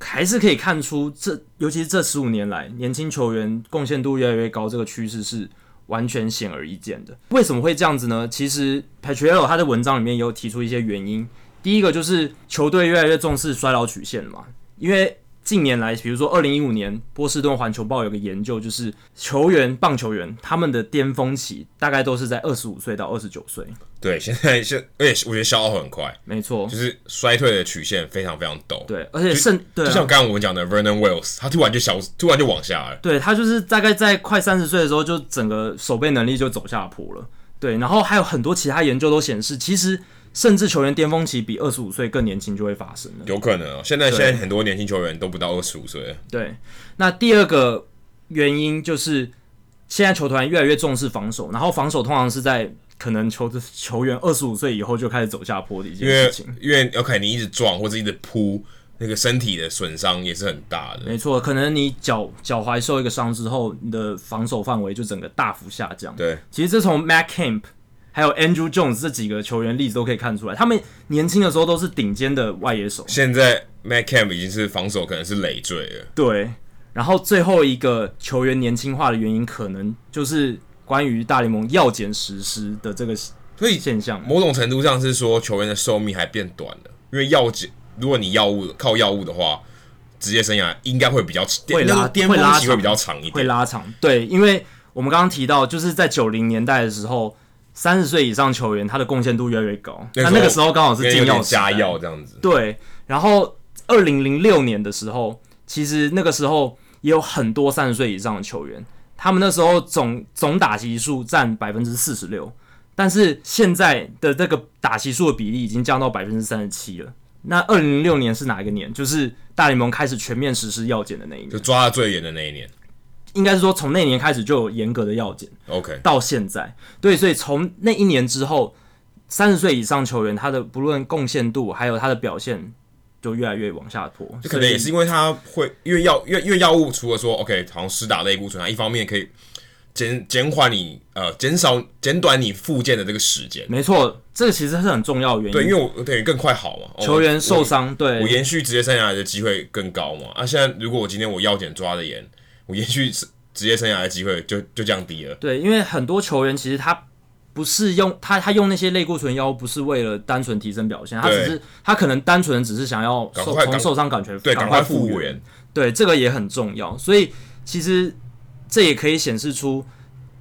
Speaker 2: 还是可以看出这，尤其是这十五年来，年轻球员贡献度越来越高，这个趋势是完全显而易见的。为什么会这样子呢？其实 Patriello 他在文章里面也有提出一些原因。第一个就是球队越来越重视衰老曲线嘛，因为近年来，比如说二零一五年，波士顿环球报有个研究，就是球员棒球员他们的巅峰期大概都是在二十五岁到二十九岁，
Speaker 1: 对，现在现而且我觉得消耗很快，
Speaker 2: 没错
Speaker 1: 就，是衰退的曲线非常非常陡。，
Speaker 2: 对，而且甚对、
Speaker 1: 就像
Speaker 2: 啊。
Speaker 1: 刚刚我们讲的 Vernon Wells，他突然就小，突然就往下了。
Speaker 2: 对他就是大概在快三十岁的时候，就整个守备能力就走下坡了。对，然后还有很多其他研究都显示，其实甚至球员巅峰期比二十五岁更年轻就会发生了。
Speaker 1: 有可能哦，现在
Speaker 2: 对
Speaker 1: 现在很多年轻球员都不到二十五岁了，
Speaker 2: 对，那第二个原因就是现在球团越来越重视防守，然后防守通常是在可能球球员二十五岁以后就开始走下坡的一
Speaker 1: 因
Speaker 2: 件
Speaker 1: 为
Speaker 2: 事情。
Speaker 1: 因为 OK，你一直撞或者一直扑，那个身体的损伤也是很大的。
Speaker 2: 没错，可能你脚脚踝受一个伤之后，你的防守范围就整个大幅下降。
Speaker 1: 对，
Speaker 2: 其实这从 Matt Kemp 还有 Andrew Jones 这几个球员例子都可以看出来，他们年轻的时候都是顶尖的外野手。
Speaker 1: 现在 Matt Camp 已经是防守可能是累赘了，
Speaker 2: 对，然后最后一个球员年轻化的原因，可能就是关于大联盟药检实施的这个
Speaker 1: 所以
Speaker 2: 现象。
Speaker 1: 某种程度上是说球员的寿命还变短了，因为药剂，如果你药物靠药物的话，职业生涯应该会比较
Speaker 2: 会拉
Speaker 1: 那个巅
Speaker 2: 会
Speaker 1: 峰
Speaker 2: 拉
Speaker 1: 期会
Speaker 2: 长
Speaker 1: 比较长一
Speaker 2: 会
Speaker 1: 点。
Speaker 2: 拉长。对，因为我们刚刚提到，就是在九零年代的时候，三十岁以上球员他的贡献度越来越高。那那个时候刚好是
Speaker 1: 因为
Speaker 2: 禁
Speaker 1: 有点
Speaker 2: 药时代
Speaker 1: 加药这样子，
Speaker 2: 对，然后二零零六年的时候，其实那个时候也有很多三十岁以上的球员，他们那时候总总打席数占百分之四十六，但是现在的这个打席数的比例已经降到百分之三十七了。那二零零六年是哪一个年？就是大联盟开始全面实施药检的那一
Speaker 1: 就
Speaker 2: 年，
Speaker 1: 抓到最严的那一年。
Speaker 2: 应该是说从那年开始就有严格的药检。
Speaker 1: OK，
Speaker 2: 到现在，对，所以从那一年之后，三十岁以上球员他的不论贡献度还有他的表现，就越来越往下坡。
Speaker 1: 就可能也
Speaker 2: 所
Speaker 1: 是
Speaker 2: 以
Speaker 1: 因为他会因为药因为因为药物，除了说 OK 好像施打类固醇，它啊一方面可以减减缓你呃减少减短你复健的这个时间，
Speaker 2: 没错，这个其实是很重要的原因。
Speaker 1: 对，因为我等于更快好嘛，哦
Speaker 2: 球员受。
Speaker 1: 我
Speaker 2: 伤，
Speaker 1: 我
Speaker 2: 对，
Speaker 1: 延续职业生涯的机会更高嘛？啊，现在如果我今天我药检抓的严，我延续职职业生涯的机会就就降低了。
Speaker 2: 对，因为很多球员其实他不是用他他用那些类固醇药物，不是为了单纯提升表现，他
Speaker 1: 对
Speaker 2: 只是他可能单纯只是想要
Speaker 1: 赶
Speaker 2: 受
Speaker 1: 快
Speaker 2: 从
Speaker 1: 赶
Speaker 2: 受伤感觉
Speaker 1: 对，赶
Speaker 2: 赶
Speaker 1: 快
Speaker 2: 复
Speaker 1: 复原。
Speaker 2: 对，这个也很重要。所以其实这也可以显示出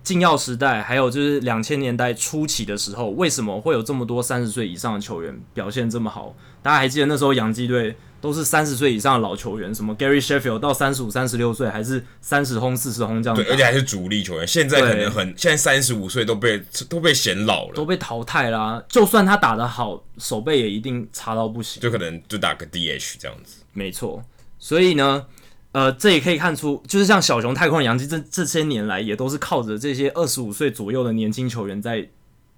Speaker 2: 禁药时代，还有就是两千年代初期的时候，为什么会有这么多三十岁以上的球员表现这么好？大家还记得那时候洋基队都是三十岁以上的老球员，什么 Gary Sheffield 到三十五、三十六岁还是三十轰、四十轰这样
Speaker 1: 对，而
Speaker 2: 打，
Speaker 1: 且还是主力球员，现在可
Speaker 2: 对
Speaker 1: 能很，现在三十五岁都被都被显老
Speaker 2: 都
Speaker 1: 了，
Speaker 2: 被淘汰啦、就算他打得好，手背也一定差到不行。
Speaker 1: 就可能就打个 DH 这样子。
Speaker 2: 没错，所以呢，呃，这也可以看出，就是像小熊、太空人、杨基这这些年来，也都是靠着这些二十五岁左右的年轻球员在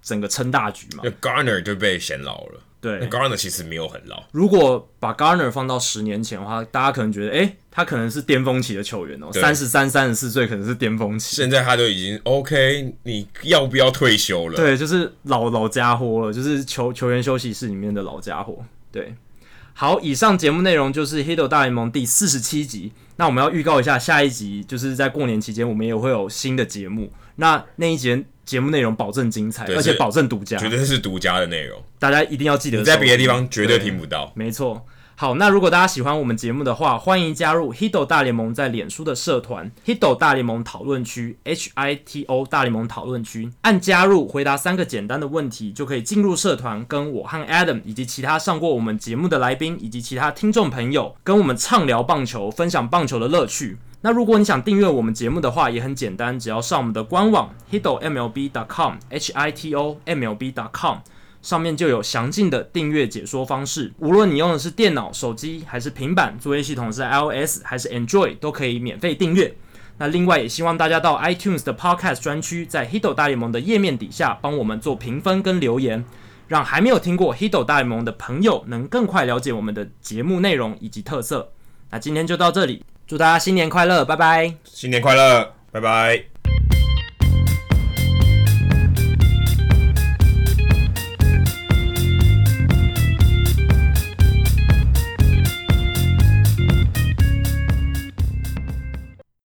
Speaker 2: 整个撑大局嘛
Speaker 1: 就。Garner 就被显老了，那
Speaker 2: 对，
Speaker 1: Garner 其实没有很老，
Speaker 2: 如果把 Garner 放到十年前的话，大家可能觉得，诶，他可能是巅峰期的球员哦，
Speaker 1: 对
Speaker 2: 三十三、三十四岁可能是巅峰期。
Speaker 1: 现在他都已经 OK，你要不要退休了？
Speaker 2: 对，就是老老家伙了，就是球球员休息室里面的老家伙。对，好，以上节目内容就是《黑豆大联盟》第四十七集。那我们要预告一下，下一集就是在过年期间，我们也会有新的节目。那那一节节目内容保证精彩，
Speaker 1: 对
Speaker 2: 而且
Speaker 1: 是
Speaker 2: 保证独家，
Speaker 1: 绝对是独家的内容，
Speaker 2: 大家一定要记得。
Speaker 1: 你在别的地方绝对听不到。
Speaker 2: 没错。好，那如果大家喜欢我们节目的话，欢迎加入 Hido 大联盟在脸书的社团 Hido 大联盟讨论区 H I T O 大联盟讨论区，按加入，回答三个简单的问题，就可以进入社团，跟我和 Adam 以及其他上过我们节目的来宾以及其他听众朋友，跟我们畅聊棒球，分享棒球的乐趣。那如果你想订阅我们节目的话，也很简单，只要上我们的官网 hito mlb.com h i t o mlb.com 上面就有详尽的订阅解说方式。无论你用的是电脑、手机还是平板，作业系统是 iOS 还是 Android，都可以免费订阅。那另外也希望大家到 iTunes 的 Podcast 专区，在 Hido 大联盟的页面底下帮我们做评分跟留言，让还没有听过 Hido 大联盟的朋友能更快了解我们的节目内容以及特色。那今天就到这里，祝大家新年快乐，拜拜。
Speaker 1: 新年快乐，拜拜。